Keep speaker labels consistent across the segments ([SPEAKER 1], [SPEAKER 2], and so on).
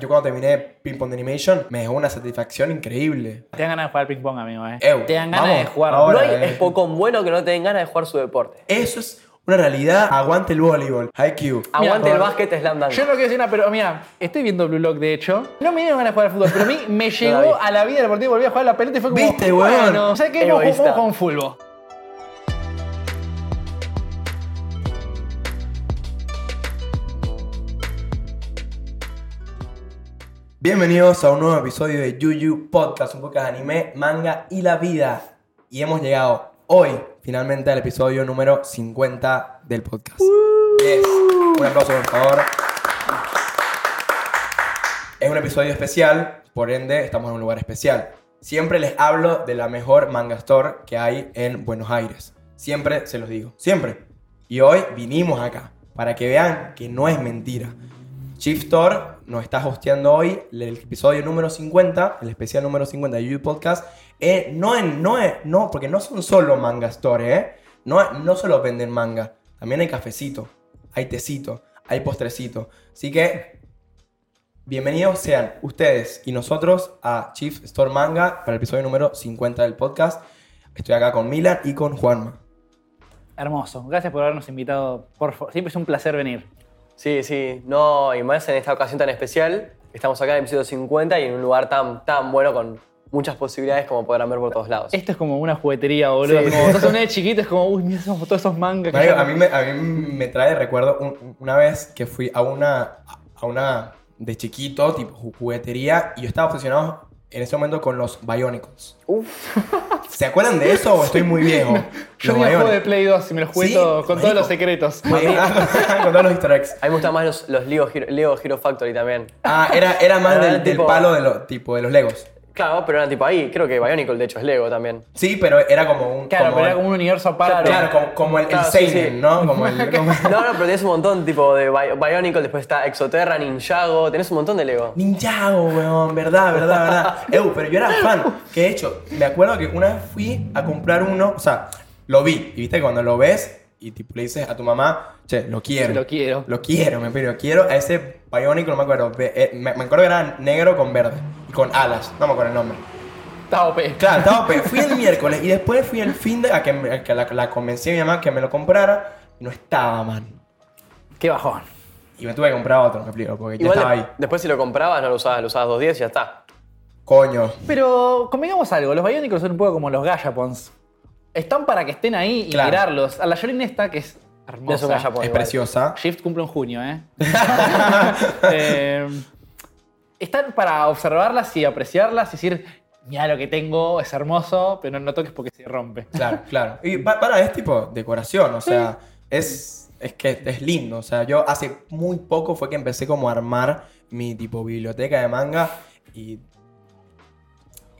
[SPEAKER 1] yo cuando terminé Ping Pong de Animation, me dejó una satisfacción increíble.
[SPEAKER 2] Te dan ganas de jugar ping-pong, amigo, eh.
[SPEAKER 1] Ew,
[SPEAKER 3] Te dan ganas
[SPEAKER 1] vamos,
[SPEAKER 3] de jugar.
[SPEAKER 1] ahora,
[SPEAKER 3] no hay
[SPEAKER 1] eh.
[SPEAKER 3] espocón bueno que no te den ganas de jugar su deporte.
[SPEAKER 1] Eso es una realidad. Aguante el voleibol. IQ.
[SPEAKER 3] Aguante
[SPEAKER 1] Mira,
[SPEAKER 3] el básquet slam dunk.
[SPEAKER 2] Yo no quiero decir nada, pero mira, estoy viendo Blue Lock de hecho. No me dieron ganas de jugar al fútbol, pero a mí me llegó
[SPEAKER 3] Todavía.
[SPEAKER 2] a la vida deportiva, volví a jugar a la pelota y fue como.
[SPEAKER 1] ¿Viste,
[SPEAKER 2] bueno,
[SPEAKER 1] weón?
[SPEAKER 2] O sea que vamos
[SPEAKER 3] Egoísta.
[SPEAKER 2] vamos con fulbo.
[SPEAKER 1] Bienvenidos a un nuevo episodio de Yuyu Podcast, un podcast de anime, manga y la vida. Y hemos llegado hoy, finalmente, al episodio número 50 del podcast. Yes. Un aplauso, por favor. Es un episodio especial, por ende, estamos en un lugar especial. Siempre les hablo de la mejor manga store que hay en Buenos Aires. Siempre se los digo, siempre. Y hoy vinimos acá para que vean que no es mentira. Chief Thor nos está hosteando hoy el episodio número 50, el especial número 50 de YouTube Podcast. Eh, no, en, no, en- no, porque no son solo manga store, ¿eh? No, no solo venden manga. También hay cafecito, hay tecito, hay postrecito. Así que, bienvenidos sean ustedes y nosotros a Chief Store Manga para el episodio número 50 del podcast. Estoy acá con Milan y con Juanma.
[SPEAKER 2] Hermoso. Gracias por habernos invitado. Por favor, Siempre es un placer venir.
[SPEAKER 3] Sí, sí. No, y más en esta ocasión tan especial. Estamos acá en el episodio 50 y en un lugar tan, tan bueno con muchas posibilidades como podrán ver por todos lados.
[SPEAKER 2] Esto es como una juguetería, boludo.
[SPEAKER 3] Sí,
[SPEAKER 2] como
[SPEAKER 3] sí.
[SPEAKER 2] sos un nene chiquito, es como, uy, mira esos- todos esos mangas. que
[SPEAKER 1] Marico,
[SPEAKER 2] ya-
[SPEAKER 1] a, mí me, a mí me trae de recuerdo un- una vez que fui a una, a una de chiquito, tipo ju- juguetería, y yo estaba obsesionado en ese momento con los Bionicles.
[SPEAKER 3] Uf.
[SPEAKER 1] ¿Se acuerdan de eso o estoy muy viejo?
[SPEAKER 2] Yo
[SPEAKER 1] Los
[SPEAKER 2] tenía juego de
[SPEAKER 1] Bionicles.
[SPEAKER 2] Play 2 y me los jugué
[SPEAKER 1] Sí,
[SPEAKER 2] todo- con todos
[SPEAKER 1] marico.
[SPEAKER 2] los secretos.
[SPEAKER 1] con todos los easter eggs.
[SPEAKER 3] A mí me gustan más los, los Lego, Hero, Lego Hero Factory también.
[SPEAKER 1] Ah, era, era más
[SPEAKER 3] Era
[SPEAKER 1] del, del
[SPEAKER 3] tipo-
[SPEAKER 1] palo de, los tipo, de los Legos.
[SPEAKER 3] Claro, pero eran tipo ahí. Creo que Bionicle, de hecho, es Lego también.
[SPEAKER 1] Sí, pero era como un...
[SPEAKER 2] Claro,
[SPEAKER 1] como
[SPEAKER 2] pero era
[SPEAKER 1] el-
[SPEAKER 2] como eh. un universo aparte.
[SPEAKER 1] Claro, como, como el, el
[SPEAKER 3] Claro, sí,
[SPEAKER 1] Seinen,
[SPEAKER 3] sí.
[SPEAKER 1] ¿no? Como el... como-
[SPEAKER 3] No, no, pero tenés un montón tipo de Bi- Bionicle, después está Exoterra, Ninjago, tenés un montón de Lego.
[SPEAKER 1] Ninjago, weón, verdad, verdad, verdad. Ew, pero yo era fan. Que de hecho, me acuerdo que una vez fui a comprar uno, o sea, lo vi. Y viste que cuando lo ves y tipo, le dices a tu mamá, che, lo quiero.
[SPEAKER 2] Lo quiero.
[SPEAKER 1] Lo quiero, me pido, quiero a ese Bionicle, no me acuerdo. ve- eh, me, me acuerdo que era negro con verde y con alas, no me acuerdo el nombre.
[SPEAKER 2] Está OP.
[SPEAKER 1] Claro, estaba OP. Fui el miércoles y después fui el fin de. a que, me- a que la, la convencí a mi mamá que me lo comprara y no estaba, man.
[SPEAKER 2] Qué bajón.
[SPEAKER 1] Y me tuve que comprar otro, me explico, porque ya
[SPEAKER 3] Igual
[SPEAKER 1] estaba
[SPEAKER 3] de-
[SPEAKER 1] ahí.
[SPEAKER 3] después si lo comprabas, no lo usabas, lo usabas dos días y ya está.
[SPEAKER 1] Coño.
[SPEAKER 2] Pero convengamos algo, los Bionicles son un poco como los Gallapons. Están para que estén ahí y
[SPEAKER 1] Claro.
[SPEAKER 2] mirarlos. A la Yorin esta, que es hermosa.
[SPEAKER 3] Es un Gallapon.
[SPEAKER 1] Es
[SPEAKER 3] igual.
[SPEAKER 1] preciosa.
[SPEAKER 2] Shift cumple en junio, ¿eh? Eh, Están para observarlas y apreciarlas y decir, mira lo que tengo, es hermoso, pero no lo toques porque se rompe.
[SPEAKER 1] Claro, claro. Y pa- para, es tipo decoración, o sea, es, es que es lindo. O sea, yo hace muy poco fue que empecé como a armar mi tipo biblioteca de manga y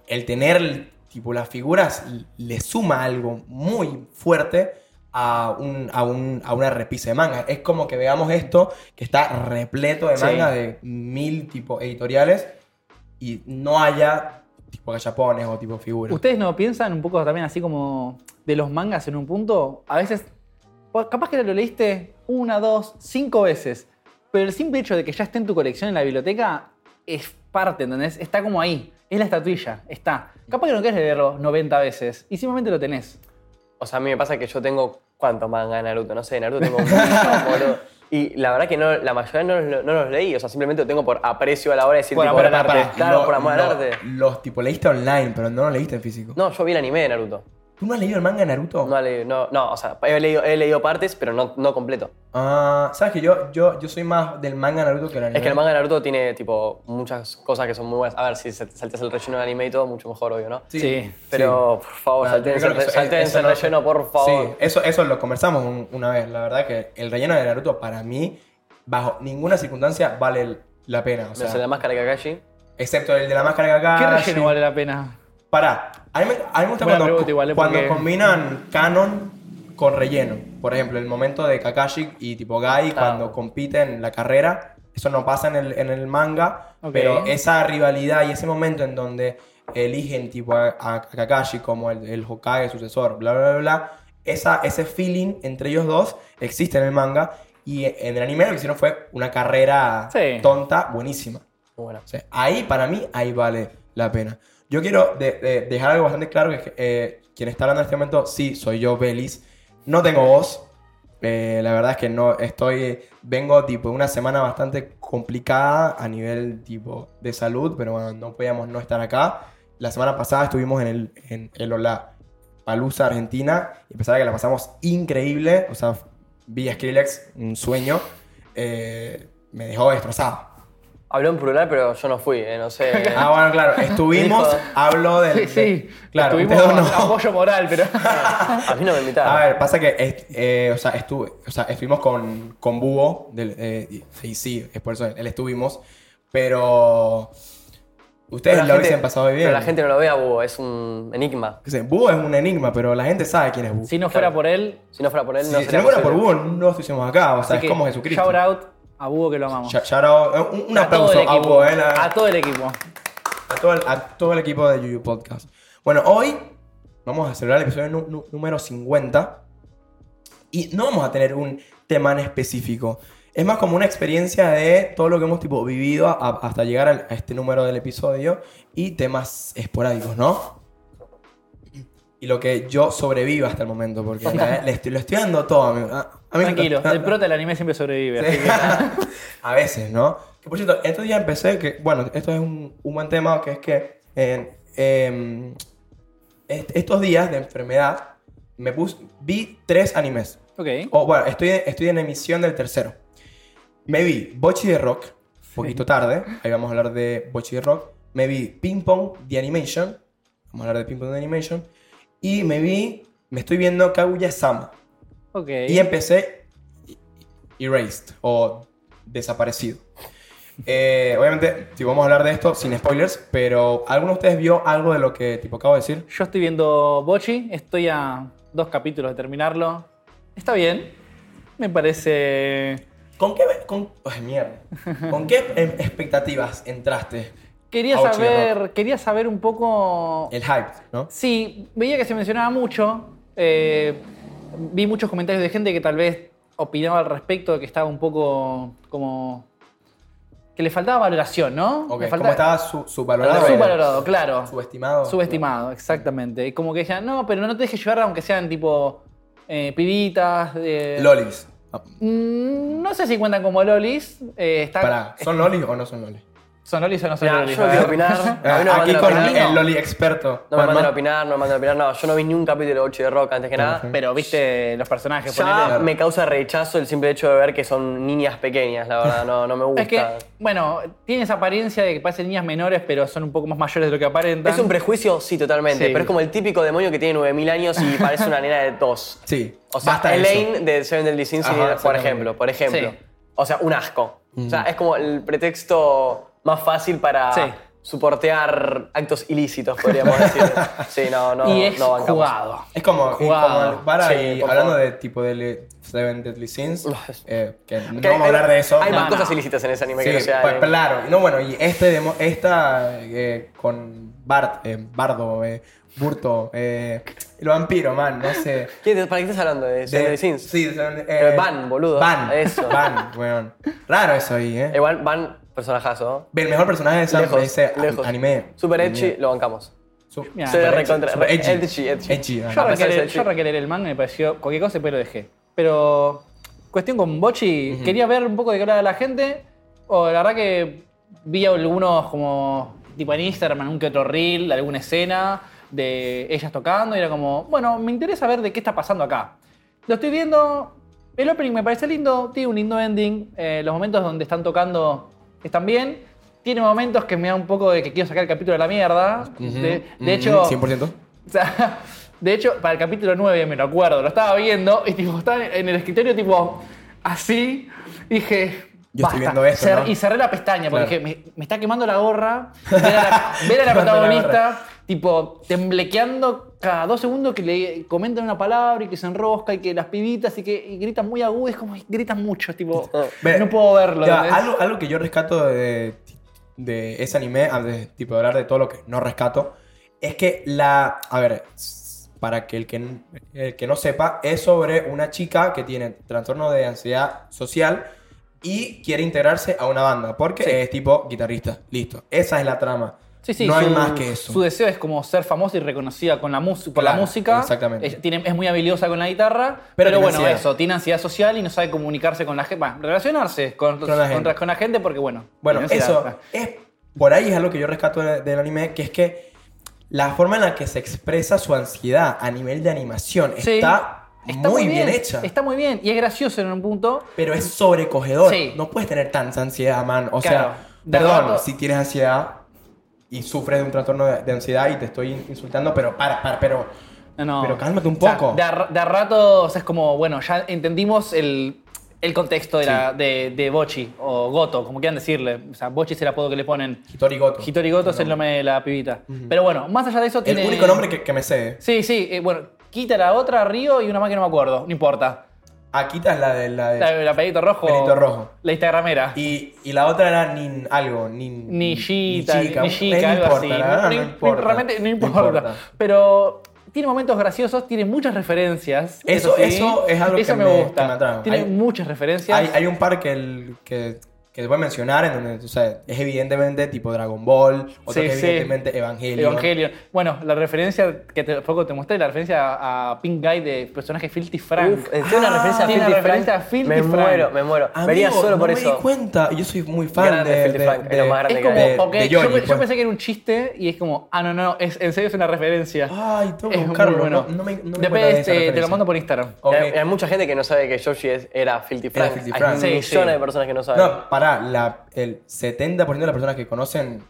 [SPEAKER 1] el tener tipo las figuras le suma algo muy fuerte a, un, a, un- a una repisa de manga. Es como que veamos esto que está repleto de
[SPEAKER 3] Sí.
[SPEAKER 1] manga de mil tipo editoriales y no haya tipo gallapones o tipo figuras.
[SPEAKER 2] ¿Ustedes no piensan un poco también así como de los mangas en un punto? A veces, o capaz que lo leíste una, dos, cinco veces, pero el simple hecho de que ya esté en tu colección en la biblioteca es parte, ¿entendés? Está como ahí, es la estatuilla, está. Capaz que no querés leerlo 90 veces y simplemente lo tenés.
[SPEAKER 3] O sea, a mí me pasa que yo tengo cuánto manga de Naruto, no sé, de Naruto tengo un montón, boludo. Y la verdad que no, la mayoría no, los- no los leí, o sea, simplemente lo tengo por aprecio a la hora de decir
[SPEAKER 2] Por
[SPEAKER 3] tipo,
[SPEAKER 2] amor
[SPEAKER 3] "Gran
[SPEAKER 2] al
[SPEAKER 3] arte".
[SPEAKER 2] arte.
[SPEAKER 3] Claro,
[SPEAKER 1] Lo-
[SPEAKER 3] por amor al
[SPEAKER 1] lo-
[SPEAKER 3] arte.
[SPEAKER 1] Los tipo leíste online, pero no lo leíste en físico.
[SPEAKER 3] No, yo vi el anime de Naruto.
[SPEAKER 1] ¿Tú no has leído el manga de Naruto?
[SPEAKER 3] No, le- no, no, o sea, he leído, he leído partes, pero no, no completo.
[SPEAKER 1] Ah, sabes que yo, yo, yo soy más del manga de Naruto que del anime.
[SPEAKER 3] Es que el manga de Naruto tiene, tipo, muchas cosas que son muy buenas. A ver, si se- saltas el relleno del anime y todo, mucho mejor, obvio, ¿no?
[SPEAKER 1] Sí.
[SPEAKER 2] Sí.
[SPEAKER 3] Pero, por favor,
[SPEAKER 1] Ah, yo
[SPEAKER 3] saltense
[SPEAKER 1] creo que
[SPEAKER 3] el
[SPEAKER 1] eso- eso no-
[SPEAKER 3] relleno, por favor.
[SPEAKER 1] Sí, eso, eso lo conversamos un- una vez. La verdad que el relleno de Naruto para mí, bajo ninguna circunstancia, vale el- la pena. O
[SPEAKER 3] No
[SPEAKER 1] sea,
[SPEAKER 3] sé, la máscara de Kakashi.
[SPEAKER 1] excepto el de la máscara de
[SPEAKER 2] ¿Qué
[SPEAKER 1] Kakashi.
[SPEAKER 2] relleno vale la pena?
[SPEAKER 1] Pará, a mí, me- a mí me gusta
[SPEAKER 2] Buena
[SPEAKER 1] cuando,
[SPEAKER 2] pregunta igual, ¿eh?
[SPEAKER 1] cuando
[SPEAKER 2] Porque-
[SPEAKER 1] combinan canon con relleno. Por ejemplo, el momento de Kakashi y tipo Gai cuando compiten en la carrera. Eso no pasa en el, en el manga,
[SPEAKER 2] Ok.
[SPEAKER 1] pero esa rivalidad y ese momento en donde eligen tipo a, a Kakashi como el, el Hokage sucesor, bla, bla, bla, bla. Esa, ese feeling entre ellos dos existe en el manga y en el anime lo que hicieron fue una carrera
[SPEAKER 2] Sí.
[SPEAKER 1] tonta buenísima.
[SPEAKER 3] Muy buena.
[SPEAKER 1] O sea, ahí, para mí, ahí vale la pena. Yo quiero de- de- dejar algo bastante claro, que es que eh, quien está hablando en este momento, sí, soy yo, Belis. No tengo voz. Eh, la verdad es que no estoy, vengo tipo de una semana bastante complicada a nivel tipo de salud, pero bueno, no podíamos no estar acá. La semana pasada estuvimos en el, en el Hola Palusa Argentina y a pesar de que la pasamos increíble, o sea, vi a Skrillex, un sueño, eh, me dejó destrozado.
[SPEAKER 3] Habló en plural, pero yo no fui, eh, no sé.
[SPEAKER 1] Ah, bueno, claro, estuvimos,
[SPEAKER 3] Hijo.
[SPEAKER 1] hablo del...
[SPEAKER 2] Sí, sí.
[SPEAKER 1] de- claro,
[SPEAKER 2] Tuvimos
[SPEAKER 1] ustedes dos no.
[SPEAKER 2] apoyo moral, pero.
[SPEAKER 3] A mí no me invitaron.
[SPEAKER 1] A ver, pasa que est- eh, o sea, estuve, o sea, estuvimos con, con Bubo, del, eh, y- y sí, es por eso él estuvimos, pero ustedes
[SPEAKER 3] Pero la
[SPEAKER 1] lo
[SPEAKER 3] gente-
[SPEAKER 1] hubiesen pasado bien.
[SPEAKER 3] Pero la gente no lo ve a Búho, es un enigma.
[SPEAKER 1] Qué sé, Búho es un enigma, pero la gente sabe quién es Búho.
[SPEAKER 2] si no fuera por él.
[SPEAKER 3] Si no fuera por él,
[SPEAKER 1] Si-
[SPEAKER 3] no
[SPEAKER 1] si
[SPEAKER 3] sería
[SPEAKER 1] no fuera por
[SPEAKER 3] posible.
[SPEAKER 1] Búho, no estuviésemos acá, o sea,
[SPEAKER 2] así
[SPEAKER 1] es
[SPEAKER 2] que
[SPEAKER 1] como Jesucristo.
[SPEAKER 2] Shout out a Búho que lo amamos.
[SPEAKER 1] Shout- shout out, un, un
[SPEAKER 2] a todo
[SPEAKER 1] aplauso
[SPEAKER 2] el
[SPEAKER 1] a
[SPEAKER 2] equipo.
[SPEAKER 1] Búho, eh, la-
[SPEAKER 2] A todo el equipo.
[SPEAKER 1] a todo, el, a todo el equipo de Yuyu Podcast. Bueno, hoy vamos a celebrar el episodio nu- nu- número 50 y no vamos a tener un tema en específico. Es más como una experiencia de todo lo que hemos tipo, vivido a- hasta llegar al- a este número del episodio y temas esporádicos, ¿no? Y lo que yo sobrevivo hasta el momento, porque la- le estoy, lo estoy dando todo, amigo. Ah, amigo,
[SPEAKER 2] Tranquilo,
[SPEAKER 1] ah,
[SPEAKER 2] el prota del anime siempre sobrevive.
[SPEAKER 1] Sí.
[SPEAKER 2] así que-
[SPEAKER 1] a veces, ¿no? Que por cierto, estos días empecé que, bueno, esto es un, un buen tema, que es que eh, em, est- estos días de enfermedad me puse, vi tres animes.
[SPEAKER 2] Ok.
[SPEAKER 1] O bueno, estoy, estoy en emisión del tercero. Me vi Bochi de Rock, un poquito tarde, ahí vamos a hablar de Bochi de Rock. Me vi Ping Pong de Animation, vamos a hablar de Ping Pong de Animation. Y me vi, me estoy viendo Kaguya Sama.
[SPEAKER 2] Ok.
[SPEAKER 1] Y em- empecé erased o desaparecido. Eh, obviamente, si vamos a hablar de esto sin spoilers, pero ¿alguno de ustedes vio algo de lo que tipo acabo de decir?
[SPEAKER 2] Yo estoy viendo Bochi, estoy a dos capítulos de terminarlo. Está bien. Me parece.
[SPEAKER 1] ¿Con qué, ve- con, ay, mierda. ¿Con qué em- expectativas entraste?
[SPEAKER 2] Quería
[SPEAKER 1] A Bochi de Eh.
[SPEAKER 2] saber. Quería saber un poco.
[SPEAKER 1] El hype, ¿no?
[SPEAKER 2] Sí, veía que se mencionaba mucho. eh, vi muchos comentarios de gente que tal vez opinaba al respecto, que estaba un poco como. que le faltaba valoración, ¿no?
[SPEAKER 1] Ok,
[SPEAKER 2] Le
[SPEAKER 1] ¿Cómo
[SPEAKER 2] falta-
[SPEAKER 1] estaba su, subvalorado?
[SPEAKER 2] Ah, subvalorado, claro.
[SPEAKER 1] Subestimado.
[SPEAKER 2] Subestimado, exactamente. Y como que decían, no, pero no te dejes llevar aunque sean tipo. eh, pibitas. de-
[SPEAKER 1] Lolis. Ah,
[SPEAKER 2] Mm, no sé si cuentan como lolis. eh, está-
[SPEAKER 1] Pará, ¿son lolis o no son lolis?
[SPEAKER 2] ¿Son lolis o no son
[SPEAKER 3] Mirá,
[SPEAKER 2] lolis?
[SPEAKER 3] yo no
[SPEAKER 2] A
[SPEAKER 3] quiero
[SPEAKER 2] ver.
[SPEAKER 3] opinar. A mí no me
[SPEAKER 1] Ah, Aquí
[SPEAKER 3] mandan a
[SPEAKER 1] con
[SPEAKER 3] opinar.
[SPEAKER 1] el loli experto.
[SPEAKER 3] No me mandan a
[SPEAKER 1] Juanma.
[SPEAKER 3] opinar, no me mandan a opinar. No, yo no vi ni un capítulo de 8 de Rock antes que nada.
[SPEAKER 2] Pero viste los personajes,
[SPEAKER 3] Ya
[SPEAKER 2] ponele.
[SPEAKER 3] me causa rechazo el simple hecho de ver que son niñas pequeñas, la verdad, no, no me gusta.
[SPEAKER 2] Es que, bueno, tiene esa apariencia de que parecen niñas menores, pero son un poco más mayores de lo que aparentan.
[SPEAKER 3] ¿Es un prejuicio? Sí, totalmente.
[SPEAKER 2] Sí.
[SPEAKER 3] Pero es como el típico demonio que tiene 9000 años y parece una nena de dos.
[SPEAKER 1] Sí.
[SPEAKER 3] O sea,
[SPEAKER 1] basta de eso.
[SPEAKER 3] Elaine de Seven Deadly Sins,
[SPEAKER 1] Ajá,
[SPEAKER 3] por
[SPEAKER 1] exactamente. Mm.
[SPEAKER 3] ejemplo. Por ejemplo.
[SPEAKER 2] Sí.
[SPEAKER 3] O sea, un asco. O sea, es como el pretexto más fácil para
[SPEAKER 2] Sí.
[SPEAKER 3] soportear actos ilícitos, podríamos decir. Sí, no, no.
[SPEAKER 2] y es
[SPEAKER 3] no bancamos.
[SPEAKER 2] jugado.
[SPEAKER 1] Es como, es
[SPEAKER 2] Jugado.
[SPEAKER 1] como para
[SPEAKER 3] Sí,
[SPEAKER 1] y
[SPEAKER 3] por
[SPEAKER 1] hablando
[SPEAKER 3] favor.
[SPEAKER 1] de tipo de le- Seven Deadly Sins, eh, que no
[SPEAKER 3] Que hay-
[SPEAKER 1] vamos a hablar de eso.
[SPEAKER 3] Hay más
[SPEAKER 2] No,
[SPEAKER 3] cosas
[SPEAKER 2] no.
[SPEAKER 3] ilícitas en ese anime
[SPEAKER 1] Sí,
[SPEAKER 3] que no sea.
[SPEAKER 1] pa-
[SPEAKER 3] de-
[SPEAKER 1] claro. Y No, bueno, y este demo- esta eh, con Bart, eh, Bardo, eh, Burto, eh, el vampiro, man, no sé.
[SPEAKER 3] ¿Qué te- ¿Para qué estás hablando? ¿De Seven Deadly Sins?
[SPEAKER 1] Sí, Seven- eh,
[SPEAKER 3] Pero Van, boludo,
[SPEAKER 1] Van,
[SPEAKER 3] eso.
[SPEAKER 1] Van, weón. Raro eso ahí, ¿eh?
[SPEAKER 3] Igual van personajazo.
[SPEAKER 1] El mejor personaje de, esa,
[SPEAKER 3] Lejos,
[SPEAKER 1] de ese an-
[SPEAKER 3] lejos.
[SPEAKER 1] anime.
[SPEAKER 3] Super Edgy, lo bancamos.
[SPEAKER 1] Su-
[SPEAKER 2] Mirá.
[SPEAKER 1] super
[SPEAKER 3] Se
[SPEAKER 1] edgy,
[SPEAKER 3] recontra-
[SPEAKER 1] super
[SPEAKER 3] re- edgy,
[SPEAKER 1] ah.
[SPEAKER 3] edgy.
[SPEAKER 2] Yo
[SPEAKER 3] A pesar
[SPEAKER 2] arranqué,
[SPEAKER 3] de
[SPEAKER 2] leer,
[SPEAKER 3] ser
[SPEAKER 2] yo arranqué a leer el manga y me pareció cualquier cosa, pero dejé. Pero, cuestión con Bochi, quería ver un poco de qué hablaba la gente. O la verdad que vi algunos como, tipo en Instagram, un que otro reel, de alguna escena de ellas tocando. Y era como, bueno, me interesa ver de qué está pasando acá. Lo estoy viendo, el opening me parece lindo, tiene un lindo ending. eh, los momentos donde están tocando están bien. Tiene momentos que me da un poco de que quiero sacar el capítulo de la mierda.
[SPEAKER 1] Ujú,
[SPEAKER 2] de, de
[SPEAKER 1] ujú,
[SPEAKER 2] hecho,
[SPEAKER 1] 100%.
[SPEAKER 2] o sea, de hecho, para el capítulo 9 me lo acuerdo, lo estaba viendo y tipo, estaba en el escritorio tipo así. y Dije,
[SPEAKER 1] Yo estoy
[SPEAKER 2] basta.
[SPEAKER 1] viendo esto,
[SPEAKER 2] Cer-
[SPEAKER 1] ¿no?
[SPEAKER 2] Y cerré la pestaña porque
[SPEAKER 1] Claro.
[SPEAKER 2] dije, me, me está quemando la gorra. Ver a la, ver a la
[SPEAKER 1] Quemando la
[SPEAKER 2] protagonista, tipo, temblequeando cada dos segundos que le comentan una palabra y que se enrosca y que las pibitas y que y gritan muy agudo. Es como, gritan mucho, es tipo,
[SPEAKER 1] Ve,
[SPEAKER 2] no puedo verlo.
[SPEAKER 1] ya,
[SPEAKER 2] ¿entendés?
[SPEAKER 1] algo, algo que yo rescato de, de ese anime, antes de, tipo, de hablar de todo lo que no rescato, es que la. A ver, s- para que el, que n- el que no sepa, es sobre una chica que tiene trastorno de ansiedad social y quiere integrarse a una banda porque es tipo guitarrista. Listo. Esa es la trama.
[SPEAKER 2] Sí, sí,
[SPEAKER 1] no hay
[SPEAKER 2] su-
[SPEAKER 1] más que eso.
[SPEAKER 2] Su deseo es como ser famosa y reconocida con la música, por la
[SPEAKER 1] Claro,
[SPEAKER 2] música.
[SPEAKER 1] exactamente.
[SPEAKER 2] Ella tiene- es muy habilidosa con la guitarra,
[SPEAKER 1] Pero
[SPEAKER 2] pero,
[SPEAKER 1] tiene
[SPEAKER 2] bueno,
[SPEAKER 1] ansiedad.
[SPEAKER 2] eso, tiene ansiedad social y no sabe comunicarse con la gente, bueno, relacionarse con,
[SPEAKER 1] Con la gente.
[SPEAKER 2] con- con la gente porque bueno.
[SPEAKER 1] Bueno,
[SPEAKER 2] tiene ansiedad.
[SPEAKER 1] eso es por ahí es algo que yo rescato de- del anime, que es que la forma en la que se expresa su ansiedad a nivel de animación
[SPEAKER 2] Sí.
[SPEAKER 1] está, muy bien, hecha.
[SPEAKER 2] Está muy bien y es gracioso en un punto.
[SPEAKER 1] Pero es sobrecogedor.
[SPEAKER 2] Sí.
[SPEAKER 1] No puedes tener tanta ansiedad, man. O
[SPEAKER 2] Claro.
[SPEAKER 1] sea,
[SPEAKER 2] De
[SPEAKER 1] perdón,
[SPEAKER 2] rato-
[SPEAKER 1] si tienes ansiedad y sufres de un trastorno de, de ansiedad y te estoy insultando, pero para, para, pero.
[SPEAKER 2] No, no.
[SPEAKER 1] Pero cálmate un
[SPEAKER 2] O sea,
[SPEAKER 1] poco.
[SPEAKER 2] de, a, ra- de a ratos es como, bueno, ya entendimos el, el contexto de, la-
[SPEAKER 1] Sí.
[SPEAKER 2] de, de Bochi o Goto, como quieran decirle. O sea, Bochi es el apodo que le ponen.
[SPEAKER 1] Hitori Goto.
[SPEAKER 2] Hitori Goto es el nombre de la pibita. Pero bueno, más allá de eso
[SPEAKER 1] El
[SPEAKER 2] tiene...
[SPEAKER 1] único nombre que, que me sé.
[SPEAKER 2] Sí, sí, eh, bueno, quita la otra, Río y una más que no me acuerdo, no importa.
[SPEAKER 1] Akita es la de. La de-
[SPEAKER 2] La, la pelito rojo.
[SPEAKER 1] Pelito rojo.
[SPEAKER 2] La instagramera.
[SPEAKER 1] Y, y la otra era Nin algo, Nin.
[SPEAKER 2] ni Gita,
[SPEAKER 1] Chica.
[SPEAKER 2] ni
[SPEAKER 1] Eh,
[SPEAKER 2] Chica,
[SPEAKER 1] no
[SPEAKER 2] algo
[SPEAKER 1] importa,
[SPEAKER 2] así.
[SPEAKER 1] la verdad,
[SPEAKER 2] No-
[SPEAKER 1] no
[SPEAKER 2] no-
[SPEAKER 1] importa.
[SPEAKER 2] Realmente no
[SPEAKER 1] No
[SPEAKER 2] importa.
[SPEAKER 1] importa.
[SPEAKER 2] Pero tiene momentos graciosos, tiene muchas referencias.
[SPEAKER 1] Eso-
[SPEAKER 2] sí.
[SPEAKER 1] eso es algo
[SPEAKER 2] Eso
[SPEAKER 1] que
[SPEAKER 2] me,
[SPEAKER 1] me-
[SPEAKER 2] gusta.
[SPEAKER 1] que me atrajo.
[SPEAKER 2] Tiene
[SPEAKER 1] Hay-
[SPEAKER 2] muchas referencias.
[SPEAKER 1] Hay, hay un par que, el, que, que te voy a mencionar en donde, o sea, es evidentemente tipo Dragon Ball, otro
[SPEAKER 2] Sí,
[SPEAKER 1] que es
[SPEAKER 2] sí.
[SPEAKER 1] evidentemente Evangelion.
[SPEAKER 2] Evangelion. Bueno, la referencia que te, poco te mostré, la referencia a Pink Guy de personaje Filthy Frank. Ah,
[SPEAKER 3] Uf, ¿en serio una referencia a
[SPEAKER 2] tiene una
[SPEAKER 3] Filthy Frank?
[SPEAKER 2] referencia a Filthy
[SPEAKER 3] Me
[SPEAKER 2] Frank.
[SPEAKER 3] muero, me muero.
[SPEAKER 1] Amigo,
[SPEAKER 3] Vería solo
[SPEAKER 1] no
[SPEAKER 3] por
[SPEAKER 1] me
[SPEAKER 3] eso.
[SPEAKER 1] di cuenta, yo soy muy fan
[SPEAKER 3] Grande
[SPEAKER 1] de,
[SPEAKER 3] Filthy
[SPEAKER 1] de-
[SPEAKER 3] Frank, era
[SPEAKER 1] de-
[SPEAKER 3] más grande
[SPEAKER 2] Es
[SPEAKER 3] que
[SPEAKER 2] como,
[SPEAKER 1] de-
[SPEAKER 2] ok,
[SPEAKER 1] de
[SPEAKER 2] yo,
[SPEAKER 1] Johnny,
[SPEAKER 2] pe- yo
[SPEAKER 1] pues.
[SPEAKER 2] pensé que era un chiste y es como, ah, no, no, es, en serio es una referencia.
[SPEAKER 1] Ay, Ah, tengo que
[SPEAKER 2] es muy
[SPEAKER 1] buscarlo,
[SPEAKER 2] bueno.
[SPEAKER 1] no- no me- no me
[SPEAKER 2] Después
[SPEAKER 1] acuerdo de esa
[SPEAKER 2] este, te
[SPEAKER 1] referencia.
[SPEAKER 2] lo mando por Instagram.
[SPEAKER 1] Ok.
[SPEAKER 3] Hay, hay mucha gente que no sabe que Yoshi es- era Filthy
[SPEAKER 1] Era
[SPEAKER 3] Frank.
[SPEAKER 1] Filthy
[SPEAKER 3] Hay
[SPEAKER 1] Frank.
[SPEAKER 2] Sí,
[SPEAKER 3] millones
[SPEAKER 2] sí.
[SPEAKER 3] de personas que no saben.
[SPEAKER 1] No, pará, la- el 70% de las personas que conocen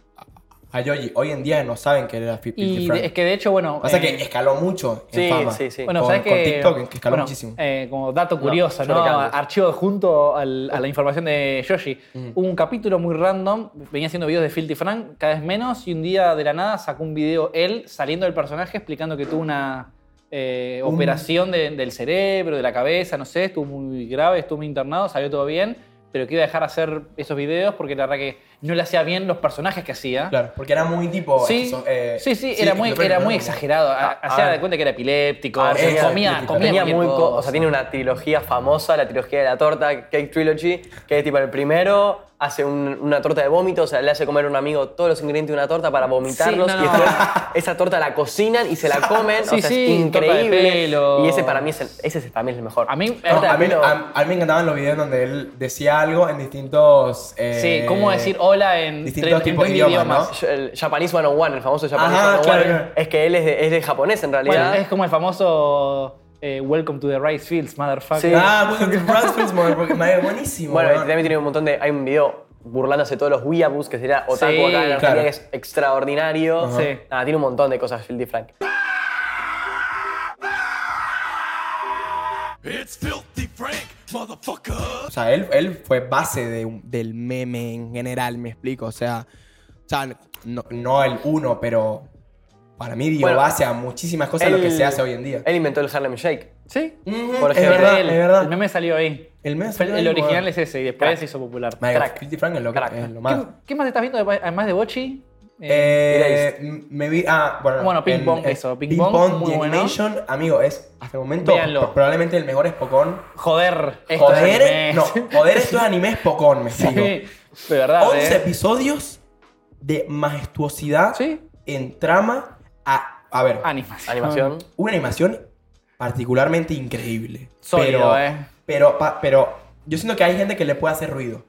[SPEAKER 1] a Yoji hoy en día no saben que él era Filthy
[SPEAKER 2] Y
[SPEAKER 1] Frank.
[SPEAKER 2] de- es que de hecho, bueno.
[SPEAKER 1] Pasa
[SPEAKER 2] eh,
[SPEAKER 1] que escaló mucho en
[SPEAKER 3] sí,
[SPEAKER 1] fama.
[SPEAKER 3] sí, sí.
[SPEAKER 2] Bueno,
[SPEAKER 1] con,
[SPEAKER 2] sabes
[SPEAKER 1] con
[SPEAKER 2] que.
[SPEAKER 1] TikTok, en que escaló
[SPEAKER 2] bueno,
[SPEAKER 1] muchísimo.
[SPEAKER 2] eh, como dato curioso,
[SPEAKER 3] yo
[SPEAKER 2] ¿no?
[SPEAKER 3] lo cambio. Mm.
[SPEAKER 2] Archivo junto al- a la información de Yoshi. Un capítulo muy random, venía haciendo videos de Filthy Frank, cada vez menos, y un día de la nada sacó un video él saliendo del personaje explicando que tuvo una eh,
[SPEAKER 1] Un-
[SPEAKER 2] operación de- del cerebro, de la cabeza, no sé, estuvo muy grave, estuvo muy internado, salió todo bien, pero que iba a dejar de hacer esos videos porque la verdad que no le hacía bien los personajes que hacía.
[SPEAKER 1] Claro, porque era muy tipo.
[SPEAKER 2] Sí,
[SPEAKER 1] eso, eh,
[SPEAKER 2] sí, sí, era muy,
[SPEAKER 1] esquizofrénico,
[SPEAKER 2] era
[SPEAKER 1] ¿no?
[SPEAKER 2] muy
[SPEAKER 1] Como-
[SPEAKER 2] exagerado. ha-
[SPEAKER 3] Ah,
[SPEAKER 2] Hacía
[SPEAKER 3] ah.
[SPEAKER 2] de cuenta que era epiléptico,
[SPEAKER 3] Ah,
[SPEAKER 2] comía,
[SPEAKER 1] tenía-
[SPEAKER 2] comía, comía
[SPEAKER 3] Tenía muy
[SPEAKER 2] cualquier
[SPEAKER 3] co-
[SPEAKER 2] cosa.
[SPEAKER 3] o sea, tiene una trilogía famosa, la trilogía de la torta, Cake Trilogy, que es tipo el primero hace un- una torta de vómito, o sea, le hace comer a un amigo todos los ingredientes de una torta para vomitarlos
[SPEAKER 2] Sí, no,
[SPEAKER 3] y
[SPEAKER 2] no.
[SPEAKER 3] después esa torta la cocinan y se la comen,
[SPEAKER 2] Sí,
[SPEAKER 3] o sea,
[SPEAKER 2] sí,
[SPEAKER 3] es
[SPEAKER 2] torta de
[SPEAKER 3] increíble.
[SPEAKER 2] pelos.
[SPEAKER 3] Y ese para mí es el, ese es- para mí es el mejor.
[SPEAKER 2] A mí-
[SPEAKER 1] No,
[SPEAKER 3] Torta de
[SPEAKER 1] a, mí,
[SPEAKER 3] pelo-
[SPEAKER 1] a- a mí me encantaban los videos donde él decía algo en distintos. eh,
[SPEAKER 2] Sí, cómo decir hola en
[SPEAKER 1] distintos
[SPEAKER 2] tres, en
[SPEAKER 1] tipos de
[SPEAKER 2] tres
[SPEAKER 1] idiomas,
[SPEAKER 2] idiomas.
[SPEAKER 1] ¿no?
[SPEAKER 3] el Japanese 101, el famoso Japanese
[SPEAKER 1] Ajá,
[SPEAKER 3] 101,
[SPEAKER 1] claro, claro.
[SPEAKER 3] es que él es de, es de japonés en realidad.
[SPEAKER 2] Bueno, es como el famoso eh, Welcome to the Rice Fields, motherfucker.
[SPEAKER 3] Sí.
[SPEAKER 1] Ah, bueno, que Bransfield, man, porque man, es buenísimo.
[SPEAKER 3] Bueno,
[SPEAKER 1] man.
[SPEAKER 3] también tiene un montón de. Hay un video burlándose de todos los weeaboos, que sería Otaku
[SPEAKER 2] Sí,
[SPEAKER 3] acá en Argentina,
[SPEAKER 1] claro.
[SPEAKER 3] que es extraordinario.
[SPEAKER 2] Ajá. Sí.
[SPEAKER 3] Nada, tiene un montón de cosas, Filthy Frank.
[SPEAKER 4] It's filthy Frank, motherfucker.
[SPEAKER 1] O sea, él, él fue base de un- del meme en general, me explico. O sea, o sea, no, no el uno, pero para mí dio
[SPEAKER 3] Bueno,
[SPEAKER 1] base a muchísimas cosas de lo que se hace hoy en día.
[SPEAKER 3] Él inventó el Harlem Shake.
[SPEAKER 2] Sí.
[SPEAKER 1] Ujú,
[SPEAKER 3] por
[SPEAKER 1] es
[SPEAKER 3] ejemplo,
[SPEAKER 1] verdad,
[SPEAKER 2] él.
[SPEAKER 1] es verdad.
[SPEAKER 2] El meme salió ahí.
[SPEAKER 1] El meme
[SPEAKER 2] El,
[SPEAKER 1] salió ahí,
[SPEAKER 2] original
[SPEAKER 1] bueno.
[SPEAKER 2] es ese y después
[SPEAKER 3] Crack.
[SPEAKER 2] se hizo popular.
[SPEAKER 1] Man,
[SPEAKER 3] crack.
[SPEAKER 1] Filthy Frank es lo, que-
[SPEAKER 3] Crack.
[SPEAKER 1] es lo
[SPEAKER 2] ¿Qué,
[SPEAKER 1] más.
[SPEAKER 2] qué más estás viendo además- además de Bochi? Eh,
[SPEAKER 1] Eh, m- me vi. Ah, bueno.
[SPEAKER 2] Bueno, Ping
[SPEAKER 1] en-
[SPEAKER 2] Pong,
[SPEAKER 1] en
[SPEAKER 2] eso, Ping Pong, muy
[SPEAKER 1] The
[SPEAKER 2] bueno.
[SPEAKER 1] Animation, amigo, es hasta el momento
[SPEAKER 2] Véanlo.
[SPEAKER 1] pro- probablemente el mejor espocón.
[SPEAKER 2] joder. esto es
[SPEAKER 1] Joder,
[SPEAKER 2] anime.
[SPEAKER 1] no, joder, esto es anime espocón, me
[SPEAKER 2] Sí,
[SPEAKER 1] explico.
[SPEAKER 2] de verdad.
[SPEAKER 1] 11
[SPEAKER 2] eh.
[SPEAKER 1] episodios de majestuosidad
[SPEAKER 2] Sí. Ah,
[SPEAKER 1] en trama a. A ver,
[SPEAKER 2] Animación.
[SPEAKER 3] Animación.
[SPEAKER 1] una animación particularmente increíble.
[SPEAKER 2] Sólido,
[SPEAKER 1] pero,
[SPEAKER 2] eh.
[SPEAKER 1] Pero, pa- pero yo siento que hay gente que le puede hacer ruido.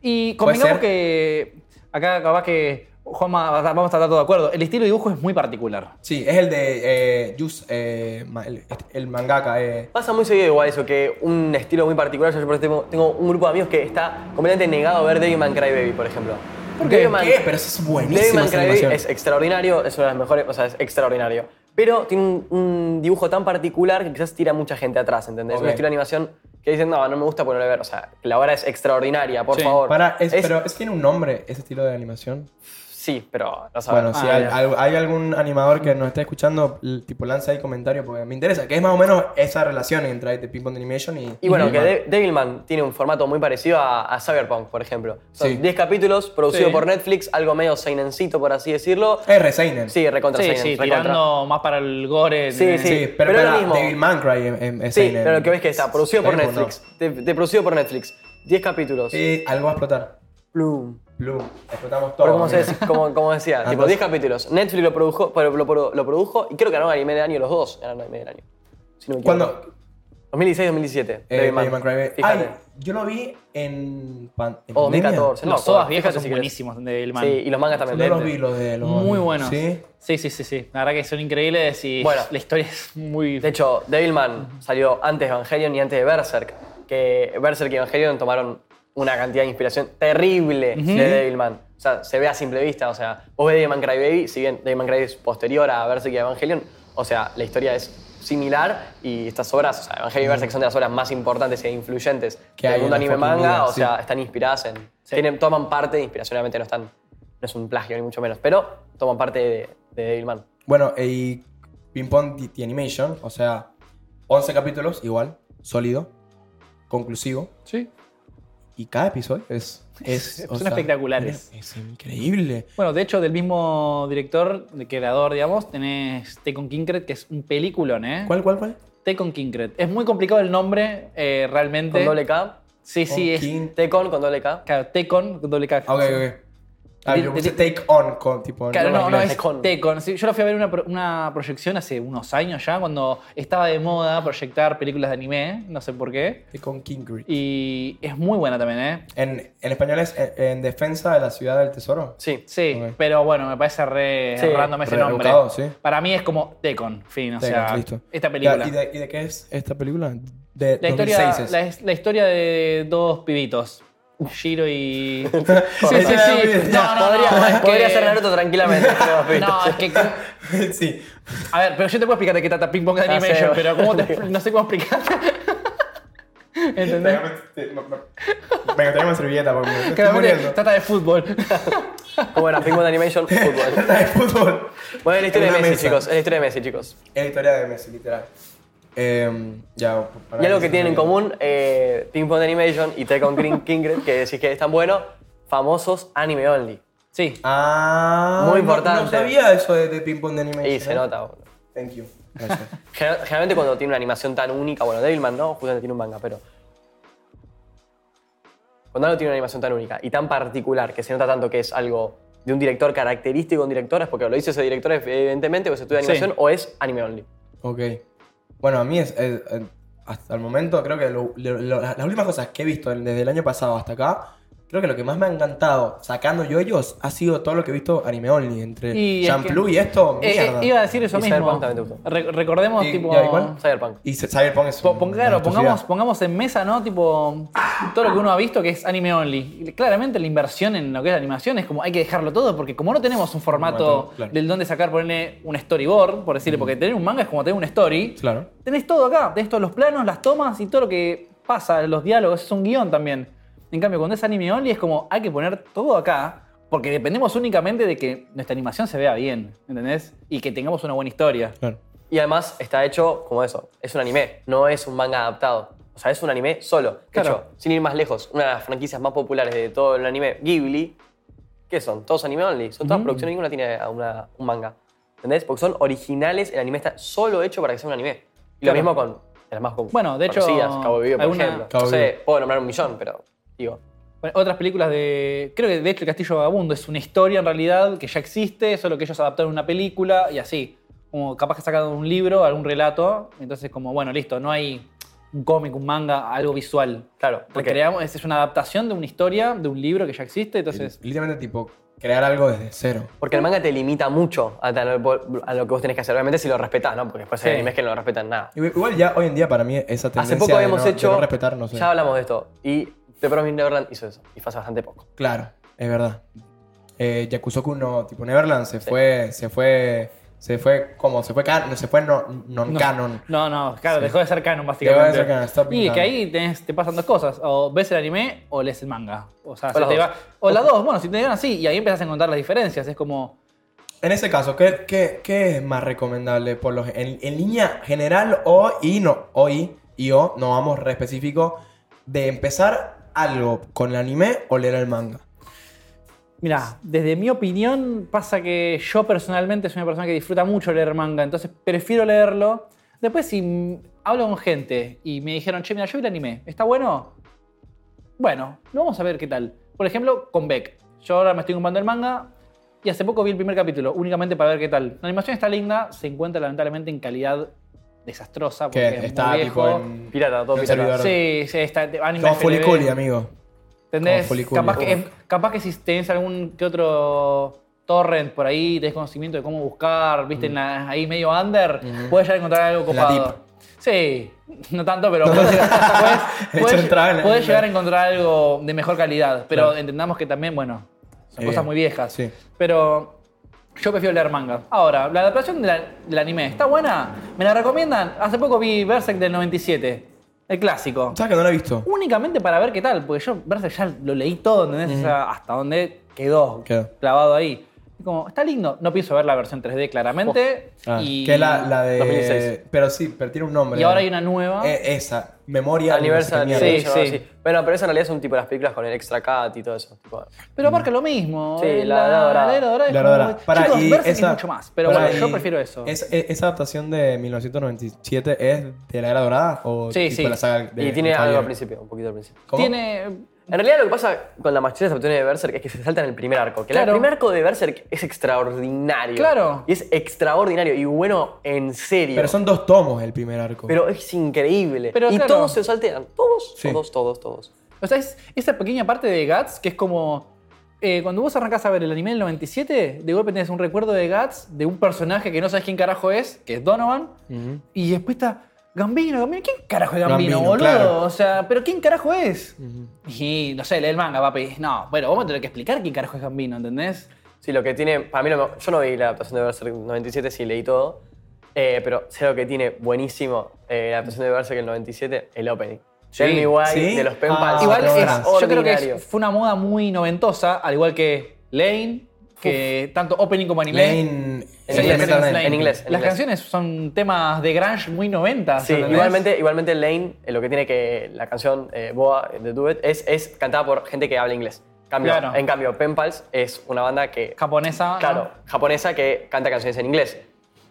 [SPEAKER 2] Y
[SPEAKER 1] Puede ser.
[SPEAKER 2] convengamos que acá capaz que Juanma, va- vamos a estar todos de acuerdo. El estilo de dibujo es muy particular.
[SPEAKER 1] Sí, es el de eh, Yus, eh, ma- el, el mangaka. eh,
[SPEAKER 3] Pasa muy seguido igual eso, que un estilo muy particular. Yo, por ejemplo, tengo, tengo un grupo de amigos que está completamente negado a ver Devilman Crybaby, por ejemplo.
[SPEAKER 2] ¿Por qué?
[SPEAKER 3] Devilman-
[SPEAKER 1] ¿Qué? Pero eso es
[SPEAKER 3] Devil
[SPEAKER 1] buenísimo.
[SPEAKER 3] May
[SPEAKER 1] esa
[SPEAKER 3] Cry
[SPEAKER 1] animación.
[SPEAKER 3] es extraordinario, es una de las mejores, o sea, es extraordinario. Pero tiene un, un dibujo tan particular que quizás tira mucha gente atrás, ¿entendés?
[SPEAKER 1] Ok.
[SPEAKER 3] Un estilo de animación que dicen, no, no me gusta ponerlo a ver. O sea, la obra es extraordinaria, por
[SPEAKER 2] Sí,
[SPEAKER 3] favor.
[SPEAKER 1] Para, es,
[SPEAKER 3] Es-
[SPEAKER 1] pero es tiene un nombre ese estilo de animación.
[SPEAKER 3] Sí, pero no sabes.
[SPEAKER 1] Bueno, si
[SPEAKER 2] Ah,
[SPEAKER 1] hay,
[SPEAKER 2] ya.
[SPEAKER 1] al- hay algún animador que nos esté escuchando, l- tipo lanza ahí comentario porque me interesa, que es más o menos esa relación entre The Ping Pong Animation y.
[SPEAKER 3] Y bueno,
[SPEAKER 1] y
[SPEAKER 3] que
[SPEAKER 1] Batman.
[SPEAKER 3] De- Devilman tiene un formato muy parecido a, a Cyberpunk, por ejemplo. Son
[SPEAKER 1] Sí.
[SPEAKER 3] 10 capítulos, producido
[SPEAKER 2] Sí.
[SPEAKER 3] por Netflix, algo medio seinencito, por así decirlo.
[SPEAKER 1] Es Reseinen.
[SPEAKER 3] Sí, recontra
[SPEAKER 2] Sí,
[SPEAKER 3] seinen,
[SPEAKER 2] sí,
[SPEAKER 3] recontra.
[SPEAKER 2] tirando más para el gore.
[SPEAKER 3] Sí,
[SPEAKER 2] eh,
[SPEAKER 1] Sí,
[SPEAKER 3] sí,
[SPEAKER 1] pero,
[SPEAKER 3] pero es
[SPEAKER 1] espera,
[SPEAKER 3] lo mismo.
[SPEAKER 1] Devil May Cry em- em- es
[SPEAKER 3] Sí,
[SPEAKER 1] seinen.
[SPEAKER 3] pero lo que ves que está producido por
[SPEAKER 1] Cyberpunk,
[SPEAKER 3] Netflix. Te, te producido por Netflix. 10 capítulos.
[SPEAKER 1] Sí, algo va a explotar.
[SPEAKER 3] Plum.
[SPEAKER 1] Bloom. Explotamos todo.
[SPEAKER 3] Pero como, se
[SPEAKER 1] mira.
[SPEAKER 3] dice- como, como decía, tipo
[SPEAKER 1] Entonces-
[SPEAKER 3] 10 capítulos. Netflix lo produjo, pero lo, pro- lo produjo y creo que ganó anime del año los dos. Ganaron anime del año. Si no me equivoco.
[SPEAKER 1] Cuando.
[SPEAKER 3] 2016-2017.
[SPEAKER 1] eh,
[SPEAKER 3] Devil
[SPEAKER 1] Devil
[SPEAKER 3] May
[SPEAKER 1] May Cry Baby.
[SPEAKER 3] Fíjate. Oh,
[SPEAKER 1] Ay, yo lo vi en. pan- en
[SPEAKER 3] O
[SPEAKER 1] pandemia.
[SPEAKER 3] 2014. No,
[SPEAKER 2] Los sodas
[SPEAKER 3] fíjate
[SPEAKER 2] viejas
[SPEAKER 3] si
[SPEAKER 2] son
[SPEAKER 3] querés.
[SPEAKER 2] buenísimos de Devilman.
[SPEAKER 3] Sí, y los mangas también.
[SPEAKER 1] No
[SPEAKER 3] de-
[SPEAKER 1] los vi los de los.
[SPEAKER 2] Muy buenos.
[SPEAKER 1] Sí.
[SPEAKER 2] sí, sí, sí, sí. La verdad que son increíbles y
[SPEAKER 3] Bueno.
[SPEAKER 2] la historia es muy.
[SPEAKER 3] De hecho, Devilman salió antes de Evangelion y antes de Berserk. Que Berserk y Evangelion tomaron una cantidad de inspiración terrible de Devilman. O sea, se ve a simple vista. O sea, vos ves Devilman Crybaby, si bien Devilman Crybaby es posterior a Berserk y Evangelion, o sea, la historia es similar y estas obras, o sea, Evangelion y Berserk son de las obras más importantes e influyentes
[SPEAKER 1] Que hay en
[SPEAKER 3] del mundo
[SPEAKER 1] la
[SPEAKER 3] anime
[SPEAKER 1] fucking
[SPEAKER 3] manga,
[SPEAKER 1] vida,
[SPEAKER 3] o
[SPEAKER 1] sí.
[SPEAKER 3] sea, están inspiradas en... tienen- toman parte, inspiracionalmente no están... No es un plagio ni mucho menos, pero toman parte de, de Devilman.
[SPEAKER 1] Bueno, y Ping Pong The, The Animation, o sea, 11 capítulos, igual, sólido, conclusivo.
[SPEAKER 2] Sí.
[SPEAKER 1] Y cada episodio es. es
[SPEAKER 2] Son espectaculares.
[SPEAKER 1] Es increíble.
[SPEAKER 2] Bueno, de hecho, del mismo director, de creador, digamos, tenés Tekken Kinkret, que es un peliculón, ¿eh?
[SPEAKER 1] ¿Cuál, cuál, cuál?
[SPEAKER 2] Tekken Kinkret. Es muy complicado el nombre, eh, realmente.
[SPEAKER 3] Con doble K,
[SPEAKER 2] Sí, sí, es.
[SPEAKER 1] King-
[SPEAKER 3] Tecon con doble K.
[SPEAKER 2] Claro, Tekken, con doble K.
[SPEAKER 1] Ah, Ok, ok. Ah,
[SPEAKER 2] Del-
[SPEAKER 1] yo puse
[SPEAKER 2] del-
[SPEAKER 1] take on, con, tipo.
[SPEAKER 2] Claro,
[SPEAKER 1] no,
[SPEAKER 2] no,
[SPEAKER 3] en
[SPEAKER 2] no,
[SPEAKER 3] inglés.
[SPEAKER 2] es
[SPEAKER 3] Tecon.
[SPEAKER 2] Tecon. Sí, yo lo fui a ver una, pro- una proyección hace unos años ya, cuando estaba de moda proyectar películas de anime, no sé por qué.
[SPEAKER 1] Take on King Grid.
[SPEAKER 2] Y es muy buena también, ¿eh?
[SPEAKER 1] En, en español es en, en defensa de la ciudad del tesoro.
[SPEAKER 3] Sí.
[SPEAKER 2] Sí,
[SPEAKER 1] Ok.
[SPEAKER 2] pero bueno, me parece re
[SPEAKER 3] Sí.
[SPEAKER 2] random ese
[SPEAKER 1] Re
[SPEAKER 2] nombre.
[SPEAKER 1] educado, sí.
[SPEAKER 2] Para mí es como Tecon, fin, o
[SPEAKER 1] Take
[SPEAKER 2] sea,
[SPEAKER 1] on, listo.
[SPEAKER 2] esta película.
[SPEAKER 1] Ya, ¿Y de, y de qué es esta película? De
[SPEAKER 2] La historia,
[SPEAKER 1] 2006 es.
[SPEAKER 2] la, la historia de dos pibitos. Shiro y. sí,
[SPEAKER 1] Corta.
[SPEAKER 2] sí, sí. No, no, no,
[SPEAKER 3] podría,
[SPEAKER 2] es que-
[SPEAKER 3] podría ser Naruto tranquilamente. pero, viste.
[SPEAKER 2] No, es que. como-
[SPEAKER 1] sí.
[SPEAKER 2] A ver, pero yo te puedo explicar de qué trata Ping Pong
[SPEAKER 3] sé,
[SPEAKER 2] Animation,
[SPEAKER 3] boludo.
[SPEAKER 2] pero ¿cómo te, expli- no sé cómo explicar. ¿Entendés?
[SPEAKER 1] este, Me encantaría una servilleta porque me estoy
[SPEAKER 2] Claramente
[SPEAKER 1] muriendo.
[SPEAKER 2] trata de fútbol.
[SPEAKER 3] Como era Pink Bond Animation, fútbol.
[SPEAKER 1] de fútbol.
[SPEAKER 3] Bueno, es la historia
[SPEAKER 1] En
[SPEAKER 3] de
[SPEAKER 1] una
[SPEAKER 3] Messi,
[SPEAKER 1] mesa.
[SPEAKER 3] chicos. Es la historia de Messi, chicos.
[SPEAKER 1] Es la historia de Messi, literal. Eh, ya, para
[SPEAKER 3] Y algo que
[SPEAKER 1] se
[SPEAKER 3] tienen en
[SPEAKER 1] me olvidó.
[SPEAKER 3] común, eh, Pink Bond Animation y Tekken Green Kingred, que decís que es tan bueno, famosos anime only.
[SPEAKER 2] Sí.
[SPEAKER 1] Ah, no- No,
[SPEAKER 3] Muy importante.
[SPEAKER 1] sabía eso de, de ping-pong de anime.
[SPEAKER 3] Y se nota, boludo.
[SPEAKER 1] Thank you. Gracias.
[SPEAKER 3] Gener- Generalmente cuando tiene una animación tan única, bueno, Devilman no, justamente tiene un manga, pero... Cuando algo tiene una animación tan única y tan particular, que se nota tanto que es algo de un director característico de un director, es porque lo hizo ese director, evidentemente, o es estudio de
[SPEAKER 2] Sí.
[SPEAKER 3] animación, o es anime only.
[SPEAKER 1] ok. Bueno, a mí es. es- eh, hasta el momento, creo que lo- lo- lo- las últimas cosas que he visto desde el año pasado hasta acá, creo que lo que más me ha encantado sacando yoyos ha sido todo lo que he visto anime only.
[SPEAKER 2] Y
[SPEAKER 1] Entre
[SPEAKER 2] es
[SPEAKER 1] Champloo
[SPEAKER 2] que-
[SPEAKER 1] y esto,
[SPEAKER 2] Eh, eh,
[SPEAKER 1] mierda.
[SPEAKER 2] iba a decir eso
[SPEAKER 3] Y
[SPEAKER 2] mismo.
[SPEAKER 3] Cyberpunk también te gustó.
[SPEAKER 2] Re- recordemos,
[SPEAKER 1] Y-
[SPEAKER 2] tipo.
[SPEAKER 1] ya, ¿y cuál?
[SPEAKER 3] Cyberpunk.
[SPEAKER 1] Y se- Cyberpunk es.
[SPEAKER 2] po- pon-
[SPEAKER 1] una
[SPEAKER 2] claro,
[SPEAKER 1] monstruosidad.
[SPEAKER 2] pongamos, pongamos en mesa, ¿no? Tipo, todo lo que uno ha visto que es anime only. Y Claramente la inversión en lo que es la animación es como hay que dejarlo todo, porque como no tenemos un formato
[SPEAKER 1] Formato, claro.
[SPEAKER 2] del donde sacar, ponerle un storyboard, por decirle, porque tener un manga es como tener un story.
[SPEAKER 1] Claro.
[SPEAKER 2] Tenés todo acá, tenés todos los planos, las tomas y todo lo que pasa, los diálogos, es un guión también. En cambio, cuando es anime only es como hay que poner todo acá, porque dependemos únicamente de que nuestra animación se vea bien, ¿entendés? Y que tengamos una buena historia.
[SPEAKER 1] Claro.
[SPEAKER 3] Y además está hecho como eso, es un anime, no es un manga adaptado. O sea, es un anime solo. De
[SPEAKER 2] Claro.
[SPEAKER 3] hecho, sin ir más lejos, una de las franquicias más populares de todo el anime, Ghibli, ¿qué son? Todos anime only.
[SPEAKER 2] Mm.
[SPEAKER 3] Son todas producciones, ninguna tiene a una- un manga. ¿Entendés? Porque son originales, el anime está solo hecho para que sea un anime. Y
[SPEAKER 2] Claro.
[SPEAKER 3] lo mismo con de las más con-
[SPEAKER 2] Bueno, de hecho,
[SPEAKER 3] conocidas, Cowboy Bebop, por
[SPEAKER 2] alguna-
[SPEAKER 3] ejemplo. No
[SPEAKER 1] Cowboy
[SPEAKER 3] sé,
[SPEAKER 1] Bebop.
[SPEAKER 3] puedo nombrar un millón, pero digo,
[SPEAKER 2] Bueno, otras películas de. Creo que de hecho El Castillo Vagabundo es una historia en realidad que ya existe, solo que ellos adaptaron una película y así. Como capaz que sacaron un libro, algún relato. Entonces, como bueno, listo, no hay un cómic, un manga, algo visual.
[SPEAKER 3] claro, porque
[SPEAKER 2] Recreamos, es es una adaptación de una historia, de un libro que ya existe, entonces.
[SPEAKER 1] Literalmente, tipo, crear algo desde cero.
[SPEAKER 3] Porque el manga te limita mucho a, a lo, a lo que vos tenés que hacer. Obviamente si lo respetás, ¿no? Porque después
[SPEAKER 2] Sí.
[SPEAKER 3] hay animes que no lo respetan nada.
[SPEAKER 1] Igual igual ya hoy en día para mí esa tendencia
[SPEAKER 3] Hace poco
[SPEAKER 1] de
[SPEAKER 3] habíamos
[SPEAKER 1] no- de
[SPEAKER 3] hecho.
[SPEAKER 1] no eh. respetar, no sé.
[SPEAKER 3] Ya hablamos de esto. Y The Promised Neverland hizo eso. Y fue hace bastante poco.
[SPEAKER 1] Claro, es verdad. Eh, Yakusoku no, tipo Neverland se fue, se fue, se fue como, se fue canon, se fue no, non canon.
[SPEAKER 2] No, no, claro, dejó de ser canon básicamente.
[SPEAKER 1] Dejó de ser canon, está
[SPEAKER 2] Y es
[SPEAKER 1] pintado.
[SPEAKER 2] que ahí tenés- te pasan dos cosas, o ves el anime o lees el manga. O sea, se
[SPEAKER 3] las
[SPEAKER 2] te
[SPEAKER 3] dos.
[SPEAKER 2] va- o las dos, bueno, si te dieron así, y ahí empezás a encontrar las diferencias, es como
[SPEAKER 1] En ese caso, ¿qué, qué, qué es más recomendable por los en, en línea general o y no o y, y o no vamos re específico de empezar algo con el anime o leer el manga?
[SPEAKER 2] Mira, desde mi opinión pasa que yo personalmente soy una persona que disfruta mucho leer manga, entonces prefiero leerlo. Después si mm, hablo con gente y me dijeron, che, mira, yo vi el anime, ¿está bueno? bueno, lo vamos a ver qué tal. Por ejemplo, con Beck. Yo ahora me estoy comprando el manga y hace poco vi el primer capítulo, únicamente para ver qué tal. La animación está linda, se encuentra lamentablemente en calidad desastrosa porque
[SPEAKER 1] Que
[SPEAKER 2] es
[SPEAKER 1] está
[SPEAKER 2] muy
[SPEAKER 1] tipo
[SPEAKER 2] viejo.
[SPEAKER 1] en.
[SPEAKER 3] Pirata, todo
[SPEAKER 1] en
[SPEAKER 3] pirata.
[SPEAKER 1] servidor.
[SPEAKER 2] Sí, sí, está anime
[SPEAKER 1] Como
[SPEAKER 2] FLV.
[SPEAKER 1] Fuliculi, amigo.
[SPEAKER 2] ¿Entendés?
[SPEAKER 1] Como Fuliculi.
[SPEAKER 2] Capaz que, capaz que si tenés algún que otro torrent por ahí, tenés conocimiento de cómo buscar, viste, en la- ahí medio under, puedes ya encontrar algo
[SPEAKER 1] En la
[SPEAKER 2] copado.
[SPEAKER 1] tip.
[SPEAKER 2] Sí, no tanto, pero puedes, puedes-
[SPEAKER 1] Hecho entrar en la-
[SPEAKER 2] puedes llegar a encontrar algo de mejor calidad. Pero entendamos que también, bueno, son
[SPEAKER 1] Eh,
[SPEAKER 2] cosas muy viejas.
[SPEAKER 1] sí.
[SPEAKER 2] Pero yo prefiero leer manga. Ahora, la adaptación de la- del anime, ¿está buena? ¿Me la recomiendan? Hace poco vi Berserk del 97, el clásico
[SPEAKER 1] ¿Sabes que no lo he visto?
[SPEAKER 2] únicamente para ver qué tal, porque yo Berserk ya lo leí todo, ¿entendés? O sea, hasta dónde quedó
[SPEAKER 1] Quedó.
[SPEAKER 2] clavado ahí. Y como, está lindo, no pienso ver la versión 3D claramente.
[SPEAKER 1] Ah,
[SPEAKER 2] y,
[SPEAKER 1] que es la, la de.
[SPEAKER 3] 2006.
[SPEAKER 1] Pero sí, pero tiene un nombre.
[SPEAKER 2] y ahora hay una nueva.
[SPEAKER 1] Eh, esa. Memoria.
[SPEAKER 3] Aniversario.
[SPEAKER 1] no sé qué mierda.
[SPEAKER 2] Sí, sí.
[SPEAKER 3] Bueno, pero eso en realidad son tipo las películas con el extra cut y todo eso. tipo.
[SPEAKER 2] pero abarca lo mismo.
[SPEAKER 3] Sí,
[SPEAKER 2] eh,
[SPEAKER 3] la Era Dorada.
[SPEAKER 2] la Era Dorada es
[SPEAKER 1] La
[SPEAKER 2] como,
[SPEAKER 1] verdad. Pará,
[SPEAKER 2] chicos,
[SPEAKER 1] y
[SPEAKER 2] Berserk es
[SPEAKER 1] esa-
[SPEAKER 2] mucho más. Pero
[SPEAKER 1] pará,
[SPEAKER 2] bueno, yo
[SPEAKER 1] y
[SPEAKER 2] prefiero eso.
[SPEAKER 1] es- e- ¿Esa adaptación de 1997 es de la era dorada? O
[SPEAKER 2] Sí,
[SPEAKER 1] tipo
[SPEAKER 2] sí.
[SPEAKER 1] la saga de
[SPEAKER 3] y tiene
[SPEAKER 1] de
[SPEAKER 3] algo al
[SPEAKER 1] Javier?
[SPEAKER 3] principio, un poquito al principio.
[SPEAKER 1] ¿Cómo?
[SPEAKER 2] Tiene.
[SPEAKER 3] En realidad lo que pasa con la mayoría de las opciones de Berserk es que se saltan el primer arco. Que
[SPEAKER 2] Claro.
[SPEAKER 3] el primer arco de Berserk es extraordinario.
[SPEAKER 2] Claro.
[SPEAKER 3] Y es extraordinario y bueno en serio.
[SPEAKER 1] Pero son dos tomos el primer arco.
[SPEAKER 3] Pero es increíble.
[SPEAKER 2] Pero
[SPEAKER 3] y
[SPEAKER 2] claro.
[SPEAKER 3] todos se saltean. Todos,
[SPEAKER 1] Sí.
[SPEAKER 3] todos, todos, todos.
[SPEAKER 2] O sea, es esa pequeña parte de Guts que es como. eh, cuando vos arrancás a ver el anime del 97, de golpe tenés un recuerdo de Guts, de un personaje que no sabes quién carajo es, que es Donovan,
[SPEAKER 1] Ujú.
[SPEAKER 2] Y después está Gambino, Gambino. ¿Quién carajo es Gambino,
[SPEAKER 1] Gambino,
[SPEAKER 2] boludo?
[SPEAKER 1] claro.
[SPEAKER 2] O sea, ¿pero quién carajo es? Y no sé, lee el manga, papi. No, bueno, vos me tenés que explicar quién carajo es Gambino, ¿entendés?
[SPEAKER 3] Sí, lo que tiene. Para mí, lo me- yo no vi la adaptación de Berserk 97, sí leí todo. Eh, pero sé lo que tiene buenísimo eh, la adaptación de Berserk el 97, el opening.
[SPEAKER 2] Sí.
[SPEAKER 3] Tell me why
[SPEAKER 1] Sí.
[SPEAKER 3] de los Pen
[SPEAKER 1] Ah,
[SPEAKER 3] Pals.
[SPEAKER 2] igual
[SPEAKER 1] no,
[SPEAKER 2] es-
[SPEAKER 1] no.
[SPEAKER 2] yo creo que
[SPEAKER 3] Ordinario.
[SPEAKER 2] es- fue una moda muy noventosa, al igual que Lane, que tanto opening como anime.
[SPEAKER 1] Lane.
[SPEAKER 3] En
[SPEAKER 2] Sí,
[SPEAKER 3] inglés,
[SPEAKER 2] Metal
[SPEAKER 3] en
[SPEAKER 2] Slane.
[SPEAKER 3] inglés, en
[SPEAKER 2] Las
[SPEAKER 3] inglés.
[SPEAKER 2] canciones son temas de grunge muy noventas.
[SPEAKER 3] Sí,
[SPEAKER 2] ¿entendés?
[SPEAKER 3] igualmente, igualmente Lane, eh, lo que tiene que la canción eh, Boa de Duet es, es cantada por gente que habla inglés. Cambio-
[SPEAKER 2] Claro.
[SPEAKER 3] En cambio, Pen Pals es una banda que,
[SPEAKER 2] Japonesa. ¿no?
[SPEAKER 3] claro, japonesa que canta canciones en inglés.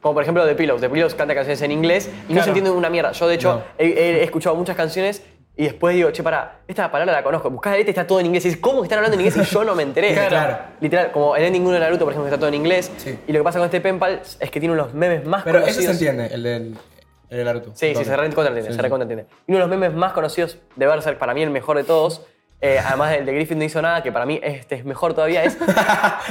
[SPEAKER 3] Como por ejemplo The Pillows. The Pillows canta canciones en inglés y no
[SPEAKER 2] Claro.
[SPEAKER 3] se entiende una mierda. Yo, de hecho,
[SPEAKER 1] No.
[SPEAKER 3] he, he- he escuchado muchas canciones y después digo, che, pará, esta palabra la conozco. Buscás la letra y está todo en inglés. Y dices, ¿cómo están hablando en inglés? Y yo no me enteré.
[SPEAKER 1] Claro. Claro.
[SPEAKER 3] Literal, como en el ninguno de Naruto, por ejemplo, que está todo en inglés.
[SPEAKER 1] Sí.
[SPEAKER 3] Y lo que pasa con este Pen Pals es que tiene unos memes más
[SPEAKER 1] Pero ese
[SPEAKER 3] conocidos.
[SPEAKER 1] se entiende, el del, el del Naruto.
[SPEAKER 3] Sí, sí,
[SPEAKER 1] Doble.
[SPEAKER 3] se recontra entiende,
[SPEAKER 1] Sí,
[SPEAKER 3] se
[SPEAKER 1] sí.
[SPEAKER 3] recontra entiende. Y uno de los memes más conocidos de Berserk, para mí el mejor de todos, eh, además del de Griffin no hizo nada, que para mí este es mejor todavía, es...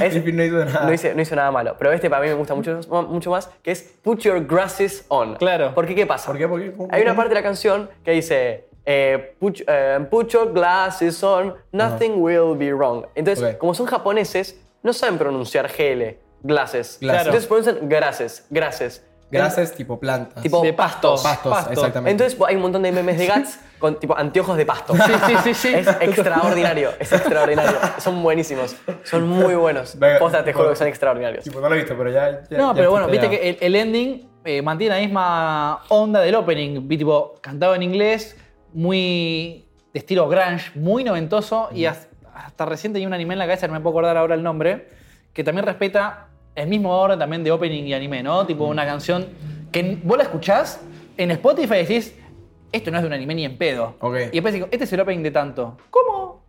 [SPEAKER 3] es-
[SPEAKER 1] Griffin no hizo nada.
[SPEAKER 3] No hice- no hizo nada malo, pero este para mí me gusta mucho, mucho más, que es Put Your Grasses On.
[SPEAKER 2] Claro.
[SPEAKER 3] ¿Por qué qué pasa?
[SPEAKER 1] ¿Por qué? ¿Por qué? ¿Cómo?
[SPEAKER 3] Hay una
[SPEAKER 1] ¿Cómo?
[SPEAKER 3] parte de la canción que dice... eh, put, eh, put your glasses on, nothing will be wrong. Entonces,
[SPEAKER 1] Ok.
[SPEAKER 3] como son japoneses, no saben pronunciar GL, glasses.
[SPEAKER 1] Claro.
[SPEAKER 3] Entonces pronuncian gracias, gracias.
[SPEAKER 1] Gracias, tipo plantas.
[SPEAKER 3] Tipo-
[SPEAKER 2] De pastos.
[SPEAKER 1] Pastos, exactamente.
[SPEAKER 3] Entonces hay un montón de memes de Gats con tipo anteojos de pasto.
[SPEAKER 2] Sí, sí, sí, sí.
[SPEAKER 3] Es extraordinario, es extraordinario. Son buenísimos, son muy buenos.
[SPEAKER 1] Venga,
[SPEAKER 3] Posta, te juro
[SPEAKER 1] bueno.
[SPEAKER 3] que son extraordinarios.
[SPEAKER 1] Tipo, pues no lo he visto, pero ya. ya-
[SPEAKER 2] No,
[SPEAKER 1] ya
[SPEAKER 2] pero bueno,
[SPEAKER 1] está
[SPEAKER 2] viste
[SPEAKER 1] ya.
[SPEAKER 2] que el, el ending eh, mantiene la misma onda del opening. Vi, tipo, cantado en inglés, muy de estilo grunge, muy noventoso. Y hasta, hasta recién tenía un anime en la cabeza, no me puedo acordar ahora el nombre, que también respeta el mismo orden también de opening y anime, ¿no? Tipo una canción que n- vos la escuchás en Spotify y decís, esto no es de un anime ni en pedo.
[SPEAKER 1] Ok.
[SPEAKER 2] Y después digo, este es el opening de tanto. ¿Cómo?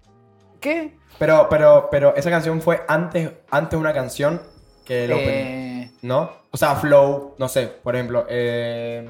[SPEAKER 2] ¿Qué?
[SPEAKER 1] Pero, pero, pero esa canción fue antes, antes una canción que el opening.
[SPEAKER 2] Eh,
[SPEAKER 1] ¿No? O sea, Flow, no sé, por ejemplo. Eh,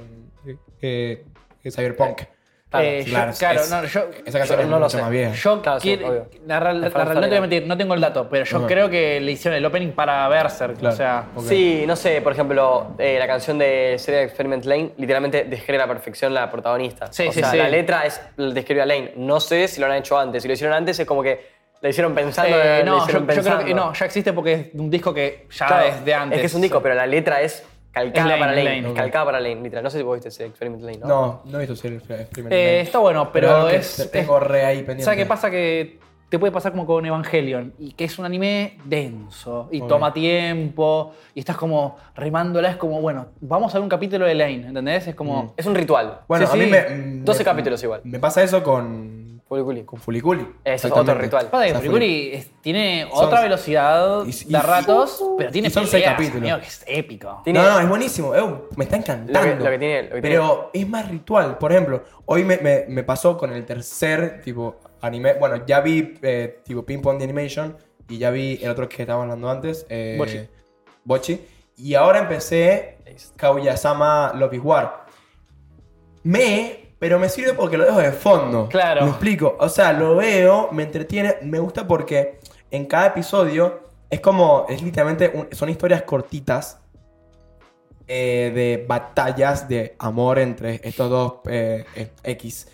[SPEAKER 1] eh, eh, Cyberpunk.
[SPEAKER 3] Claro,
[SPEAKER 2] eh, yo-
[SPEAKER 1] claro,
[SPEAKER 2] claro,
[SPEAKER 1] es-
[SPEAKER 2] no, yo,
[SPEAKER 1] Esa canción
[SPEAKER 3] yo
[SPEAKER 1] es
[SPEAKER 3] no lo
[SPEAKER 1] mucho
[SPEAKER 3] sé.
[SPEAKER 1] más vieja.
[SPEAKER 2] Yo
[SPEAKER 3] Claro, sí,
[SPEAKER 2] quiero-
[SPEAKER 3] obvio.
[SPEAKER 2] la, real- la
[SPEAKER 3] Fran
[SPEAKER 2] real- no te voy a
[SPEAKER 3] Farian.
[SPEAKER 2] mentir, no tengo el dato, pero yo
[SPEAKER 1] Ajá.
[SPEAKER 2] creo que le hicieron el opening para Berserk.
[SPEAKER 1] Claro.
[SPEAKER 2] O sea,
[SPEAKER 1] Ok.
[SPEAKER 3] Sí, no sé, por ejemplo, eh, la canción de Serie Experiment Lane literalmente describe a la perfección la protagonista.
[SPEAKER 2] Sí,
[SPEAKER 3] o
[SPEAKER 2] sí,
[SPEAKER 3] sea,
[SPEAKER 2] sí.
[SPEAKER 3] la letra es describe a Lane. No sé si lo han hecho antes. Si lo hicieron antes es como que la hicieron pensando.
[SPEAKER 2] eh,
[SPEAKER 3] la
[SPEAKER 2] no, yo,
[SPEAKER 3] hicieron
[SPEAKER 2] yo creo que
[SPEAKER 3] pensando.
[SPEAKER 2] no, ya existe porque es un disco que ya
[SPEAKER 3] Claro,
[SPEAKER 2] es de antes.
[SPEAKER 3] Es que es un disco, pero la letra es calcada
[SPEAKER 2] Es Lane,
[SPEAKER 3] para
[SPEAKER 2] es
[SPEAKER 3] Lane.
[SPEAKER 2] Lane,
[SPEAKER 3] es
[SPEAKER 2] ok.
[SPEAKER 3] calcada para Lane, literal. No sé si vos viste ese Experiment Lane, ¿no?
[SPEAKER 1] No, no he visto el primer
[SPEAKER 2] Eh, está bueno, pero,
[SPEAKER 1] algo que
[SPEAKER 2] es.
[SPEAKER 1] te Tengo
[SPEAKER 2] es-
[SPEAKER 1] re ahí pendiente.
[SPEAKER 2] ¿Sabes qué pasa? Que te puede pasar como con Evangelion, y que es un anime denso, y
[SPEAKER 1] Ok.
[SPEAKER 2] toma tiempo, y estás como remándola, es como, bueno, vamos a ver un capítulo
[SPEAKER 1] Mm.
[SPEAKER 2] de Lane, ¿entendés? Es como.
[SPEAKER 3] Es un ritual.
[SPEAKER 1] Bueno,
[SPEAKER 2] Sí,
[SPEAKER 1] a mí
[SPEAKER 2] sí.
[SPEAKER 1] me. me-
[SPEAKER 3] 12 capítulos igual.
[SPEAKER 1] Me pasa eso con
[SPEAKER 3] Fuliculi.
[SPEAKER 1] Con Fuliculi.
[SPEAKER 3] Eso es otro
[SPEAKER 1] Exactamente.
[SPEAKER 3] ritual.
[SPEAKER 1] O
[SPEAKER 2] Aparte
[SPEAKER 1] sea,
[SPEAKER 2] que Furikuri es- tiene
[SPEAKER 1] Son-
[SPEAKER 2] otra velocidad
[SPEAKER 1] y- y-
[SPEAKER 2] de ratos, pero tiene
[SPEAKER 1] y son seis
[SPEAKER 2] peleas,
[SPEAKER 1] capítulos.
[SPEAKER 2] amigo, que es épico.
[SPEAKER 3] Tiene-
[SPEAKER 1] No, no, es buenísimo. Eu, me está encantando.
[SPEAKER 3] Lo que- lo que tiene- lo que
[SPEAKER 1] pero es más ritual. Por ejemplo, hoy me, me- me pasó con el tercer tipo anime. Bueno, ya vi eh, tipo Ping Pong de Animation y ya vi el otro que estaba hablando antes. eh,
[SPEAKER 5] Bochi.
[SPEAKER 1] Bochi. Y ahora empecé Kaguya-sama Love is War. Me, pero me sirve porque lo dejo de fondo.
[SPEAKER 2] Claro.
[SPEAKER 1] Me explico. O sea, lo veo, me entretiene, me gusta porque en cada episodio es como, es literalmente, un- son historias cortitas eh, de batallas de amor entre estos dos eh, eh, X.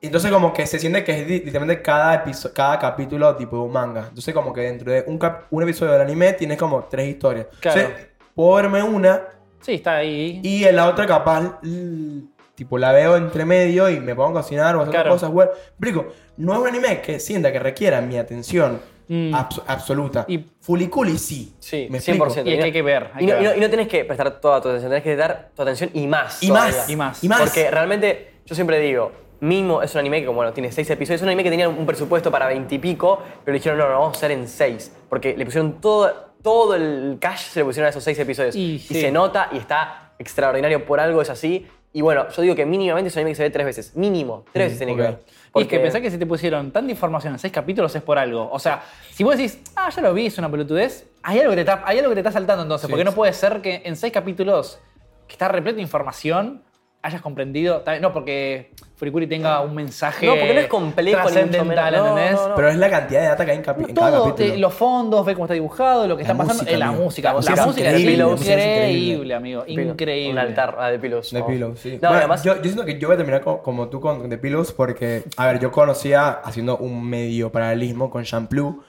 [SPEAKER 1] Entonces como que se siente que es di- literalmente cada, episo- cada capítulo tipo de un manga. Entonces como que dentro de un, cap- un episodio del anime tienes como tres historias.
[SPEAKER 2] Claro.
[SPEAKER 1] Entonces, puedo verme una
[SPEAKER 2] Sí, está ahí.
[SPEAKER 1] y en la otra capaz, l- tipo, la veo entre medio y me pongo a cocinar o a hacer
[SPEAKER 2] Claro.
[SPEAKER 1] cosas, güey. Brico, no es un anime que sienta que requiera mi atención
[SPEAKER 2] Mm.
[SPEAKER 1] abs- absoluta.
[SPEAKER 2] Y-
[SPEAKER 1] Fuliculi sí.
[SPEAKER 3] Sí,
[SPEAKER 1] me explico.
[SPEAKER 3] 100%.
[SPEAKER 2] Y es que hay que ver, hay
[SPEAKER 3] y, no,
[SPEAKER 2] que
[SPEAKER 3] y no-
[SPEAKER 2] ver.
[SPEAKER 3] y no tenés que prestar toda tu atención, tenés que dar tu atención y más.
[SPEAKER 1] Y
[SPEAKER 3] todavía.
[SPEAKER 1] más,
[SPEAKER 2] Y más.
[SPEAKER 1] Y más.
[SPEAKER 3] Porque realmente, yo siempre digo, Mimo es un anime que, como bueno, tiene seis episodios, es un anime que tenía un presupuesto para veintipico, pero le dijeron, no, no, vamos a hacer en seis. Porque le pusieron todo, todo el cash, se le pusieron a esos seis episodios.
[SPEAKER 2] Y sí.
[SPEAKER 3] se nota y está extraordinario, por algo es así. Y bueno, yo digo que mínimamente es un anime que se ve tres veces. Mínimo, tres veces tiene
[SPEAKER 1] Mm, ok.
[SPEAKER 3] que ver.
[SPEAKER 2] Y es que pensá que si te pusieron tanta información en seis capítulos es por algo. O sea, si vos decís, ah, ya lo vi, es una pelotudez, hay algo que te está, hay algo que te está saltando entonces, porque no puede ser que en seis capítulos, que está repleto de información, hayas comprendido. tal- No, porque Furikuri tenga un mensaje.
[SPEAKER 3] No, porque no es complejo, ni mucho
[SPEAKER 2] Trascendental,
[SPEAKER 3] menos. No,
[SPEAKER 2] ¿entendés?
[SPEAKER 3] no, no.
[SPEAKER 1] Pero es la cantidad de data que hay en, capi- en cada
[SPEAKER 2] Todo,
[SPEAKER 1] capítulo.
[SPEAKER 2] te- los fondos, ve cómo está dibujado, lo que
[SPEAKER 1] La
[SPEAKER 2] está pasando.
[SPEAKER 1] música,
[SPEAKER 2] eh, la
[SPEAKER 1] amigo.
[SPEAKER 2] música,
[SPEAKER 1] La
[SPEAKER 2] la
[SPEAKER 1] música
[SPEAKER 2] música,
[SPEAKER 1] es
[SPEAKER 2] de
[SPEAKER 1] increíble,
[SPEAKER 2] Pillow
[SPEAKER 1] la
[SPEAKER 2] es
[SPEAKER 1] música es increíble.
[SPEAKER 2] increíble, amigo. Increíble.
[SPEAKER 3] Un altar ah, de Pilos.
[SPEAKER 1] The Pillows, sí.
[SPEAKER 3] No, y
[SPEAKER 1] Bueno,
[SPEAKER 3] además,
[SPEAKER 1] yo, yo siento que yo voy a terminar co- como tú con The Pillows porque, a ver, yo conocía haciendo un medio paralelismo con Champloo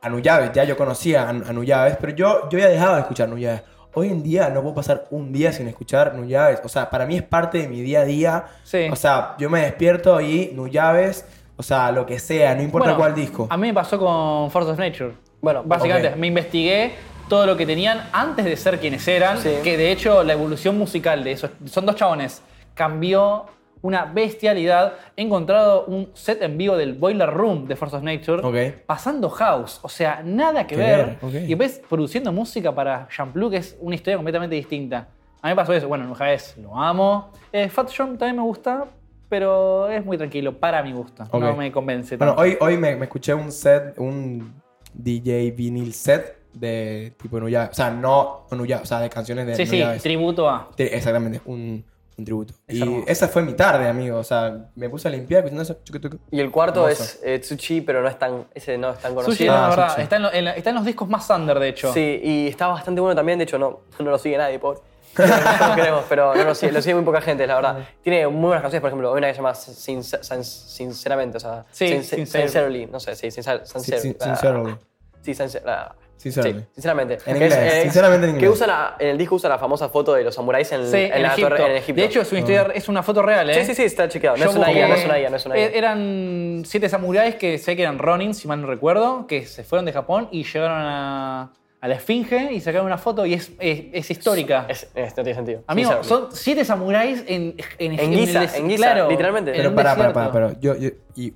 [SPEAKER 1] a Nuyaves. Ya yo conocía a, a Nuyaves, pero yo, yo había dejado de escuchar Nuyaves. Hoy en día no puedo pasar un día sin escuchar Nuyaves. O sea, para mí es parte de mi día a día.
[SPEAKER 2] Sí.
[SPEAKER 1] O sea, yo me despierto y Nuyaves, o sea, lo que sea, no importa
[SPEAKER 2] Bueno,
[SPEAKER 1] cuál disco.
[SPEAKER 2] A mí me pasó con Force of Nature.
[SPEAKER 3] Bueno,
[SPEAKER 2] básicamente
[SPEAKER 1] ok.
[SPEAKER 2] me investigué todo lo que tenían antes de ser quienes eran,
[SPEAKER 3] Sí.
[SPEAKER 2] que de hecho la evolución musical de esos son dos chabones cambió una bestialidad. He encontrado un set en vivo del Boiler Room de Force of Nature
[SPEAKER 1] Ok.
[SPEAKER 2] pasando house, o sea, nada que
[SPEAKER 1] Que
[SPEAKER 2] ver.
[SPEAKER 1] ver, ok.
[SPEAKER 2] Y ves produciendo música para Champloo que es una historia completamente distinta. A mí me pasó eso. Bueno, Nuja es, lo amo. Eh, Fat John también me gusta, pero es muy tranquilo para mi gusto. No
[SPEAKER 1] Ok.
[SPEAKER 2] me convence
[SPEAKER 1] Bueno,
[SPEAKER 2] tanto.
[SPEAKER 1] hoy, hoy me, me escuché un set, un DJ vinil set de tipo Nuyaves. O sea, no Nuyaves, o sea, de canciones de
[SPEAKER 2] Sí, sí,
[SPEAKER 1] Nuyaves.
[SPEAKER 2] tributo a.
[SPEAKER 1] Sí, exactamente, un, un tributo.
[SPEAKER 2] Es
[SPEAKER 1] y
[SPEAKER 2] hermoso.
[SPEAKER 1] esa fue mi tarde, amigo. O sea, me puse a limpiar pues, escuchando eso. chucu, tucu.
[SPEAKER 3] Y el cuarto
[SPEAKER 1] Hermoso.
[SPEAKER 3] es eh, Tsuchi, pero no es tan, ese no es tan conocido.
[SPEAKER 2] Sushi, no,
[SPEAKER 1] Ah,
[SPEAKER 2] la verdad,
[SPEAKER 1] Sushi.
[SPEAKER 2] Está, en lo- en la- está en los discos más under, de hecho.
[SPEAKER 3] Sí, y está bastante bueno también, de hecho no, no lo sigue nadie, pobre. no lo queremos, pero no lo sigue, lo sigue muy poca gente, la verdad. Tiene muy buenas canciones, por ejemplo, hay una que se llama Sin- Sin- Sinceramente, o sea,
[SPEAKER 2] Sí,
[SPEAKER 3] Sin-
[SPEAKER 2] Sincer-
[SPEAKER 3] Sincerely, no sé, sí, Sincer-
[SPEAKER 1] Sin-
[SPEAKER 3] Sincer-
[SPEAKER 1] sin-
[SPEAKER 3] ah,
[SPEAKER 1] Sincerely.
[SPEAKER 3] Sí, sincer- ah,
[SPEAKER 1] Sincerely.
[SPEAKER 3] sí, sinceramente.
[SPEAKER 1] En
[SPEAKER 3] Que es,
[SPEAKER 1] inglés,
[SPEAKER 3] eh,
[SPEAKER 1] sinceramente en
[SPEAKER 3] Que
[SPEAKER 1] inglés.
[SPEAKER 3] usa la- en el disco usa la famosa foto de los samuráis en,
[SPEAKER 2] Sí,
[SPEAKER 3] en
[SPEAKER 2] en,
[SPEAKER 3] la
[SPEAKER 2] Egipto.
[SPEAKER 3] torre en Egipto. Mm.
[SPEAKER 2] De hecho, es una, historia, es una foto real, ¿eh?
[SPEAKER 3] sí, sí, sí, está chequeado. No
[SPEAKER 2] Yo
[SPEAKER 3] es una
[SPEAKER 2] busqué-
[SPEAKER 3] guía, no es una guía, no es una guía.
[SPEAKER 2] Eh, Eran siete samuráis que sé que eran Ronin, si mal no recuerdo, que se fueron de Japón y llegaron a, a la Esfinge y sacaron una foto y es, es- es histórica.
[SPEAKER 3] Es- es- no tiene sentido.
[SPEAKER 2] Amigo,
[SPEAKER 3] Sincerely.
[SPEAKER 2] son siete samuráis en En,
[SPEAKER 3] En
[SPEAKER 2] el
[SPEAKER 3] Giza,
[SPEAKER 2] des-
[SPEAKER 3] en Giza,
[SPEAKER 2] claro,
[SPEAKER 3] literalmente.
[SPEAKER 2] en
[SPEAKER 1] Pero
[SPEAKER 2] un
[SPEAKER 1] para, para, para, para.
[SPEAKER 2] desierto.
[SPEAKER 1] Yo, yo- y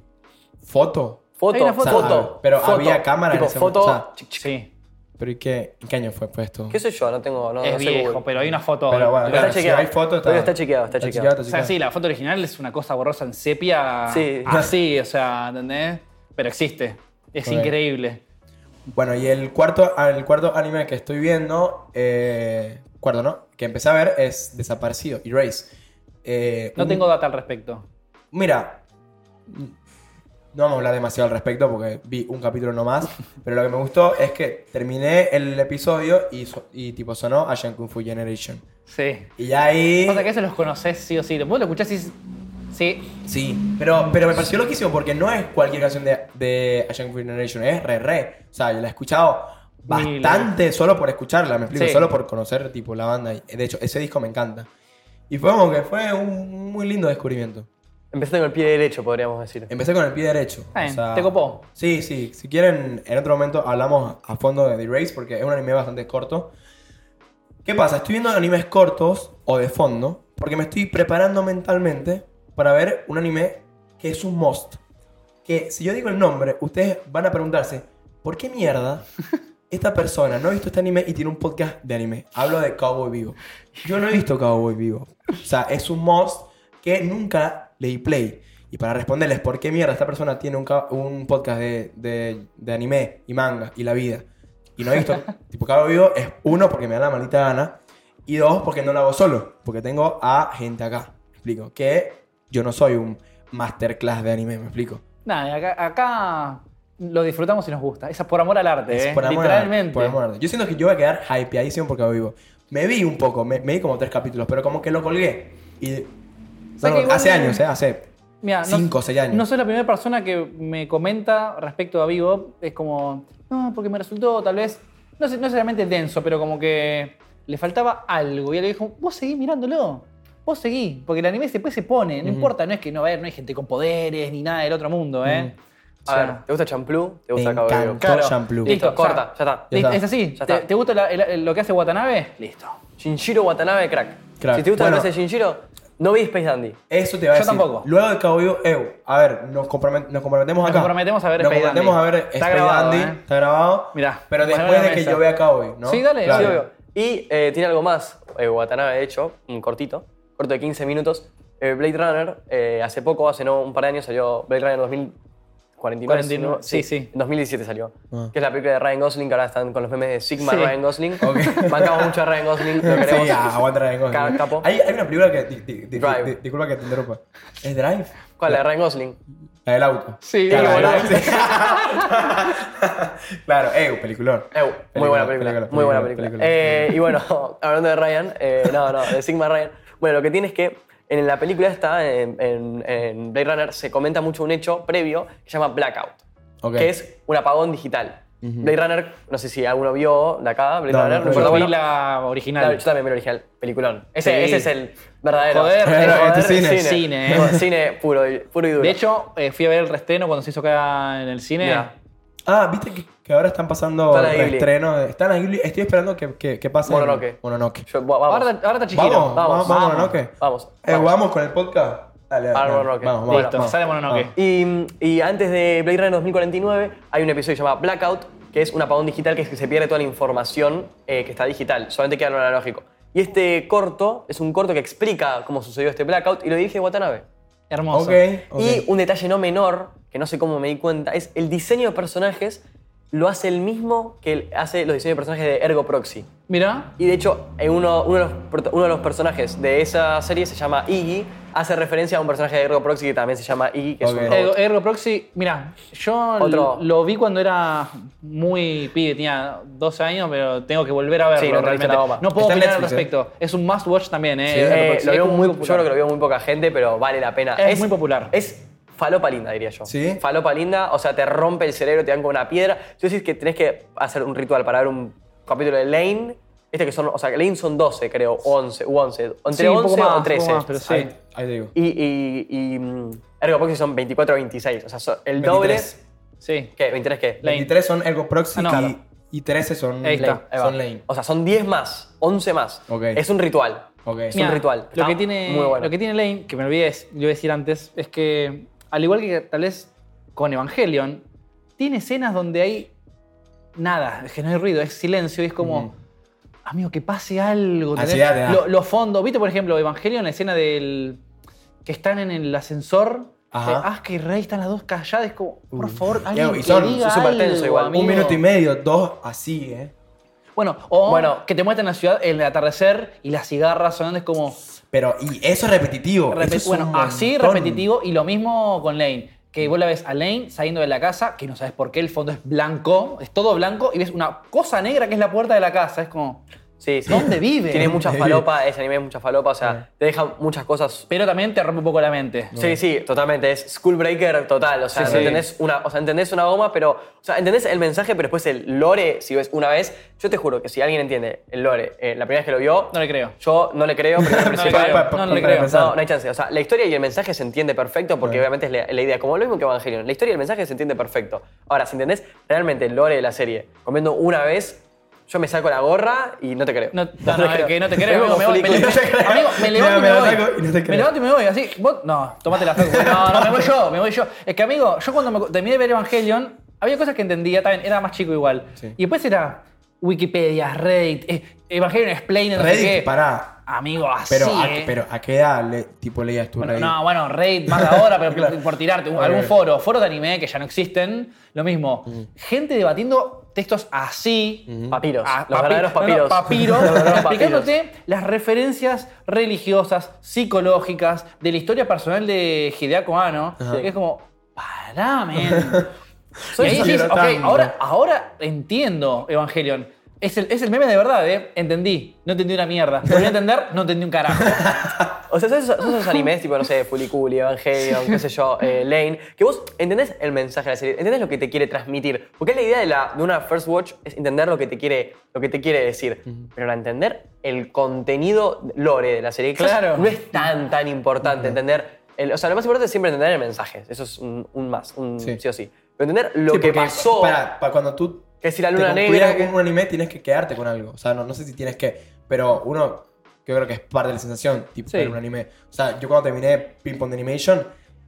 [SPEAKER 1] foto.
[SPEAKER 3] Foto,
[SPEAKER 2] hay una
[SPEAKER 1] O sea,
[SPEAKER 2] foto.
[SPEAKER 1] ah, pero
[SPEAKER 3] foto,
[SPEAKER 1] había cámara en
[SPEAKER 3] tipo,
[SPEAKER 1] ese
[SPEAKER 3] foto,
[SPEAKER 1] momento, o sea,
[SPEAKER 2] Sí,
[SPEAKER 1] pero ¿y qué, en qué año fue, fue esto?
[SPEAKER 3] qué sé yo, no tengo, no,
[SPEAKER 2] es
[SPEAKER 3] no sé
[SPEAKER 2] viejo,
[SPEAKER 3] Google.
[SPEAKER 2] pero hay una foto.
[SPEAKER 1] pero bueno,
[SPEAKER 3] Pero está
[SPEAKER 1] claro, si
[SPEAKER 3] chequeado.
[SPEAKER 1] hay foto, está,
[SPEAKER 3] Pero está chequeado, está chequeado.
[SPEAKER 2] O sea, sí, la foto original es una cosa borrosa en sepia.
[SPEAKER 3] Sí.
[SPEAKER 2] Así, o sea, ¿entendés? Pero existe. Es
[SPEAKER 1] Ok.
[SPEAKER 2] increíble.
[SPEAKER 1] Bueno, y el cuarto, el cuarto anime que estoy viendo, eh, cuarto, ¿no? Que empecé a ver es Desaparecido, Erase. Eh,
[SPEAKER 2] No
[SPEAKER 1] un-
[SPEAKER 2] tengo data al respecto.
[SPEAKER 1] Mira, no vamos a hablar demasiado al respecto porque vi un capítulo nomás, pero lo que me gustó es que terminé el episodio y, so- y tipo sonó a Shen Kung Fu Generation.
[SPEAKER 2] Sí.
[SPEAKER 1] Y ahí...
[SPEAKER 2] Pasa que esos los conocés sí o sí. Vos lo escuchás y es- sí.
[SPEAKER 1] Sí, pero, pero me pareció loquísimo porque no es cualquier canción de, de A Young Generation, es re re. O sea, yo la he escuchado
[SPEAKER 2] Mil. eh.
[SPEAKER 1] bastante solo por escucharla, me explico,
[SPEAKER 2] Sí.
[SPEAKER 1] solo por conocer tipo la banda. Y, De hecho, ese disco me encanta. Y fue como que fue un muy lindo descubrimiento.
[SPEAKER 3] Empezando con el pie derecho, podríamos decir.
[SPEAKER 2] Em,
[SPEAKER 1] Empecé con el pie derecho.
[SPEAKER 2] Está bien, te copó.
[SPEAKER 1] Sí, sí. Si quieren, en otro momento hablamos a fondo de The Race porque es un anime bastante corto. ¿Qué pasa? Estoy viendo animes cortos o de fondo porque me estoy preparando mentalmente para ver un anime que es un must. que si yo digo el nombre, ustedes van a preguntarse, ¿por qué mierda esta persona no ha visto este anime y tiene un podcast de anime? Hablo de Cowboy Vivo. Yo no he visto Cowboy Vivo. O sea, es un must que nunca leí play. Y para responderles por qué mierda esta persona tiene un, ca- un podcast de, de- de anime y manga y la vida y no he visto tipo Cowboy Vivo es uno porque me da la maldita gana y dos porque no lo hago solo, porque tengo a gente acá. ¿Me explico? Que yo no soy un masterclass de anime, me explico.
[SPEAKER 2] Nada, acá, acá lo disfrutamos y nos gusta. Esa por amor al arte,
[SPEAKER 1] Es
[SPEAKER 2] ¿eh?
[SPEAKER 1] por amor al-
[SPEAKER 2] Literalmente.
[SPEAKER 1] por amor al arte. Yo siento que yo voy a quedar hypeadísimo por Cabo Vivo. Me vi un poco, me, me vi como tres capítulos, pero como que lo colgué. Y,
[SPEAKER 2] sea
[SPEAKER 1] Perdón,
[SPEAKER 2] que igual-
[SPEAKER 1] hace años, ¿eh? Hace
[SPEAKER 2] Mira, no-
[SPEAKER 1] cinco o seis años.
[SPEAKER 2] No soy la primera persona que me comenta respecto a Vivo. Es como, no, porque me resultó tal vez, no, sé- no necesariamente denso, pero como que le faltaba algo. Y él le dijo, vos seguí mirándolo. Vos seguí. Porque el anime después se pone. No importa, no es que no, va a haber, no hay gente con poderes ni nada del otro mundo, ¿eh.
[SPEAKER 3] A
[SPEAKER 2] O sea,
[SPEAKER 3] ver, ¿te gusta Champloo? ¿Te
[SPEAKER 1] me
[SPEAKER 3] gusta Cabo Vivo?
[SPEAKER 1] encantó Champloo.
[SPEAKER 2] Listo,
[SPEAKER 3] Listo, corta,
[SPEAKER 2] o sea,
[SPEAKER 3] ya está.
[SPEAKER 1] Ya
[SPEAKER 2] listo,
[SPEAKER 1] está.
[SPEAKER 2] Es así.
[SPEAKER 3] Ya
[SPEAKER 2] ¿Te,
[SPEAKER 3] está.
[SPEAKER 2] te gusta la- el- lo que hace Watanabe? Listo.
[SPEAKER 3] Shinjiro Watanabe, crack.
[SPEAKER 1] Crack.
[SPEAKER 3] Si te gusta
[SPEAKER 1] Bueno.
[SPEAKER 3] la clase de Shinjiro, no vi Space Dandy.
[SPEAKER 1] Eso te va a
[SPEAKER 2] Yo
[SPEAKER 1] decir.
[SPEAKER 2] tampoco.
[SPEAKER 1] Luego de Cabo Vivo, eu, a ver, nos, compromet- nos comprometemos acá.
[SPEAKER 2] comprometemos a ver
[SPEAKER 1] Nos
[SPEAKER 2] Space
[SPEAKER 1] comprometemos
[SPEAKER 2] Dandy.
[SPEAKER 1] a ver
[SPEAKER 2] Está
[SPEAKER 1] Space
[SPEAKER 2] grabado,
[SPEAKER 1] Dandy,
[SPEAKER 2] ¿eh?
[SPEAKER 1] Está grabado.
[SPEAKER 2] Mirá,
[SPEAKER 1] Pero
[SPEAKER 2] ponelo
[SPEAKER 1] después
[SPEAKER 2] en la
[SPEAKER 1] de que
[SPEAKER 2] mesa.
[SPEAKER 1] yo vea Cabo Vivo, ¿no?
[SPEAKER 2] Sí, dale,
[SPEAKER 3] Sí,
[SPEAKER 2] Claro.
[SPEAKER 3] obvio. Y eh, tiene algo más, eh, Watanabe, de hecho, un cortito, corto de 15 minutos. Eh, Blade Runner, eh, hace poco, hace no, un par de años salió Blade Runner 2049.
[SPEAKER 2] 49,
[SPEAKER 3] ¿no?
[SPEAKER 2] sí, sí.
[SPEAKER 3] En 2017 salió.
[SPEAKER 1] Ah.
[SPEAKER 3] Que es la película de Ryan Gosling, que ahora están con los memes de Sigma
[SPEAKER 2] Sí.
[SPEAKER 3] Ryan Gosling. Bancamos mucho a Ryan Gosling, lo queremos.
[SPEAKER 1] Sí, ah, aguanta Ryan Gosling.
[SPEAKER 3] Ca- capo.
[SPEAKER 1] Hay, hay una película que. di- di- di-
[SPEAKER 3] Drive.
[SPEAKER 1] di- disculpa que te interrumpa. ¿Es Drive?
[SPEAKER 3] ¿Cuál? La de Ryan Gosling.
[SPEAKER 1] La del auto.
[SPEAKER 2] Sí,
[SPEAKER 1] claro.
[SPEAKER 3] boludo.
[SPEAKER 1] la del auto, sí. claro, eh, peliculón.
[SPEAKER 3] Eh, muy buena película, muy buena película. Eh, y bueno, hablando de Ryan, eh, no, no, de Sigma Ryan. Bueno, lo que tiene es que en la película esta, en, en- en Blade Runner, se comenta mucho un hecho previo que se llama Blackout,
[SPEAKER 1] Ok.
[SPEAKER 3] que es un apagón digital. Blade Runner, no sé si alguno vio de acá, Blade
[SPEAKER 1] No, no,
[SPEAKER 3] Runner, no
[SPEAKER 1] no,
[SPEAKER 3] importa,
[SPEAKER 1] yo
[SPEAKER 2] Vi
[SPEAKER 3] bueno,
[SPEAKER 2] la
[SPEAKER 3] la-
[SPEAKER 2] original.
[SPEAKER 3] yo también vi el original, peliculón. Ese,
[SPEAKER 2] Sí.
[SPEAKER 3] ese es el verdadero.
[SPEAKER 2] Joder,
[SPEAKER 3] el
[SPEAKER 1] este
[SPEAKER 3] joder
[SPEAKER 1] cine.
[SPEAKER 2] Cine, eh.
[SPEAKER 3] Bueno, cine puro y, puro y duro.
[SPEAKER 2] De hecho, eh, fui a ver el restreno cuando se hizo acá en el cine.
[SPEAKER 3] Mirá.
[SPEAKER 1] Ah, viste que, que ahora están pasando
[SPEAKER 3] Está la Ghibli.
[SPEAKER 1] estrenos. Están a Ghibli. Estoy esperando que, que, que pase.
[SPEAKER 3] Mononoke.
[SPEAKER 1] Mononoke.
[SPEAKER 3] Yo- va- vamos.
[SPEAKER 2] Ahora, ahora está Chihiro.
[SPEAKER 1] Vamos, vamos, vamos,
[SPEAKER 3] Vamos, vamos.
[SPEAKER 1] Mononoke.
[SPEAKER 3] Vamos,
[SPEAKER 1] Eh,
[SPEAKER 3] vamos.
[SPEAKER 1] vamos con el podcast. Dale, dale,
[SPEAKER 3] Para
[SPEAKER 1] dale.
[SPEAKER 3] Mononoke.
[SPEAKER 1] Vamos, vamos,
[SPEAKER 2] Listo,
[SPEAKER 1] vamos.
[SPEAKER 2] sale Mononoke.
[SPEAKER 3] Y, y antes de Blade Runner 2049 hay un episodio que se llama Blackout, que es un apagón digital que se pierde toda la información eh, que está digital, solamente queda lo analógico. Y este corto es un corto que explica cómo sucedió este blackout y lo dirige Watanabe.
[SPEAKER 2] Hermoso.
[SPEAKER 1] Ok, ok.
[SPEAKER 3] Y un detalle no menor, que no sé cómo me di cuenta, es el diseño de personajes lo hace el mismo que el- hace los diseños de personajes de Ergo Proxy.
[SPEAKER 2] Mira,
[SPEAKER 3] Y de hecho, eh, uno, uno de los, prota- uno de los personajes de esa serie se llama Iggy, hace referencia a un personaje de Ergo Proxy que también se llama Iggy, que
[SPEAKER 1] Ok.
[SPEAKER 3] es un robot.
[SPEAKER 2] Ergo, Ergo Proxy, mira, yo
[SPEAKER 3] Otro.
[SPEAKER 2] l- lo vi cuando era muy pibe, tenía 12 años, pero tengo que volver a verlo
[SPEAKER 3] Sí, no te viste
[SPEAKER 2] realmente.
[SPEAKER 3] la goma.
[SPEAKER 2] No puedo
[SPEAKER 1] Está en
[SPEAKER 2] opinar al
[SPEAKER 1] Netflix,
[SPEAKER 2] respecto. Es un must watch también, ¿eh?
[SPEAKER 1] Sí,
[SPEAKER 2] Ergo
[SPEAKER 3] Eh,
[SPEAKER 2] Proxy.
[SPEAKER 3] lo
[SPEAKER 2] Es
[SPEAKER 3] veo
[SPEAKER 2] como
[SPEAKER 3] muy, yo
[SPEAKER 2] popular.
[SPEAKER 3] creo que lo veo muy poca gente, pero vale la pena.
[SPEAKER 2] Es muy popular.
[SPEAKER 3] Es falopa linda, diría yo.
[SPEAKER 1] ¿Sí?
[SPEAKER 3] Falopa linda, o sea, te rompe el cerebro, te dan con una piedra. Tú decís que tenés que hacer un ritual para ver un capítulo de Lane. Este que son, o sea, Lane son 12, creo, 11, u 11. Entre
[SPEAKER 2] Sí, un poco
[SPEAKER 3] 11
[SPEAKER 2] más, un
[SPEAKER 3] o
[SPEAKER 2] poco
[SPEAKER 3] 13.
[SPEAKER 2] más, pero sí.
[SPEAKER 1] Ahí, ahí te digo.
[SPEAKER 3] Y, y, y mm, Ergo Proxy son 24 o 26. O sea, son el doble.
[SPEAKER 1] 23.
[SPEAKER 2] Sí.
[SPEAKER 3] ¿Qué? ¿23 qué?
[SPEAKER 2] Lane.
[SPEAKER 1] 23 son Ergo Proxy
[SPEAKER 2] Ah, no,
[SPEAKER 1] y,
[SPEAKER 2] claro.
[SPEAKER 1] y 13 son,
[SPEAKER 2] Ahí está,
[SPEAKER 3] Ahí va.
[SPEAKER 1] son Lane.
[SPEAKER 3] O sea, son 10 más, 11 más.
[SPEAKER 1] Ok.
[SPEAKER 3] Es un ritual.
[SPEAKER 1] Ok.
[SPEAKER 3] Es
[SPEAKER 2] Mirá,
[SPEAKER 3] un ritual.
[SPEAKER 2] Lo
[SPEAKER 3] Está
[SPEAKER 2] que, tiene,
[SPEAKER 3] muy bueno.
[SPEAKER 2] lo que tiene Lane, que me olvidé es- yo decir antes, es que, al igual que tal vez con Evangelion, tiene escenas donde hay nada, es que no hay ruido, es silencio y es como,
[SPEAKER 1] Ujú.
[SPEAKER 2] amigo, que pase algo. ¿entendés?
[SPEAKER 1] Ansiedad te da.
[SPEAKER 2] Lo- Los fondos, ¿viste por ejemplo Evangelion, la escena del que están en el ascensor?
[SPEAKER 1] Ajá.
[SPEAKER 2] Ah, que Rey están las dos calladas, es como, por favor,
[SPEAKER 1] Diego,
[SPEAKER 2] alguien
[SPEAKER 1] y
[SPEAKER 2] que
[SPEAKER 1] son-
[SPEAKER 2] diga
[SPEAKER 3] son súper tenso
[SPEAKER 2] algo,
[SPEAKER 3] igual. Un
[SPEAKER 2] amigo".
[SPEAKER 1] Un minuto y medio, dos, así, ¿eh?
[SPEAKER 2] Bueno, o
[SPEAKER 3] Bueno.
[SPEAKER 2] que te muestran la ciudad, el atardecer y las cigarras sonando, es como,
[SPEAKER 1] Pero, y eso es repetitivo.
[SPEAKER 2] Repet-
[SPEAKER 1] eso es
[SPEAKER 2] bueno,
[SPEAKER 1] un
[SPEAKER 2] así
[SPEAKER 1] montón.
[SPEAKER 2] repetitivo y lo mismo con Lane. Que vos la ves a Lane saliendo de la casa, que no sabes por qué, el fondo es blanco, es todo blanco, y ves una cosa negra que es la puerta de la casa. Es como.
[SPEAKER 3] Sí, sí.
[SPEAKER 2] ¿Dónde vive?
[SPEAKER 3] Tiene mucha
[SPEAKER 1] Sí.
[SPEAKER 3] falopa, ese anime es mucha falopa, o sea, te deja muchas cosas.
[SPEAKER 2] Pero también te rompe un poco la mente.
[SPEAKER 3] Sí, sí, totalmente. Es Schoolbreaker total. O sea,
[SPEAKER 2] Sí,
[SPEAKER 3] no
[SPEAKER 2] sí.
[SPEAKER 3] entendés una, o sea, entendés una goma, pero. O sea, entendés el mensaje, pero después el lore, si ves una vez. Yo te juro que si alguien entiende el lore eh, la primera vez que lo vio.
[SPEAKER 2] No le creo.
[SPEAKER 3] Yo no le creo, primero
[SPEAKER 2] No le
[SPEAKER 3] principal.
[SPEAKER 2] creo.
[SPEAKER 1] Pa- pa-
[SPEAKER 2] No, no le
[SPEAKER 1] para
[SPEAKER 2] creo.
[SPEAKER 1] empezar.
[SPEAKER 3] No, no hay chance. O sea, la historia y el mensaje se entiende perfecto porque
[SPEAKER 1] Sí.
[SPEAKER 3] obviamente es la, la idea. Como lo mismo que Evangelion. La historia y el mensaje se entiende perfecto. Ahora, si entendés realmente el lore de la serie, comiendo una vez, yo me saco la gorra y no te creo.
[SPEAKER 2] No, no, no,
[SPEAKER 3] te creo.
[SPEAKER 2] que no te
[SPEAKER 3] Es
[SPEAKER 2] creo, amigo,
[SPEAKER 3] como
[SPEAKER 2] me voy. Me,
[SPEAKER 3] película.
[SPEAKER 1] No te creo.
[SPEAKER 2] amigo, me levanto
[SPEAKER 1] Mira, me
[SPEAKER 2] y me
[SPEAKER 1] la
[SPEAKER 2] voy.
[SPEAKER 1] saco y no te creo.
[SPEAKER 2] me levanto y me voy, así. vos- no, tomate la saco. No, no, me voy yo, me voy yo. Es que, amigo, yo cuando me- terminé de ver Evangelion, había cosas que entendía, también era más chico igual.
[SPEAKER 1] Sí.
[SPEAKER 2] Y después era Wikipedia, Reddit, eh, Evangelion Explained, no sé
[SPEAKER 1] Reddit,
[SPEAKER 2] qué.
[SPEAKER 1] pará.
[SPEAKER 2] Amigo, así,
[SPEAKER 1] Pero, a,
[SPEAKER 2] eh.
[SPEAKER 1] pero ¿a qué edad le- tipo leías tú
[SPEAKER 2] Bueno,
[SPEAKER 1] Reddit?
[SPEAKER 2] no, bueno, Reddit más ahora, pero
[SPEAKER 1] Claro.
[SPEAKER 2] por, por tirarte. un-
[SPEAKER 1] Ok.
[SPEAKER 2] Algún foro, foro de anime que ya no existen, lo mismo. Gente debatiendo textos así,
[SPEAKER 3] Papiros,
[SPEAKER 2] Ah,
[SPEAKER 3] los
[SPEAKER 2] papi-
[SPEAKER 3] verdaderos
[SPEAKER 2] no, no,
[SPEAKER 3] papiros.
[SPEAKER 2] papiros,
[SPEAKER 3] Los verdaderos
[SPEAKER 2] explicándote las referencias religiosas, psicológicas, de la historia personal de Hideako Anno. Que es como, pará, men. y ahí
[SPEAKER 1] Eso
[SPEAKER 2] decís,
[SPEAKER 1] era
[SPEAKER 2] ok,
[SPEAKER 1] tanto.
[SPEAKER 2] ahora, ahora entiendo Evangelion. Es el, es el meme de verdad, ¿eh? Entendí. No entendí una mierda. Volví a entender, no entendí un carajo.
[SPEAKER 3] O sea, son esos, son esos animes tipo, no sé, Fuliculi, Evangelion, qué sé yo, eh, Lane, que vos entendés el mensaje de la serie, entendés lo que te quiere transmitir. Porque la idea de, la, de una First Watch es entender lo que te quiere, lo que te quiere decir. Pero la entender el contenido lore de la serie, quizás
[SPEAKER 2] Claro.
[SPEAKER 3] no es tan, tan importante entender. el- o sea, lo más importante es siempre entender el mensaje. Eso es un, un más, un
[SPEAKER 1] Sí.
[SPEAKER 3] sí. o sí. Pero entender lo
[SPEAKER 1] Sí,
[SPEAKER 3] que
[SPEAKER 1] porque
[SPEAKER 3] pasó.
[SPEAKER 1] Para, para cuando tú
[SPEAKER 3] Que si la luna
[SPEAKER 1] te
[SPEAKER 3] negra,
[SPEAKER 1] concluyas
[SPEAKER 3] que-
[SPEAKER 1] con un anime tienes que quedarte con algo. O sea, no, no sé si tienes que. Pero uno, yo creo que es parte de la sensación, tipo,
[SPEAKER 2] Sí.
[SPEAKER 1] ver un anime. O sea, yo cuando terminé Ping Pong de Animation,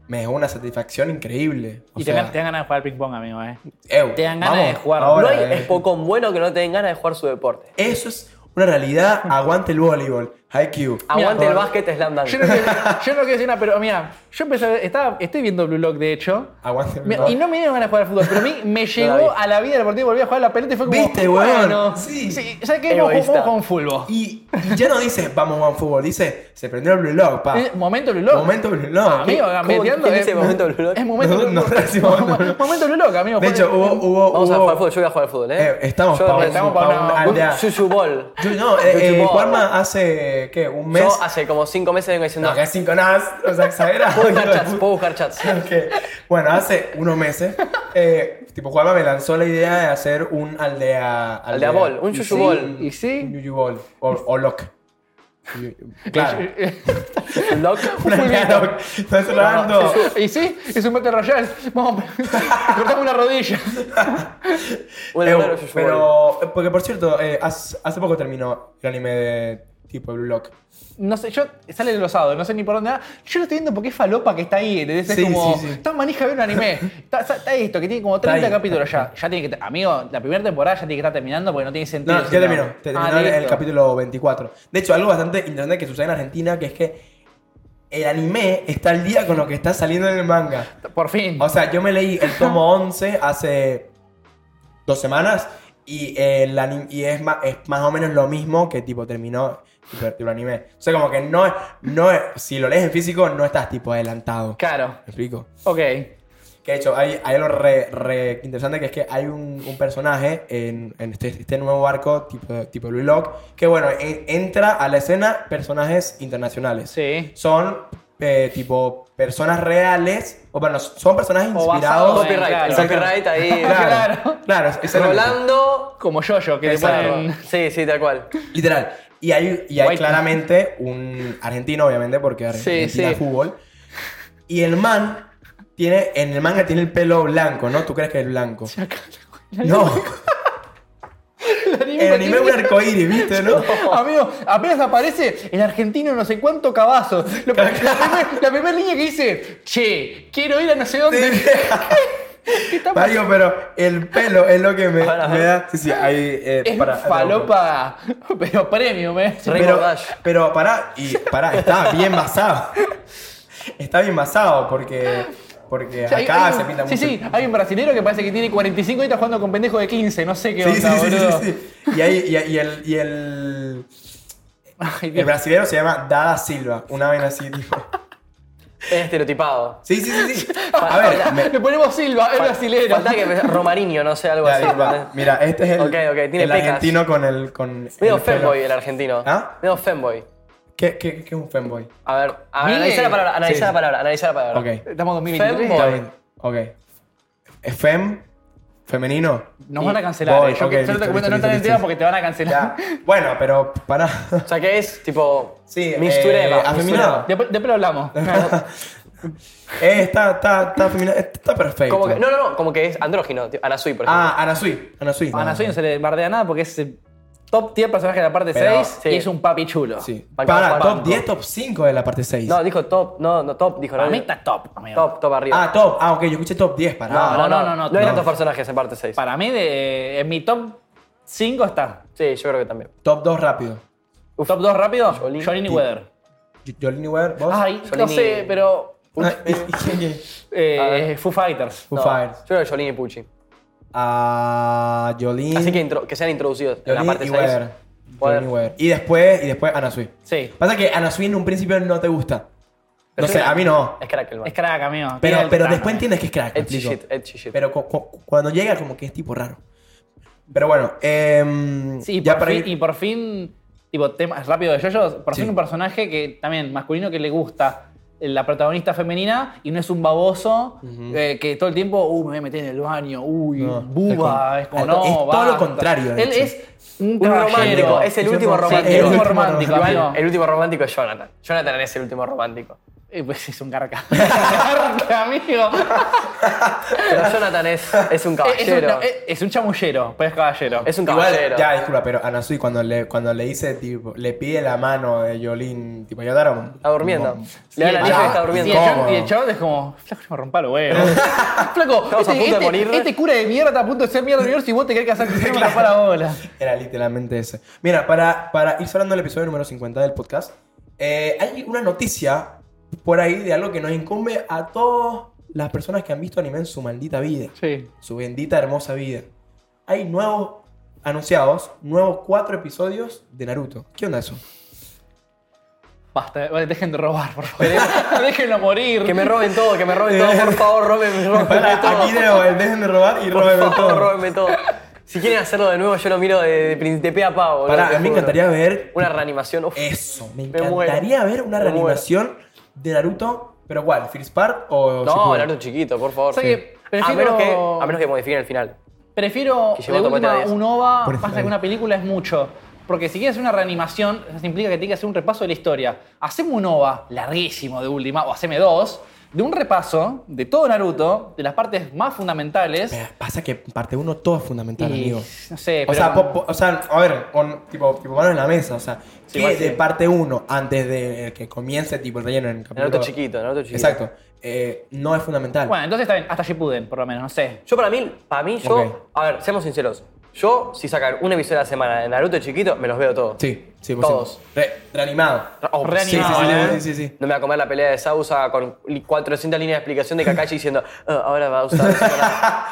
[SPEAKER 1] me dejó una satisfacción increíble. O
[SPEAKER 2] y te,
[SPEAKER 1] sea,
[SPEAKER 2] dan- te dan ganas de jugar al ping-pong, amigo, ¿eh?
[SPEAKER 1] eu,
[SPEAKER 2] te dan ganas
[SPEAKER 1] vamos,
[SPEAKER 2] de jugar.
[SPEAKER 1] ahora,
[SPEAKER 3] no hay
[SPEAKER 1] eh.
[SPEAKER 3] es Pokémon bueno que no te den ganas de jugar su deporte.
[SPEAKER 1] Eso es una realidad. Aguante el voleibol. Haikyuu.
[SPEAKER 3] Aguante el
[SPEAKER 1] Con-
[SPEAKER 3] básquet, slam dunk.
[SPEAKER 2] Yo no quiero, yo no quiero decir nada, pero mira, yo empecé a ver- estaba, estoy viendo Blue Lock, de hecho.
[SPEAKER 1] Aguante el
[SPEAKER 2] Me-
[SPEAKER 1] voleibol.
[SPEAKER 2] y no me dieron ganas de jugar al fútbol, pero a mí me
[SPEAKER 3] No la
[SPEAKER 2] llegó
[SPEAKER 3] vi.
[SPEAKER 2] a la vida deportiva, volví a jugar a la pelota y fue como.
[SPEAKER 1] ¿Viste, huevón?
[SPEAKER 2] bueno,
[SPEAKER 1] Sí.
[SPEAKER 2] sí. ¿Sabes qué? Vamos,
[SPEAKER 3] Egoísta.
[SPEAKER 2] vamos con fútbol.
[SPEAKER 1] Y, y ya no dice vamos Juan Fútbol, dice se prendió el Blue Lock, pa.
[SPEAKER 2] Eh, Momento Blue Lock.
[SPEAKER 1] Momento Blue Lock.
[SPEAKER 2] Amigo,
[SPEAKER 3] ¿Cómo-
[SPEAKER 2] gambeteando.
[SPEAKER 3] quién
[SPEAKER 2] eh,
[SPEAKER 3] dice momento Blue Lock?
[SPEAKER 2] Es momento
[SPEAKER 1] No,
[SPEAKER 2] Blue
[SPEAKER 1] no,
[SPEAKER 2] Lock.
[SPEAKER 1] no, sí, momento Blue Lock.
[SPEAKER 2] Momento Blue Lock, amigo.
[SPEAKER 1] De hecho, hubo. hubo
[SPEAKER 3] Vamos a
[SPEAKER 1] hubo-
[SPEAKER 3] jugar al fútbol, yo voy a jugar al fútbol, ¿eh?
[SPEAKER 1] Eh, estamos
[SPEAKER 3] Yo-
[SPEAKER 1] pa' un-
[SPEAKER 2] estamos
[SPEAKER 1] pa'
[SPEAKER 2] pa'
[SPEAKER 1] una
[SPEAKER 2] una-
[SPEAKER 1] aldea.
[SPEAKER 3] Un Susu Ball.
[SPEAKER 1] Yo no, eh, eh,
[SPEAKER 3] Yo-
[SPEAKER 1] Juanma hace, ¿qué? ¿Un mes?
[SPEAKER 3] Yo hace como cinco meses vengo diciendo,
[SPEAKER 1] No, que cinco nas, o sea, exagerado.
[SPEAKER 3] puedo buscar chats, puedo buscar chats.
[SPEAKER 1] Ok. Bueno, hace unos meses, eh, tipo, Juanma me lanzó la idea de hacer un aldea...
[SPEAKER 3] Aldea Ball, un
[SPEAKER 2] Y
[SPEAKER 3] Yuyu
[SPEAKER 2] sí,
[SPEAKER 3] Ball,
[SPEAKER 2] Y
[SPEAKER 1] Un
[SPEAKER 2] sí.
[SPEAKER 1] yuyu ball, o, o lock. Yu- Claro.
[SPEAKER 3] un Lock.
[SPEAKER 1] Una aldea lock. Estás hablando...
[SPEAKER 2] Y sí, es un Battle Royale. Vamos, cortamos la rodilla.
[SPEAKER 3] Bueno,
[SPEAKER 1] Eh,
[SPEAKER 3] claro, Yuyu Ball.
[SPEAKER 1] pero, eh, porque por cierto, eh, hace, hace poco terminó el anime de tipo Blue Lock.
[SPEAKER 2] No sé, yo sale el osado, no sé ni por dónde va. Yo lo estoy viendo porque es falopa que está ahí. ¿entendés? Es
[SPEAKER 1] Sí,
[SPEAKER 2] como.
[SPEAKER 1] sí, sí.
[SPEAKER 2] Está manija de ver un anime. está, está- está esto, que tiene como
[SPEAKER 1] Está
[SPEAKER 2] 30
[SPEAKER 1] ahí.
[SPEAKER 2] capítulos ya. Ya tiene que. Amigo, la primera temporada ya tiene que estar terminando porque no tiene sentido.
[SPEAKER 1] No,
[SPEAKER 2] si
[SPEAKER 1] ya terminó. te-
[SPEAKER 2] Ah,
[SPEAKER 1] Terminó el, el
[SPEAKER 2] listo.
[SPEAKER 1] capítulo 24. De hecho, algo bastante interesante que sucede en Argentina, que es que el anime está al día con lo que está saliendo en el manga.
[SPEAKER 2] Por fin.
[SPEAKER 1] O sea, yo me leí el tomo 11 hace dos semanas y, el ani- y es, ma- es más o menos lo mismo que tipo terminó tipo, el anime. O sea, como que no, es- no es- si lo lees en físico no estás tipo adelantado.
[SPEAKER 2] claro.
[SPEAKER 1] ¿Me explico?
[SPEAKER 2] Ok.
[SPEAKER 1] Que de hecho, hay, hay algo re, re interesante que es que hay un, un personaje en, en este, este nuevo arco, tipo, tipo Blue Lock, que bueno, en- entra a la escena personajes internacionales.
[SPEAKER 2] Sí.
[SPEAKER 1] Son eh, tipo personas reales, o bueno, son personajes
[SPEAKER 2] O
[SPEAKER 1] inspirados.
[SPEAKER 2] basados en-
[SPEAKER 3] Copyright,
[SPEAKER 2] Claro.
[SPEAKER 3] el copyright ahí.
[SPEAKER 1] Claro, claro.
[SPEAKER 2] Claro.
[SPEAKER 1] exactamente.
[SPEAKER 3] Rolando.
[SPEAKER 2] Como yo, yo, que le
[SPEAKER 1] Exacto.
[SPEAKER 2] ponen.
[SPEAKER 3] Sí, sí, tal cual.
[SPEAKER 1] Literal. Y hay, y hay
[SPEAKER 2] White
[SPEAKER 1] claramente un argentino, obviamente, porque Argentina
[SPEAKER 2] sí.
[SPEAKER 1] es fútbol. Y el man tiene, en el manga tiene el pelo blanco, ¿no? ¿Tú crees que es blanco? No. El anime es un arcoíris, ¿viste, no?
[SPEAKER 2] Amigo, apenas aparece el argentino no sé cuánto cabazo. Lo- La, primer- la primera línea que dice, che, quiero ir a no sé dónde. ¿Qué está pasando?
[SPEAKER 1] Mario, pero el pelo es lo que me,
[SPEAKER 3] Para,
[SPEAKER 1] me da. Sí, sí, ahí. eh,
[SPEAKER 2] Ah, Es
[SPEAKER 1] para,
[SPEAKER 2] falopa, pero premio, me.
[SPEAKER 1] Pero,
[SPEAKER 3] Rainbow Dash.
[SPEAKER 1] pero pará, y pará, está bien basado. Está bien basado porque. Porque
[SPEAKER 2] O sea, hay-
[SPEAKER 1] acá
[SPEAKER 2] hay un-
[SPEAKER 1] se pinta
[SPEAKER 2] Sí,
[SPEAKER 1] mucho.
[SPEAKER 2] sí, hay un brasilero que parece que tiene 45 y está jugando con pendejo de 15, no sé qué
[SPEAKER 1] Sí,
[SPEAKER 2] onda,
[SPEAKER 1] sí, sí,
[SPEAKER 2] boludo.
[SPEAKER 1] sí, sí. Y, ahí, y, y el, y el,
[SPEAKER 2] Ay,
[SPEAKER 1] el
[SPEAKER 2] Dios.
[SPEAKER 1] brasileño se llama Dada Silva, una vez así, tipo.
[SPEAKER 3] Es estereotipado.
[SPEAKER 1] Sí, sí, sí, sí. A ver, me-
[SPEAKER 2] Le ponemos Silva, es brasilero.
[SPEAKER 3] Falta que Romariño, no sé, algo así.
[SPEAKER 1] Dale, va. mira, este es el,
[SPEAKER 3] Ok, ok, tiene
[SPEAKER 1] el
[SPEAKER 3] pecas.
[SPEAKER 1] argentino con el. Con
[SPEAKER 3] Medio
[SPEAKER 1] el pelo.
[SPEAKER 3] femboy el argentino.
[SPEAKER 1] ¿Ah?
[SPEAKER 3] Medio femboy.
[SPEAKER 1] ¿Qué, qué, qué es un femboy?
[SPEAKER 3] A ver, a ver
[SPEAKER 2] Miguel.
[SPEAKER 3] analizá la palabra, analizá
[SPEAKER 1] Sí.
[SPEAKER 3] la palabra, analizá la palabra.
[SPEAKER 1] Ok.
[SPEAKER 2] Estamos en 2023.
[SPEAKER 1] Está
[SPEAKER 3] Femboy.
[SPEAKER 1] bien. Ok. ¿Es fem? ¿Femenino?
[SPEAKER 2] Nos van a cancelar.
[SPEAKER 1] Voy,
[SPEAKER 2] eh. Yo
[SPEAKER 1] ok,
[SPEAKER 2] que- yo no
[SPEAKER 1] listo,
[SPEAKER 2] te comento
[SPEAKER 1] listo,
[SPEAKER 2] no entrar en
[SPEAKER 1] listo,
[SPEAKER 2] tema
[SPEAKER 1] listo.
[SPEAKER 2] porque te van a
[SPEAKER 1] Ya.
[SPEAKER 2] cancelar.
[SPEAKER 1] Bueno, pero pará.
[SPEAKER 3] O sea que es tipo.
[SPEAKER 1] Sí,
[SPEAKER 3] mistureva.
[SPEAKER 1] eh, afeminado.
[SPEAKER 2] Después, después lo hablamos.
[SPEAKER 1] Eh, está, está, está, femina- está perfecto.
[SPEAKER 3] Como que- no, no, no, como que es andrógino. tipo, Anasui, por ejemplo.
[SPEAKER 1] Ah, Anasui. Anasui.
[SPEAKER 2] A Nazuy no se le bardea nada porque es el top tier personaje de la parte
[SPEAKER 1] Pero-
[SPEAKER 2] 6
[SPEAKER 3] sí.
[SPEAKER 2] y es un papi chulo.
[SPEAKER 1] Sí.
[SPEAKER 3] Bancamos
[SPEAKER 1] Para,
[SPEAKER 3] cuatro.
[SPEAKER 1] top 10, top 5 de la parte 6.
[SPEAKER 3] No, dijo top. No, no, top. Dijo
[SPEAKER 2] Para
[SPEAKER 3] no,
[SPEAKER 2] mí está top, amigo.
[SPEAKER 3] Top, top arriba.
[SPEAKER 1] ah, top. Ah, ok, yo escuché top 10, para.
[SPEAKER 3] no, no, no, no,
[SPEAKER 2] no,
[SPEAKER 3] hay
[SPEAKER 2] no.
[SPEAKER 3] tantos personajes en parte 6.
[SPEAKER 2] Para mí, de, en mi top 5 está.
[SPEAKER 3] Sí, yo creo que también.
[SPEAKER 1] Top 2 rápido.
[SPEAKER 2] Top 2 rápido,
[SPEAKER 3] Jolene.
[SPEAKER 2] Jolene y Weather.
[SPEAKER 1] J- Jolene Weber, vos.
[SPEAKER 2] Ay, no
[SPEAKER 3] Jolene.
[SPEAKER 2] sé, pero...
[SPEAKER 1] Ah, ¿y- y quién es?
[SPEAKER 3] A
[SPEAKER 2] Eh,
[SPEAKER 3] ver.
[SPEAKER 2] Foo Fighters.
[SPEAKER 1] Foo
[SPEAKER 3] No,
[SPEAKER 1] Fighters.
[SPEAKER 3] Yo creo que Jolene y Pucci.
[SPEAKER 1] Ah, Jolene.
[SPEAKER 3] Así que, intro- que sean introducidos en la
[SPEAKER 1] Jolene
[SPEAKER 3] parte
[SPEAKER 1] y
[SPEAKER 3] 6.
[SPEAKER 1] Weber.
[SPEAKER 3] Weber.
[SPEAKER 1] Jolene Weber. Y después, y después Ana Sui.
[SPEAKER 2] Sí.
[SPEAKER 1] Pasa que Ana Sui en un principio no te gusta.
[SPEAKER 3] Pero
[SPEAKER 1] no sé,
[SPEAKER 3] es
[SPEAKER 1] a mí no.
[SPEAKER 3] Es crack el man.
[SPEAKER 2] Es crack, amigo.
[SPEAKER 1] Pero,
[SPEAKER 2] Tiene el
[SPEAKER 1] pero
[SPEAKER 2] cráneo.
[SPEAKER 1] después entiendes que es crack. me
[SPEAKER 3] Edgy
[SPEAKER 1] explico.
[SPEAKER 3] eh. shit, edgy shit.
[SPEAKER 1] Pero cu- cu- cuando llega, como que es tipo raro. Pero bueno, em,
[SPEAKER 2] Sí, y
[SPEAKER 1] ya
[SPEAKER 2] por,
[SPEAKER 1] para
[SPEAKER 2] fin,
[SPEAKER 1] ir-
[SPEAKER 2] y por fin, tipo, temas rápido de yoyos, por
[SPEAKER 1] Sí.
[SPEAKER 2] fin un personaje que también, masculino, que le gusta eh, la protagonista femenina y no es un baboso eh, que todo el tiempo, uh, me voy a meter en el baño, uy,
[SPEAKER 1] No,
[SPEAKER 2] buba,
[SPEAKER 1] es
[SPEAKER 2] es
[SPEAKER 1] con-
[SPEAKER 2] como,
[SPEAKER 1] al-
[SPEAKER 2] no,
[SPEAKER 1] es todo
[SPEAKER 2] basta".
[SPEAKER 1] lo contrario, de
[SPEAKER 2] Él
[SPEAKER 1] hecho.
[SPEAKER 2] es un,
[SPEAKER 3] Un romántico,
[SPEAKER 2] caballero.
[SPEAKER 3] es el último
[SPEAKER 1] Sí,
[SPEAKER 3] romántico.
[SPEAKER 2] el último
[SPEAKER 1] Sí,
[SPEAKER 2] romántico,
[SPEAKER 1] el
[SPEAKER 2] amigo.
[SPEAKER 3] El último romántico es Jonathan. Jonathan es el último romántico.
[SPEAKER 2] Eh, pues es un carca. Carca, amigo.
[SPEAKER 3] Pero Jonathan es, es un
[SPEAKER 2] Es- Es un,
[SPEAKER 3] caballero.
[SPEAKER 2] no, es- es un chamullero, pero es caballero.
[SPEAKER 3] Es un
[SPEAKER 1] Igual,
[SPEAKER 3] caballero.
[SPEAKER 1] ya, disculpa, pero a Nasui cuando le, cuando le dice, tipo, le pide la mano de Yolín, tipo, ya daron.
[SPEAKER 3] Está durmiendo.
[SPEAKER 2] Sí,
[SPEAKER 3] Le da la
[SPEAKER 2] el
[SPEAKER 3] lija
[SPEAKER 2] chabón-
[SPEAKER 3] que está durmiendo.
[SPEAKER 2] sí, el chabón-
[SPEAKER 1] ¿Cómo?
[SPEAKER 2] y el chabón es como, flaco, no me rompa los huevos. flaco,
[SPEAKER 3] Estamos a
[SPEAKER 2] este,
[SPEAKER 3] punto de
[SPEAKER 2] este-
[SPEAKER 3] morir.
[SPEAKER 2] este cura de mierda está a punto de ser mierda del universo y vos te querés casar con él, me rompa la bola.
[SPEAKER 1] Era literalmente ese. Mira, para, para ir cerrando el episodio número 50 del podcast, eh, hay una noticia por ahí de algo que nos incumbe a todas las personas que han visto anime en su maldita vida.
[SPEAKER 2] Sí.
[SPEAKER 1] Su bendita hermosa vida. Hay nuevos anunciados, nuevos cuatro episodios de Naruto. ¿Qué onda eso?
[SPEAKER 2] Basta, eh, dejen de robar, por favor. Déjenlo morir.
[SPEAKER 3] Que me roben todo, que me roben todo. Por favor, róbenme, róbenme
[SPEAKER 1] Para,
[SPEAKER 3] todo.
[SPEAKER 1] aquí debo, el dejen de robar y
[SPEAKER 3] Por
[SPEAKER 1] roben
[SPEAKER 3] favor,
[SPEAKER 1] todo.
[SPEAKER 3] róbenme todo. Si quieren hacerlo de nuevo, yo lo miro de, de, de pe a pa, boludo,
[SPEAKER 1] Pará,
[SPEAKER 3] te
[SPEAKER 1] a mí me
[SPEAKER 3] juro.
[SPEAKER 1] encantaría Eh, ver
[SPEAKER 3] Una reanimación. uf.
[SPEAKER 1] Eso, me
[SPEAKER 3] Me muero.
[SPEAKER 1] encantaría ver una
[SPEAKER 3] Me muero.
[SPEAKER 1] reanimación de Naruto, pero ¿cuál? ¿First Part o
[SPEAKER 3] No,
[SPEAKER 1] Shippuden?
[SPEAKER 3] Naruto chiquito, por favor.
[SPEAKER 2] O sea que
[SPEAKER 3] A,
[SPEAKER 2] prefiero-
[SPEAKER 3] menos que, a menos que modifiquen el final.
[SPEAKER 2] Prefiero
[SPEAKER 3] Que llegó
[SPEAKER 2] de
[SPEAKER 3] a tomate a
[SPEAKER 2] última
[SPEAKER 3] 10.
[SPEAKER 2] un OVA,
[SPEAKER 1] Por
[SPEAKER 2] pasa
[SPEAKER 1] favor.
[SPEAKER 2] que una película es mucho. Porque si quieres hacer una reanimación, eso implica que tienes que hacer un repaso de la historia. Hacemos un OVA larguísimo de última, o haceme dos, de un repaso de todo Naruto, de las partes más fundamentales.
[SPEAKER 1] Pero Eh, pasa que en parte 1 todo es fundamental,
[SPEAKER 2] y,
[SPEAKER 1] amigo.
[SPEAKER 2] no sé,
[SPEAKER 1] O
[SPEAKER 2] pero-
[SPEAKER 1] sea, po- po- o sea, a ver, on- tipo, tipo mano en la mesa, o sea,
[SPEAKER 2] Sí,
[SPEAKER 1] ¿qué
[SPEAKER 2] igual
[SPEAKER 1] de
[SPEAKER 2] sí.
[SPEAKER 1] parte 1 antes de eh, que comience tipo el relleno en el capítulo?
[SPEAKER 3] Naruto chiquito, Naruto chiquito.
[SPEAKER 1] Exacto. Eh, no es fundamental.
[SPEAKER 2] Bueno, entonces está bien, hasta Shippuden, por lo menos, no sé.
[SPEAKER 3] Yo para mí, para mí, yo,
[SPEAKER 1] Ok.
[SPEAKER 3] a ver, seamos sinceros. Yo, si sacan un episodio a la semana de Naruto chiquito, me los veo todos.
[SPEAKER 1] sí, sí, por
[SPEAKER 3] Todos.
[SPEAKER 1] sí. Re- reanimado.
[SPEAKER 3] Oh,
[SPEAKER 2] Reanimado,
[SPEAKER 1] sí, sí,
[SPEAKER 2] ¿eh?
[SPEAKER 1] sí, sí, sí, sí.
[SPEAKER 3] No me va a comer la pelea de Sausa con li- 400 líneas de explicación de Kakashi diciendo, "Ah, ahora va a usar.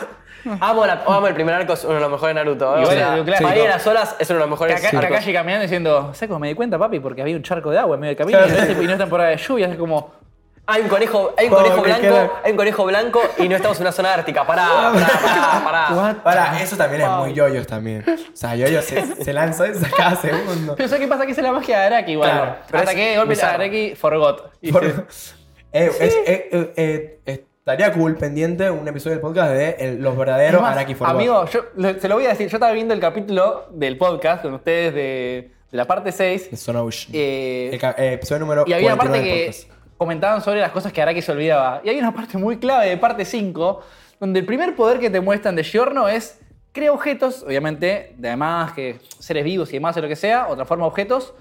[SPEAKER 3] amo, la- amo el primer arco, es uno de los mejores de Naruto. ¿eh?
[SPEAKER 2] Igual,
[SPEAKER 3] o sea,
[SPEAKER 2] yo, claro,
[SPEAKER 3] para
[SPEAKER 2] sí.
[SPEAKER 3] ir a las olas es uno de los mejores
[SPEAKER 2] Acá,
[SPEAKER 3] arcos.
[SPEAKER 2] Kakashi caminando diciendo, ¿sabes cómo me di cuenta, papi? Porque había un charco de agua en medio del camino y no es- y no es temporada de lluvias, es como...
[SPEAKER 3] Hay un conejo, hay un
[SPEAKER 1] Pobre
[SPEAKER 3] conejo blanco,
[SPEAKER 1] Kakashi.
[SPEAKER 3] hay un conejo blanco y no estamos en una zona ártica. Pará, pará, pará, pará.
[SPEAKER 2] "What?".
[SPEAKER 1] Para, eso también es muy yoyos también. O sea, yoyos se, se lanza esa cada segundo.
[SPEAKER 2] Pero ¿sabes qué pasa? Que esa es la magia de Araki igual.
[SPEAKER 1] Claro,
[SPEAKER 3] pero
[SPEAKER 2] Hasta
[SPEAKER 3] es
[SPEAKER 2] que de golpe
[SPEAKER 3] bizarro.
[SPEAKER 2] Araki forgot. Y
[SPEAKER 1] Por-
[SPEAKER 2] se-
[SPEAKER 1] Eh, es- eh, eh, eh, estaría cool pendiente un episodio del podcast de el- los verdaderos
[SPEAKER 2] Es más,
[SPEAKER 1] Araki Forgot.
[SPEAKER 2] Amigo, yo lo- se lo voy a decir. Yo estaba viendo el capítulo del podcast con ustedes de, de la parte 6.
[SPEAKER 1] de Zona Ocean.
[SPEAKER 2] eh,
[SPEAKER 1] El ca- eh, episodio número
[SPEAKER 2] y había una parte
[SPEAKER 1] 49 del
[SPEAKER 2] que
[SPEAKER 1] podcast.
[SPEAKER 2] comentaban sobre las cosas que Araki se olvidaba. Y hay una parte muy clave de parte 5, donde el primer poder que te muestran de Giorno es crea objetos, obviamente, de además que seres vivos y demás, o lo que sea, o transforma objetos,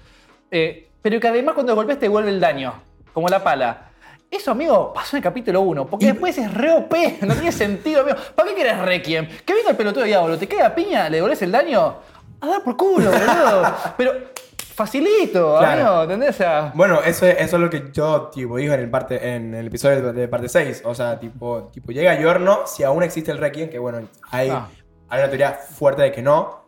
[SPEAKER 2] eh, pero que además cuando golpes te vuelve el daño, como la pala. Eso, amigo, pasó en el capítulo 1, porque
[SPEAKER 1] Y-
[SPEAKER 2] después es re OP, no tiene sentido, amigo. ¿Para qué querés Requiem? Que venga el pelotudo de diablo, te cae a piña, le devolves el daño, a dar por culo, boludo. Pero facilito,
[SPEAKER 1] Claro.
[SPEAKER 2] amigo, ¿entendés? O sea,
[SPEAKER 1] Bueno, eso es, eso es lo que yo tipo, dijo en el, parte, en el episodio de, de parte 6. O sea, tipo, tipo llega Yorno, si aún existe el Requiem, que bueno, hay,
[SPEAKER 2] Ah.
[SPEAKER 1] hay una teoría fuerte de que no.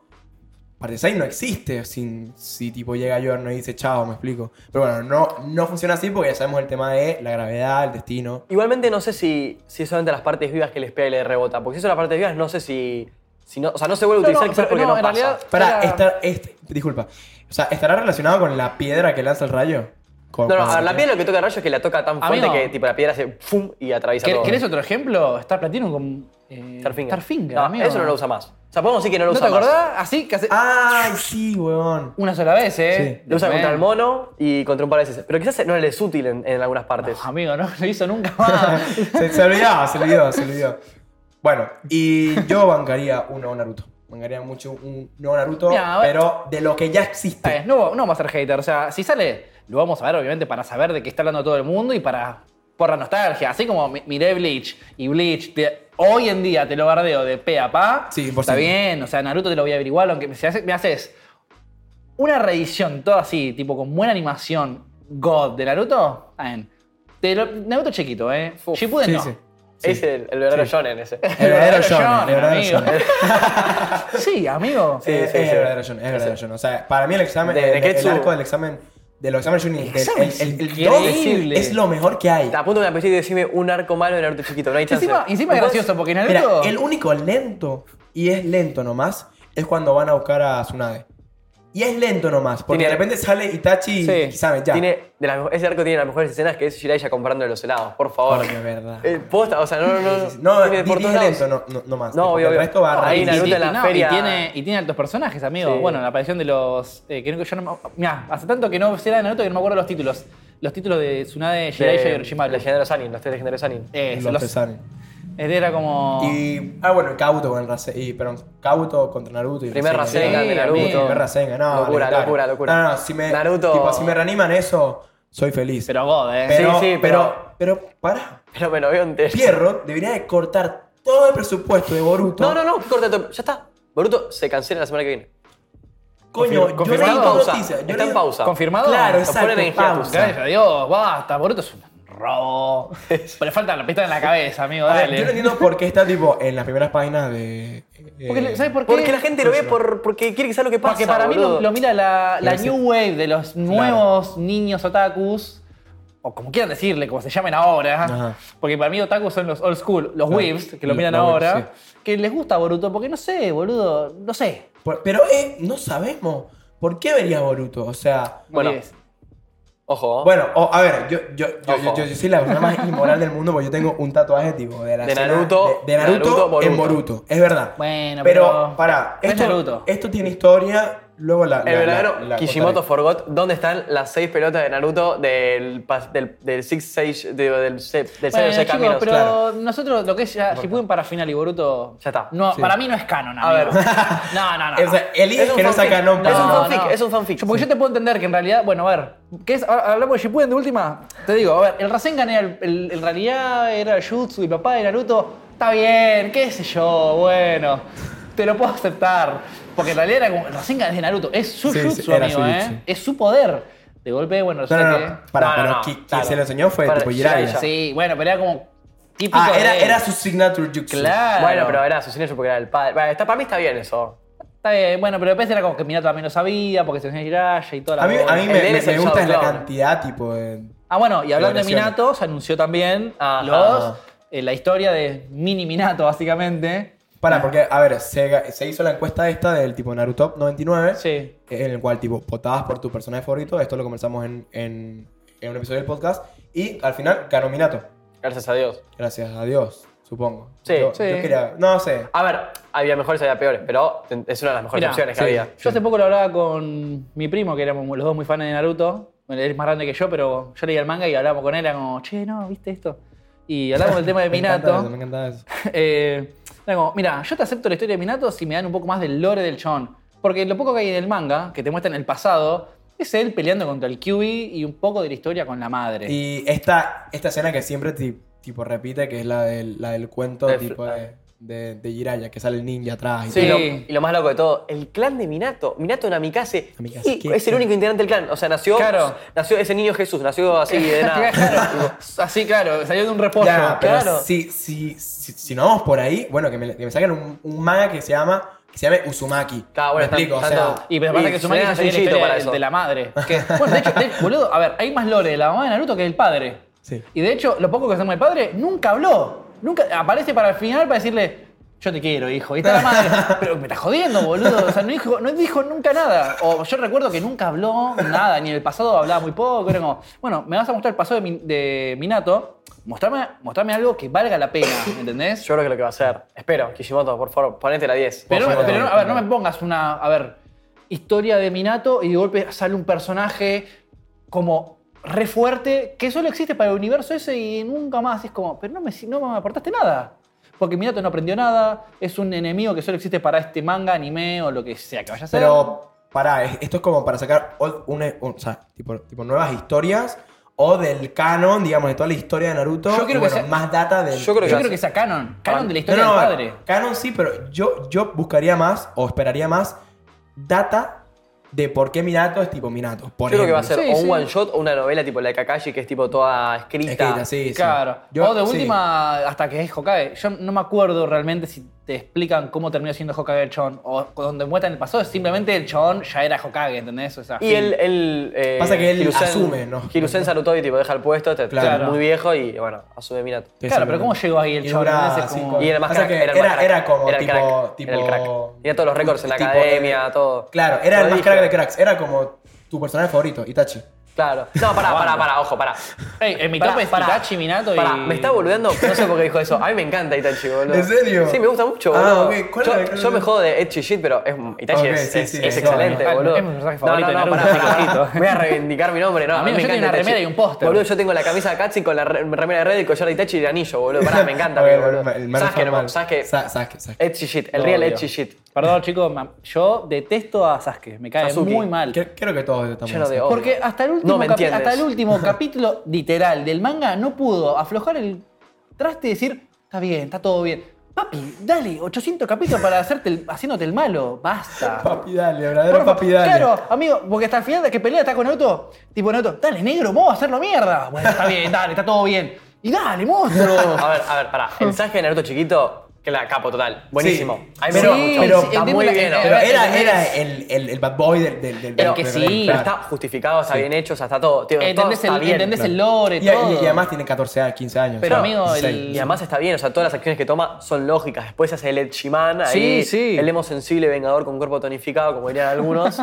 [SPEAKER 1] Parte 6 no existe sin, si tipo llega Yorno y dice chao, me explico. Pero bueno, no, no funciona así porque ya sabemos el tema de la gravedad, el destino.
[SPEAKER 3] Igualmente no sé si, si es solamente las partes vivas que les pega y les rebota. Porque si son las partes vivas, no sé si. si no, o sea, no se vuelve a
[SPEAKER 2] No,
[SPEAKER 3] utilizar
[SPEAKER 2] no,
[SPEAKER 3] quizás
[SPEAKER 2] pero
[SPEAKER 3] porque
[SPEAKER 2] no,
[SPEAKER 3] no,
[SPEAKER 2] en
[SPEAKER 3] pasa.
[SPEAKER 2] realidad-
[SPEAKER 1] Para,
[SPEAKER 2] Era-
[SPEAKER 1] estar, este, disculpa. O sea, ¿estará relacionado con la piedra que lanza el rayo? Con-
[SPEAKER 3] No, no,
[SPEAKER 1] con-
[SPEAKER 3] a ver, la piedra lo que toca el rayo es que la toca tan fuerte
[SPEAKER 2] Amigo.
[SPEAKER 3] que tipo la piedra hace ¡fum! y atraviesa
[SPEAKER 2] ¿Quer-
[SPEAKER 3] todo.
[SPEAKER 2] ¿Querés otro ejemplo? Star Platinum con eh,
[SPEAKER 3] Starfinger.
[SPEAKER 2] Starfinger,
[SPEAKER 3] No,
[SPEAKER 2] amigo.
[SPEAKER 3] Eso no lo usa más. O sea, podemos decir que no lo
[SPEAKER 2] ¿No te
[SPEAKER 3] usa más. Ah.
[SPEAKER 2] acordás? Así que hace
[SPEAKER 1] ¡Ay, sí, weón!
[SPEAKER 2] una sola vez, ¿eh?
[SPEAKER 1] Sí.
[SPEAKER 3] Lo usa
[SPEAKER 2] Después-
[SPEAKER 3] contra el mono y contra un par de veces. Pero quizás no le es útil en, en algunas partes.
[SPEAKER 2] Amigo, no lo hizo nunca más.
[SPEAKER 1] se, se olvidó, se olvidó, se olvidó. Bueno, y yo bancaría uno a Naruto. mangaría mucho un nuevo Naruto,
[SPEAKER 2] Mira, a ver.
[SPEAKER 1] pero de lo que ya
[SPEAKER 2] Está
[SPEAKER 1] existe.
[SPEAKER 2] bien, no, no vamos a ser hater. O sea, si sale, lo vamos a ver, obviamente, para saber de qué está hablando todo el mundo y para. por la nostalgia. Así como mi- miré Bleach y Bleach, te- hoy en día te lo bardeo de pe a pa.
[SPEAKER 1] Sí,
[SPEAKER 2] Está
[SPEAKER 1] 100%.
[SPEAKER 2] bien, o sea, Naruto te lo voy a averiguar, aunque me, si hace- me haces una reedición toda así, tipo con buena animación, God de Naruto. está bien. Te lo- Naruto chiquito, ¿eh?
[SPEAKER 3] Uf.
[SPEAKER 2] Shippuden
[SPEAKER 1] Sí,
[SPEAKER 2] no.
[SPEAKER 1] sí.
[SPEAKER 3] Es el, el verdadero shonen ese.
[SPEAKER 1] El verdadero
[SPEAKER 2] verdadero
[SPEAKER 1] Shonen, el verdadero
[SPEAKER 2] shonen,
[SPEAKER 1] Shonen.
[SPEAKER 2] Sí, amigo.
[SPEAKER 1] Sí,
[SPEAKER 3] Sí, sí,
[SPEAKER 1] es
[SPEAKER 3] sí.
[SPEAKER 1] verdadero Shonen, es verdadero Shonen. O sea, para mí el examen,
[SPEAKER 3] De
[SPEAKER 1] el- el,
[SPEAKER 3] Neketsu.
[SPEAKER 1] arco del examen, de los exámenes Shonen, del-
[SPEAKER 2] examen
[SPEAKER 1] el, el,
[SPEAKER 2] es
[SPEAKER 1] el dos
[SPEAKER 2] increíble.
[SPEAKER 1] es lo mejor que hay.
[SPEAKER 3] Te apunto que me apetece decirme un arco malo de Naruto chiquito, no hay chance.
[SPEAKER 2] Encima, encima es
[SPEAKER 3] ¿No puedes?
[SPEAKER 2] gracioso, porque Naruto.
[SPEAKER 1] Mira, el único lento, y es lento nomás, es cuando van a buscar a Tsunade. Y es lento nomás, porque
[SPEAKER 3] Tiene-
[SPEAKER 1] de repente sale Itachi
[SPEAKER 2] Sí,
[SPEAKER 1] y Kisame, ya.
[SPEAKER 3] Tiene, de las mejo- ese arco tiene las mejores escenas que es Jiraiya comprando los helados, por favor.
[SPEAKER 1] Porque es verdad.
[SPEAKER 3] Eh, posta, o sea, no, no, no.
[SPEAKER 1] No,
[SPEAKER 3] tiene
[SPEAKER 1] di-
[SPEAKER 3] por
[SPEAKER 1] di-
[SPEAKER 3] todos
[SPEAKER 1] es
[SPEAKER 3] lados.
[SPEAKER 1] lento, no, no, no más.
[SPEAKER 3] No,
[SPEAKER 1] Porque
[SPEAKER 3] obvio,
[SPEAKER 1] el
[SPEAKER 3] obvio.
[SPEAKER 1] resto va
[SPEAKER 3] No,
[SPEAKER 1] rápido.
[SPEAKER 3] ahí Naruto
[SPEAKER 2] ti-
[SPEAKER 3] en la
[SPEAKER 2] no,
[SPEAKER 3] feria-
[SPEAKER 2] Y tiene, y tiene altos personajes, amigo.
[SPEAKER 3] Sí.
[SPEAKER 2] Bueno, la aparición de los. eh, que no- yo no me- mirá, hace tanto que no sé nada de Naruto que no me acuerdo los títulos. Los títulos de Tsunade,
[SPEAKER 3] De-
[SPEAKER 2] Jiraiya y Orochimaru.
[SPEAKER 3] Legendarios Eh, Sanin, los tres legendarios Sanin.
[SPEAKER 2] Eh,
[SPEAKER 1] Los
[SPEAKER 2] los-
[SPEAKER 1] pesares.
[SPEAKER 2] Era como.
[SPEAKER 1] Y, ah, bueno, Kabuto con Rasengan, y, perdón, Kabuto contra Naruto. Y
[SPEAKER 3] Primer
[SPEAKER 1] Rasengan.
[SPEAKER 3] Rasengan de
[SPEAKER 2] Sí,
[SPEAKER 3] Naruto.
[SPEAKER 2] amigo.
[SPEAKER 1] Primer Rasengan, no.
[SPEAKER 3] Locura,
[SPEAKER 1] legendario.
[SPEAKER 3] locura, locura.
[SPEAKER 1] No, no, si me,
[SPEAKER 3] Naruto-
[SPEAKER 1] tipo, si me reaniman eso, soy feliz.
[SPEAKER 2] Pero God, eh.
[SPEAKER 1] pero,
[SPEAKER 3] Sí, sí,
[SPEAKER 1] pero, pero, para.
[SPEAKER 3] Pero me lo veo entero.
[SPEAKER 1] Pierrot debería de cortar todo el presupuesto de Boruto.
[SPEAKER 3] No, no, no, corta todo. Ya está. Boruto se cancela la semana que viene.
[SPEAKER 1] Coño, yo leí
[SPEAKER 2] Confirmado.
[SPEAKER 1] dos
[SPEAKER 2] Está en
[SPEAKER 3] pausa,
[SPEAKER 1] noticias, yo
[SPEAKER 3] está
[SPEAKER 1] leí-
[SPEAKER 3] en pausa.
[SPEAKER 2] ¿Confirmado?
[SPEAKER 1] Claro,
[SPEAKER 2] Lo
[SPEAKER 1] exacto,
[SPEAKER 3] ponen en
[SPEAKER 1] pausa.
[SPEAKER 2] Gracias a Dios, basta. Boruto es un robo. Pero le falta la pista en la cabeza, amigo.
[SPEAKER 1] A ver,
[SPEAKER 2] Dale.
[SPEAKER 1] yo no entiendo por qué está tipo en las primeras páginas de. eh,
[SPEAKER 2] Porque, ¿Sabes por qué?
[SPEAKER 3] Porque la gente lo ve por, porque quiere que sea lo que pasa.
[SPEAKER 2] Porque para mí
[SPEAKER 3] boludo.
[SPEAKER 2] lo, lo mira la, la
[SPEAKER 1] Pero sí.
[SPEAKER 2] new wave de los nuevos niños otakus, o como quieran decirle, como se llamen ahora.
[SPEAKER 1] Ajá.
[SPEAKER 2] Porque para mí otakus son los old school, los weebs, que lo
[SPEAKER 1] los-
[SPEAKER 2] miran
[SPEAKER 1] los weebs,
[SPEAKER 2] ahora, que les gusta Boruto, porque no sé, boludo, no sé.
[SPEAKER 1] por- pero eh, no sabemos por qué vería Boruto. O sea.
[SPEAKER 2] No
[SPEAKER 3] Bueno.
[SPEAKER 2] digas.
[SPEAKER 3] Ojo. ¿eh?
[SPEAKER 1] Bueno, o- a ver, yo, yo, yo,
[SPEAKER 3] Ojo.
[SPEAKER 1] yo- yo- yo soy la persona más inmoral del mundo porque yo tengo un tatuaje tipo de la
[SPEAKER 3] De
[SPEAKER 1] escena
[SPEAKER 3] Naruto,
[SPEAKER 1] de, de Naruto,
[SPEAKER 3] Naruto, Boruto.
[SPEAKER 1] en Boruto. Es verdad.
[SPEAKER 2] Bueno,
[SPEAKER 1] pero.
[SPEAKER 2] pero-
[SPEAKER 1] Pará,
[SPEAKER 2] pero es
[SPEAKER 1] esto,
[SPEAKER 2] Naruto.
[SPEAKER 1] esto tiene historia. Luego la. la-
[SPEAKER 3] El
[SPEAKER 1] la-
[SPEAKER 3] verdadero
[SPEAKER 1] la-
[SPEAKER 3] Kishimoto
[SPEAKER 1] contaré.
[SPEAKER 3] forgot dónde están las seis pelotas de Naruto del, pas- del, del Six Sage, de- del, se- del
[SPEAKER 2] Bueno,
[SPEAKER 3] Seven Sage
[SPEAKER 2] chicos,
[SPEAKER 3] Caminos.
[SPEAKER 2] pero
[SPEAKER 3] claro.
[SPEAKER 2] nosotros lo que es ya Shippuden para final y Boruto...
[SPEAKER 3] Ya está.
[SPEAKER 2] No,
[SPEAKER 1] Sí.
[SPEAKER 2] Para mí no es canon,
[SPEAKER 3] A
[SPEAKER 2] amigo.
[SPEAKER 3] ver.
[SPEAKER 2] No, no, no.
[SPEAKER 1] O sea, el
[SPEAKER 3] Ah, Es
[SPEAKER 1] es
[SPEAKER 3] un
[SPEAKER 1] que no
[SPEAKER 3] fanfic,
[SPEAKER 1] saca no,
[SPEAKER 3] es
[SPEAKER 1] pero
[SPEAKER 3] un
[SPEAKER 1] no.
[SPEAKER 3] fanfic, es un fanfic.
[SPEAKER 2] Yo- porque yo te puedo entender que en realidad, bueno, a ver, ¿qué es? Ah, Hablamos de Shippuden de última. Te digo, a ver, el Rasengan era el- el- en realidad era el Jutsu y papá de Naruto. Está bien, qué sé yo, bueno, te lo puedo aceptar. Porque en realidad era como, el Rasengan es de Naruto, es su
[SPEAKER 1] Sí, sí,
[SPEAKER 2] Jutsu,
[SPEAKER 1] era
[SPEAKER 2] amigo,
[SPEAKER 1] su
[SPEAKER 2] ¿eh?
[SPEAKER 1] jutsu.
[SPEAKER 2] Es su poder. De golpe,
[SPEAKER 1] No,
[SPEAKER 2] bueno, resulta
[SPEAKER 1] no,
[SPEAKER 2] que...
[SPEAKER 1] no. Pará,
[SPEAKER 3] No, no,
[SPEAKER 1] pero
[SPEAKER 3] no,
[SPEAKER 1] qui- quien
[SPEAKER 3] claro.
[SPEAKER 1] se lo enseñó fue
[SPEAKER 3] Para
[SPEAKER 1] tipo Jiraiya.
[SPEAKER 3] Jiraiya.
[SPEAKER 2] Sí, bueno, pero era como típico
[SPEAKER 1] Ah, era,
[SPEAKER 2] de él.
[SPEAKER 1] era su signature jutsu.
[SPEAKER 2] Claro.
[SPEAKER 3] Bueno, pero era su signature porque era el padre. Bueno, está, para mí está bien eso.
[SPEAKER 2] Está bien, bueno, pero después era como que Minato también lo sabía, porque se enseñó Jiraiya y toda la
[SPEAKER 1] A mí, a
[SPEAKER 2] bola.
[SPEAKER 1] mí
[SPEAKER 3] El
[SPEAKER 1] me,
[SPEAKER 3] de él
[SPEAKER 1] me-
[SPEAKER 3] es el
[SPEAKER 1] me gusta
[SPEAKER 3] Shadow
[SPEAKER 1] la
[SPEAKER 3] Clone.
[SPEAKER 1] cantidad, tipo. de-
[SPEAKER 2] Ah, bueno, y hablando de
[SPEAKER 1] Federaciones.
[SPEAKER 2] Minato, se anunció también
[SPEAKER 3] Ajá.
[SPEAKER 2] los, eh, la historia de mini Minato, básicamente.
[SPEAKER 1] Para, porque, a ver, se, se hizo la encuesta esta del tipo Naruto 99,
[SPEAKER 2] Sí.
[SPEAKER 1] en el cual, tipo, votabas por tu personaje favorito. Esto lo comenzamos en, en, en un episodio del podcast. Y al final ganó Minato.
[SPEAKER 3] Gracias a Dios.
[SPEAKER 1] Gracias a Dios, supongo.
[SPEAKER 3] Sí,
[SPEAKER 1] yo,
[SPEAKER 2] sí.
[SPEAKER 1] yo quería- no sé.
[SPEAKER 3] A ver, había mejores, había peores, pero es una de las mejores
[SPEAKER 2] Mirá,
[SPEAKER 3] opciones que
[SPEAKER 1] sí.
[SPEAKER 3] había.
[SPEAKER 2] Yo hace poco lo hablaba con mi primo, que éramos los dos muy fans de Naruto. Bueno, él es más grande que yo, pero yo leía el manga y hablábamos con él, era como, che, no, ¿viste esto? Y hablábamos del tema de
[SPEAKER 1] Me encanta eso,
[SPEAKER 2] Minato.
[SPEAKER 1] me encanta eso.
[SPEAKER 2] Eh, era como, mira, yo te acepto la historia de Minato si me dan un poco más del lore del chon. Porque lo poco que hay en el manga, que te muestra en el pasado, es él peleando contra el Kyubi y un poco de la historia con la
[SPEAKER 3] Eh.
[SPEAKER 2] madre.
[SPEAKER 1] Y esta, esta escena que siempre ti- tipo repite, que es la del, la del cuento
[SPEAKER 3] Del-
[SPEAKER 1] tipo de, de, de Jiraiya, que sale el ninja atrás. Y
[SPEAKER 2] Sí.
[SPEAKER 3] Y lo, y lo más loco de todo, el clan de Minato. Minato Namikaze.
[SPEAKER 1] Namikaze,
[SPEAKER 3] y
[SPEAKER 1] ¿qué?
[SPEAKER 3] es el único integrante del clan. O sea, nació,
[SPEAKER 2] Claro.
[SPEAKER 3] nació ese niño Jesús, nació así de nada.
[SPEAKER 2] Claro, así, claro, salió de un reposo.
[SPEAKER 1] Ya, pero
[SPEAKER 2] claro.
[SPEAKER 1] si, si, si, si no vamos por ahí, bueno, que me, que me saquen un, un manga que se llama que se llame Uzumaki.
[SPEAKER 3] Claro, bueno,
[SPEAKER 1] me
[SPEAKER 3] está-
[SPEAKER 1] explico,
[SPEAKER 3] está
[SPEAKER 1] o
[SPEAKER 3] todo-
[SPEAKER 1] sea,
[SPEAKER 2] Y pero pasa
[SPEAKER 3] Y
[SPEAKER 2] que su madre
[SPEAKER 3] suena
[SPEAKER 2] se tiene la
[SPEAKER 3] sencillito
[SPEAKER 2] historia
[SPEAKER 3] para
[SPEAKER 2] de-
[SPEAKER 3] eso.
[SPEAKER 2] de la madre. Que- bueno, de hecho, de- boludo, a ver, hay más lore de la mamá de Naruto que del padre.
[SPEAKER 1] Sí.
[SPEAKER 2] Y de hecho, lo poco que hacemos del padre, nunca habló. Nunca aparece para el final para decirle, yo te quiero, hijo. Y está la madre. Pero me estás jodiendo, boludo. O sea, no dijo, no dijo nunca nada. O yo recuerdo que nunca habló nada, ni en el pasado hablaba muy poco. Era como, bueno, me vas a mostrar el pasado de, Min- de Minato. Mostrame, mostrame algo que valga la pena, ¿entendés?
[SPEAKER 3] Yo creo que lo que va a hacer. Espero, Kishimoto, por favor, ponete la 10.
[SPEAKER 2] Pero,
[SPEAKER 1] Por favor,
[SPEAKER 2] pero no, a
[SPEAKER 1] por
[SPEAKER 2] ver, no
[SPEAKER 1] favor.
[SPEAKER 2] me pongas una. A ver, historia de Minato y de golpe sale un personaje como re fuerte que solo existe para el universo ese y nunca más. Es como, pero no me, no me aportaste nada. porque Minato no aprendió nada, es un enemigo que solo existe para este manga, anime o lo que sea que vaya a ser.
[SPEAKER 1] Pero pará, es- esto es como para sacar o- una- un- o sea, tipo, tipo nuevas historias o del canon, digamos, de toda la historia de Naruto.
[SPEAKER 2] Yo creo
[SPEAKER 1] y
[SPEAKER 2] que
[SPEAKER 1] bueno,
[SPEAKER 2] sea-
[SPEAKER 1] más data del.
[SPEAKER 3] Yo creo
[SPEAKER 2] yo
[SPEAKER 3] que
[SPEAKER 2] creo
[SPEAKER 3] hace-
[SPEAKER 2] que sea canon, canon de la
[SPEAKER 1] No,
[SPEAKER 2] historia
[SPEAKER 1] no,
[SPEAKER 2] del padre.
[SPEAKER 1] canon sí, pero yo, yo buscaría más o esperaría más data de por qué Minato es tipo Minato. Por
[SPEAKER 3] Yo creo que va a
[SPEAKER 1] ejemplo.
[SPEAKER 3] ser
[SPEAKER 2] Sí,
[SPEAKER 3] o un
[SPEAKER 2] sí.
[SPEAKER 3] one shot o una novela tipo la de Kakashi, que es tipo toda escrita.
[SPEAKER 1] Escrita, sí, sí.
[SPEAKER 2] Claro.
[SPEAKER 1] Yo-
[SPEAKER 2] o de
[SPEAKER 1] sí.
[SPEAKER 2] última, hasta que es Hokage. Yo no me acuerdo realmente si te explican cómo terminó siendo Hokage el chabón. O donde muestran el pasado, simplemente el chabón ya era Hokage, ¿entendés? O sea,
[SPEAKER 3] Y
[SPEAKER 2] fin.
[SPEAKER 3] él. él, eh,
[SPEAKER 1] Pasa que él asume, ¿no?
[SPEAKER 3] Hiruzen Sarutobi, tipo, deja el puesto, te-
[SPEAKER 1] Claro.
[SPEAKER 3] muy viejo y bueno, asume Minato.
[SPEAKER 1] Sí,
[SPEAKER 2] Claro,
[SPEAKER 1] sí,
[SPEAKER 2] pero ¿cómo llegó ahí el
[SPEAKER 1] Y
[SPEAKER 2] chabón?
[SPEAKER 1] dura
[SPEAKER 2] Ese es como-
[SPEAKER 1] cinco-
[SPEAKER 3] Y era más
[SPEAKER 1] Pasa
[SPEAKER 3] crack,
[SPEAKER 1] que
[SPEAKER 3] era
[SPEAKER 1] era,
[SPEAKER 3] el más crack,
[SPEAKER 1] era como
[SPEAKER 3] era el
[SPEAKER 1] tipo,
[SPEAKER 3] crack, era el
[SPEAKER 1] tipo-
[SPEAKER 3] crack. Tenía todos los récords en la
[SPEAKER 1] tipo-
[SPEAKER 3] academia, todo.
[SPEAKER 1] Claro, era
[SPEAKER 3] Lo
[SPEAKER 1] el más
[SPEAKER 3] dije.
[SPEAKER 1] crack de cracks. Era como tu personaje favorito, Itachi.
[SPEAKER 3] Claro. No, pará, pará, pará, ojo, pará.
[SPEAKER 2] Ey, en mi
[SPEAKER 3] Pará,
[SPEAKER 2] tope es
[SPEAKER 3] pará.
[SPEAKER 2] Itachi, Minato y.
[SPEAKER 3] Pará, me está boludeando, no sé por qué dijo eso. A mí me encanta Itachi, boludo.
[SPEAKER 1] ¿En serio?
[SPEAKER 3] Sí, me gusta mucho,
[SPEAKER 1] Ah,
[SPEAKER 3] boludo.
[SPEAKER 1] ok, ¿cuál
[SPEAKER 3] yo,
[SPEAKER 1] era? ¿Cuál
[SPEAKER 3] yo me
[SPEAKER 1] era?
[SPEAKER 3] jodo de Edgy Shit, pero es, Itachi
[SPEAKER 1] Ok,
[SPEAKER 3] es,
[SPEAKER 1] sí,
[SPEAKER 3] es-
[SPEAKER 1] sí,
[SPEAKER 3] es
[SPEAKER 1] sí,
[SPEAKER 3] excelente,
[SPEAKER 2] no, no.
[SPEAKER 3] boludo.
[SPEAKER 2] Es mi personaje favorito de
[SPEAKER 3] No, no, no,
[SPEAKER 2] Naruto,
[SPEAKER 3] pará,
[SPEAKER 2] así que
[SPEAKER 3] pará.
[SPEAKER 2] ojito.
[SPEAKER 3] Voy a reivindicar mi nombre, no. a mí
[SPEAKER 2] Amigo,
[SPEAKER 3] me
[SPEAKER 2] yo tengo
[SPEAKER 3] encanta
[SPEAKER 2] una
[SPEAKER 3] Itachi.
[SPEAKER 2] remera y un póster.
[SPEAKER 3] Boludo, yo tengo la camisa de Katsi con la re- remera de red, el collar de Itachi y el anillo, boludo. Pará, me encanta,
[SPEAKER 1] Ok,
[SPEAKER 3] amigo,
[SPEAKER 1] el-
[SPEAKER 3] boludo.
[SPEAKER 1] el man
[SPEAKER 3] ¿Sabes qué,
[SPEAKER 1] formal.
[SPEAKER 3] no? ¿Sabes qué?
[SPEAKER 1] Sa- Sasuke, Sasuke.
[SPEAKER 3] Edgy Shit, el real
[SPEAKER 2] Obvio.
[SPEAKER 3] Edgy Shit.
[SPEAKER 2] Perdón, chicos, ma- yo detesto a Sasuke. Me cae
[SPEAKER 3] Sasuke.
[SPEAKER 2] muy mal.
[SPEAKER 1] Cre- Creo que todos estamos
[SPEAKER 3] Lleno de
[SPEAKER 1] así.
[SPEAKER 3] odio.
[SPEAKER 2] Porque hasta el último,
[SPEAKER 3] No me
[SPEAKER 2] capi-
[SPEAKER 3] entiendes.
[SPEAKER 2] hasta el último capítulo literal del manga no pudo aflojar el traste y decir, está bien, está todo bien. Papi, dale 800 capítulos para hacerte el- haciéndote el malo, basta.
[SPEAKER 1] Papi dale, verdadero
[SPEAKER 2] Porfa,
[SPEAKER 1] papi dale.
[SPEAKER 2] Claro, amigo, porque hasta el final de que pelea está con Naruto, tipo Naruto, dale negro, vos, hacerlo mierda. Bueno, está bien, dale, está todo bien. Y dale, monstruo.
[SPEAKER 3] A ver, a ver, pará. El Sasuke de Naruto chiquito, que la capo total. Buenísimo. A mí me
[SPEAKER 1] Pero-
[SPEAKER 3] gusta mucho.
[SPEAKER 1] pero-
[SPEAKER 3] está
[SPEAKER 2] el
[SPEAKER 3] muy
[SPEAKER 2] tema-
[SPEAKER 3] bien.
[SPEAKER 2] el-
[SPEAKER 3] ¿no?
[SPEAKER 1] Pero
[SPEAKER 2] A ver,
[SPEAKER 1] era,
[SPEAKER 2] ¿entendés?
[SPEAKER 1] era el, el, el bad boy del... del, del-
[SPEAKER 3] Pero
[SPEAKER 1] del-
[SPEAKER 2] que
[SPEAKER 1] del-
[SPEAKER 2] sí,
[SPEAKER 1] claro.
[SPEAKER 3] Está justificado, está bien hecho, o sea, está todo. tío, todo
[SPEAKER 2] ¿Entendés,
[SPEAKER 3] está
[SPEAKER 2] el,
[SPEAKER 3] bien.
[SPEAKER 2] entendés el
[SPEAKER 1] Claro.
[SPEAKER 2] lore,
[SPEAKER 1] Y,
[SPEAKER 2] todo?
[SPEAKER 1] y- y además tiene 14 años, 15 años.
[SPEAKER 2] Pero,
[SPEAKER 1] ¿no?
[SPEAKER 2] amigo, el-
[SPEAKER 1] 16.
[SPEAKER 3] Y además está bien, o sea, todas las acciones que toma son lógicas. Después hace el Edchiman,
[SPEAKER 2] Sí,
[SPEAKER 3] ahí,
[SPEAKER 2] sí.
[SPEAKER 3] el emo sensible vengador con cuerpo tonificado, como dirían algunos.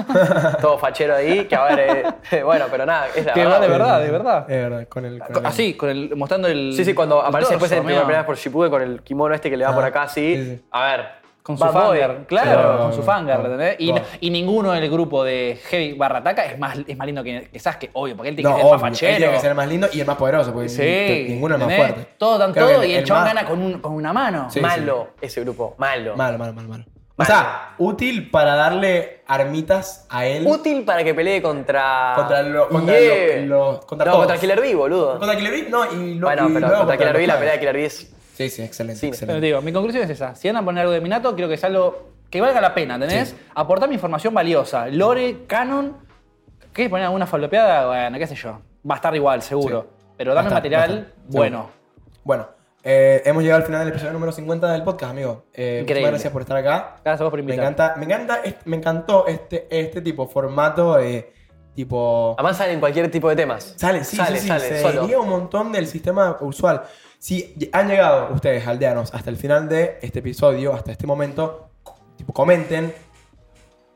[SPEAKER 3] todo fachero ahí, que a ver, eh, bueno, pero nada, es la
[SPEAKER 2] Que va
[SPEAKER 3] verdad.
[SPEAKER 2] de verdad, de verdad. Ah,
[SPEAKER 1] Es verdad, con el... con el-
[SPEAKER 2] Así, con el, mostrando el.
[SPEAKER 3] Sí, sí, cuando
[SPEAKER 2] el
[SPEAKER 3] aparece después
[SPEAKER 2] torso,
[SPEAKER 3] en la primera
[SPEAKER 2] amigo.
[SPEAKER 3] vez por Shipuden con el kimono este que le va
[SPEAKER 1] Ah,
[SPEAKER 3] por acá así.
[SPEAKER 1] sí, sí.
[SPEAKER 3] A ver.
[SPEAKER 2] Con su
[SPEAKER 3] Bad Boy.
[SPEAKER 2] fanger, claro,
[SPEAKER 1] Pero-
[SPEAKER 2] con su fanger, ¿entendés? Y,
[SPEAKER 1] Wow.
[SPEAKER 2] y ninguno del grupo de Heavy Barrataca es más, es más lindo que, que Sasuke, obvio, porque él tiene
[SPEAKER 1] No,
[SPEAKER 2] que ser el
[SPEAKER 1] obvio,
[SPEAKER 2] más
[SPEAKER 1] él
[SPEAKER 2] fachero.
[SPEAKER 1] tiene que ser el más lindo y el más poderoso, porque
[SPEAKER 2] sí,
[SPEAKER 1] ninguno es más
[SPEAKER 2] ¿entendés?
[SPEAKER 1] fuerte.
[SPEAKER 2] Todos dan
[SPEAKER 1] Creo que
[SPEAKER 2] todo y el, chabón
[SPEAKER 1] más-
[SPEAKER 2] gana con, un- con una mano.
[SPEAKER 1] Sí,
[SPEAKER 3] malo ese grupo, malo.
[SPEAKER 1] Malo, malo, malo, malo. O sea, útil para darle armitas a él.
[SPEAKER 3] Útil para que pelee contra.
[SPEAKER 1] Contra lo- contra
[SPEAKER 3] Yeah.
[SPEAKER 1] lo- lo- contra
[SPEAKER 3] no,
[SPEAKER 1] todos.
[SPEAKER 3] contra Killer Bee, boludo.
[SPEAKER 1] Contra Killer Bee, no, y lo,
[SPEAKER 3] bueno,
[SPEAKER 1] y
[SPEAKER 3] pero
[SPEAKER 1] luego
[SPEAKER 3] contra Killer
[SPEAKER 1] los
[SPEAKER 3] Bee, la pelea
[SPEAKER 1] claves.
[SPEAKER 3] de Killer Bee es.
[SPEAKER 1] Sí, sí, excelente,
[SPEAKER 3] Sí,
[SPEAKER 2] Pero
[SPEAKER 1] excelente.
[SPEAKER 2] te digo, mi conclusión es esa. Si van a poner algo de Minato, quiero que sea algo que valga la pena, ¿entendés?
[SPEAKER 1] Sí.
[SPEAKER 2] Aportar mi información valiosa. Lore, canon. ¿Qué? ¿Poner alguna falopeada? Bueno, qué sé yo. Va a estar igual, seguro.
[SPEAKER 1] Sí.
[SPEAKER 2] Pero dame
[SPEAKER 1] Va a estar,
[SPEAKER 2] material
[SPEAKER 1] va a estar, seguro.
[SPEAKER 2] bueno.
[SPEAKER 1] Bueno, eh, hemos llegado al final del episodio número 50 del podcast, amigo. Eh,
[SPEAKER 2] Increíble.
[SPEAKER 1] Muchas gracias por estar acá.
[SPEAKER 2] Gracias a vos por
[SPEAKER 1] Me
[SPEAKER 2] invitarme.
[SPEAKER 1] encanta, me encanta, est- me encantó este, este tipo formato de tipo.
[SPEAKER 3] Además salen cualquier tipo de temas.
[SPEAKER 1] Sale, sí,
[SPEAKER 3] sale,
[SPEAKER 1] sí, sí,
[SPEAKER 3] sale,
[SPEAKER 1] se
[SPEAKER 3] solo.
[SPEAKER 1] desliga un montón del sistema usual. Si han llegado ustedes, aldeanos, hasta el final de este episodio, hasta este momento, co- tipo, comenten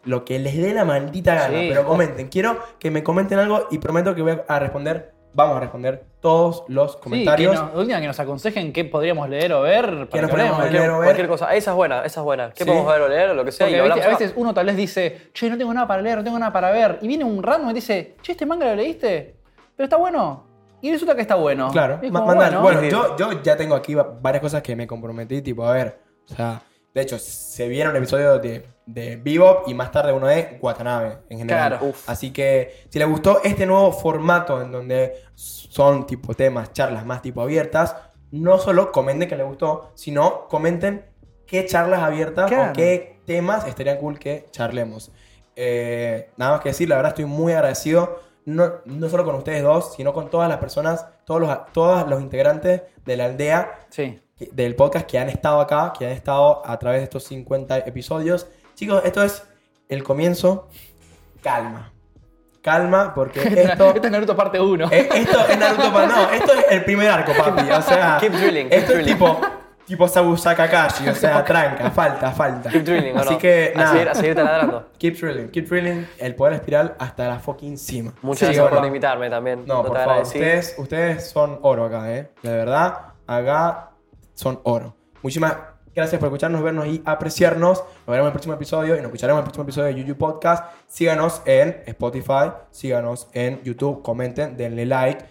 [SPEAKER 1] lo que les dé la maldita gana,
[SPEAKER 2] Sí.
[SPEAKER 1] pero comenten. Quiero que me comenten algo y prometo que voy a responder, vamos a responder todos los
[SPEAKER 2] Sí,
[SPEAKER 1] comentarios.
[SPEAKER 2] que nos, de última que nos aconsejen qué podríamos leer o ver.
[SPEAKER 1] Que nos
[SPEAKER 2] que hablemos.
[SPEAKER 1] ponemos a
[SPEAKER 3] Cualquier,
[SPEAKER 1] leer o ver.
[SPEAKER 3] cualquier cosa. Esa es buena, esa es buena. ¿Qué
[SPEAKER 1] Sí.
[SPEAKER 3] podemos ver o leer o lo que sea?
[SPEAKER 2] Porque
[SPEAKER 3] y lo
[SPEAKER 2] a,
[SPEAKER 3] hablamos
[SPEAKER 2] veces, a
[SPEAKER 3] acá.
[SPEAKER 2] veces uno tal vez dice, che, no tengo nada para leer, no tengo nada para ver. Y viene un random y dice, che, este manga lo leíste, pero está bueno. Y resulta que está bueno.
[SPEAKER 1] Claro,
[SPEAKER 2] Y es
[SPEAKER 1] ma-
[SPEAKER 2] como,
[SPEAKER 1] mandar. Bueno,
[SPEAKER 2] bueno,
[SPEAKER 1] yo, yo ya tengo aquí va- varias cosas que me comprometí, tipo, a ver, o sea, de hecho, se viene un episodio de, de Bebop y más tarde uno de Watanabe en general.
[SPEAKER 2] Claro.
[SPEAKER 1] Así que, si les gustó este nuevo formato en donde son tipo temas, charlas más tipo abiertas, no solo comenten que les gustó, sino comenten qué charlas abiertas
[SPEAKER 2] Claro.
[SPEAKER 1] o qué temas estarían cool que charlemos. Eh, nada más que decir, la verdad estoy muy agradecido, no, no solo con ustedes dos, sino con todas las personas, todos los, todos los integrantes de la aldea,
[SPEAKER 2] Sí.
[SPEAKER 1] que- del podcast que han estado acá, que han estado a través de estos 50 episodios. Chicos, esto es el comienzo. Calma. Calma, porque esto...
[SPEAKER 2] Este es Naruto parte 1.
[SPEAKER 1] Eh, esto es Naruto pa- No, esto es el primer arco, papi. O sea,
[SPEAKER 3] Keep drilling, keep
[SPEAKER 1] esto es
[SPEAKER 3] drilling.
[SPEAKER 1] tipo, tipo Sabu Sakakashi. O sea, tranca, falta, falta.
[SPEAKER 3] Keep drilling, ¿o
[SPEAKER 1] Así
[SPEAKER 3] no?
[SPEAKER 1] que,
[SPEAKER 3] A
[SPEAKER 1] nada.
[SPEAKER 3] seguir, a seguir taladrando.
[SPEAKER 1] Keep drilling, keep drilling. El poder espiral hasta la fucking cima.
[SPEAKER 3] Muchas
[SPEAKER 1] Sí,
[SPEAKER 3] gracias
[SPEAKER 1] bueno.
[SPEAKER 3] por invitarme también.
[SPEAKER 1] No,
[SPEAKER 3] te
[SPEAKER 1] por favor.
[SPEAKER 3] agradecí.
[SPEAKER 1] Ustedes, ustedes son oro acá, ¿eh? De verdad, acá son oro. Muchísimas gracias por escucharnos, vernos y apreciarnos. Nos veremos en el próximo episodio y nos escucharemos en el próximo episodio de Yuyu Podcast. Síganos en Spotify, síganos en YouTube, comenten, denle like.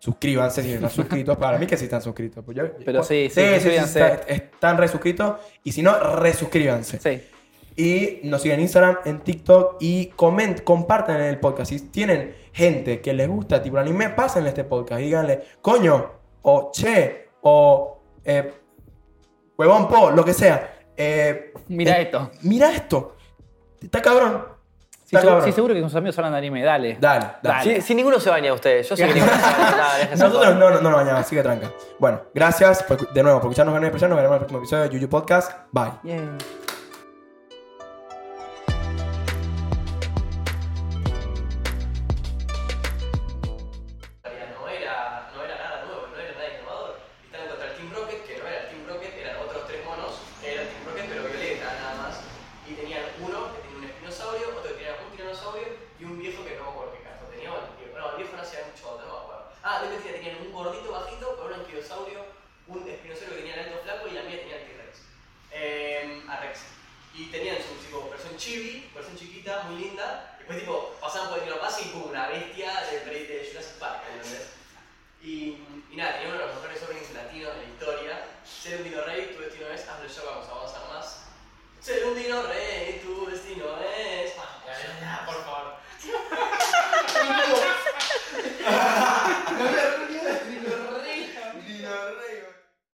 [SPEAKER 1] Suscríbanse si no están suscritos. Para mí que sí están suscritos. pues yo-
[SPEAKER 5] Pero sí, sí,
[SPEAKER 1] sí,
[SPEAKER 5] suscríbanse.
[SPEAKER 1] está- están resuscritos. Y si no, resuscríbanse.
[SPEAKER 5] Sí.
[SPEAKER 1] Y nos siguen en Instagram, en TikTok y coment, compartan el podcast. Si tienen gente que les gusta tipo el anime, pásenle este podcast. y Díganle, coño, o che, o eh, huevón po, lo que sea. Eh,
[SPEAKER 2] Mira
[SPEAKER 1] eh,
[SPEAKER 2] esto.
[SPEAKER 1] Mira esto. Está cabrón.
[SPEAKER 2] Sí,
[SPEAKER 1] Está
[SPEAKER 2] segu-
[SPEAKER 1] cabrón.
[SPEAKER 2] sí, seguro que con sus amigos hablan de anime, dale.
[SPEAKER 1] Dale, dale.
[SPEAKER 3] Si, si ninguno se baña de ustedes, yo sé que ninguno se baña. Nah, déjense
[SPEAKER 1] Nosotros
[SPEAKER 3] joder.
[SPEAKER 1] no, no, no nos bañamos, así que tranca. Bueno, gracias por- de nuevo por escucharnos, ganar y expresarnos. Nos veremos en el próximo episodio de Yuyu Podcast. Bye.
[SPEAKER 5] Yeah.
[SPEAKER 3] no era, no era nada nuevo, no era nada innovador. Estaban contra el Team Rocket, que no era el Team Rocket, eran otros tres monos, era el Team Rocket pero violeta nada más. Y tenían uno que tenía un espinosaurio, otro que tenía un tiranosaurio y un viejo que no me acuerdo qué caso tenía. Bueno, el, no, el viejo no hacía mucho otro, no me acuerdo. Ah, de mentira, tenían un gordito bajito con un anquilosaurio, un espinosaurio que tenía el alto flaco y la mía tenía el T-Rex. Eh, a Rex. Y tenían su tipo, versión chibi, versión chiquita, muy linda. Después, tipo, pasaban por el Kinopaz y como una bestia de, peli- de Jurassic Park, ¿entendés? Y, y nada, tenía uno de los mejores openings latinos de la historia. Ser un dino rey, tu destino es, hazlo yo, vamos a avanzar más. Ser un dino rey, tu destino es. Ah, ya, ya, ya, por favor.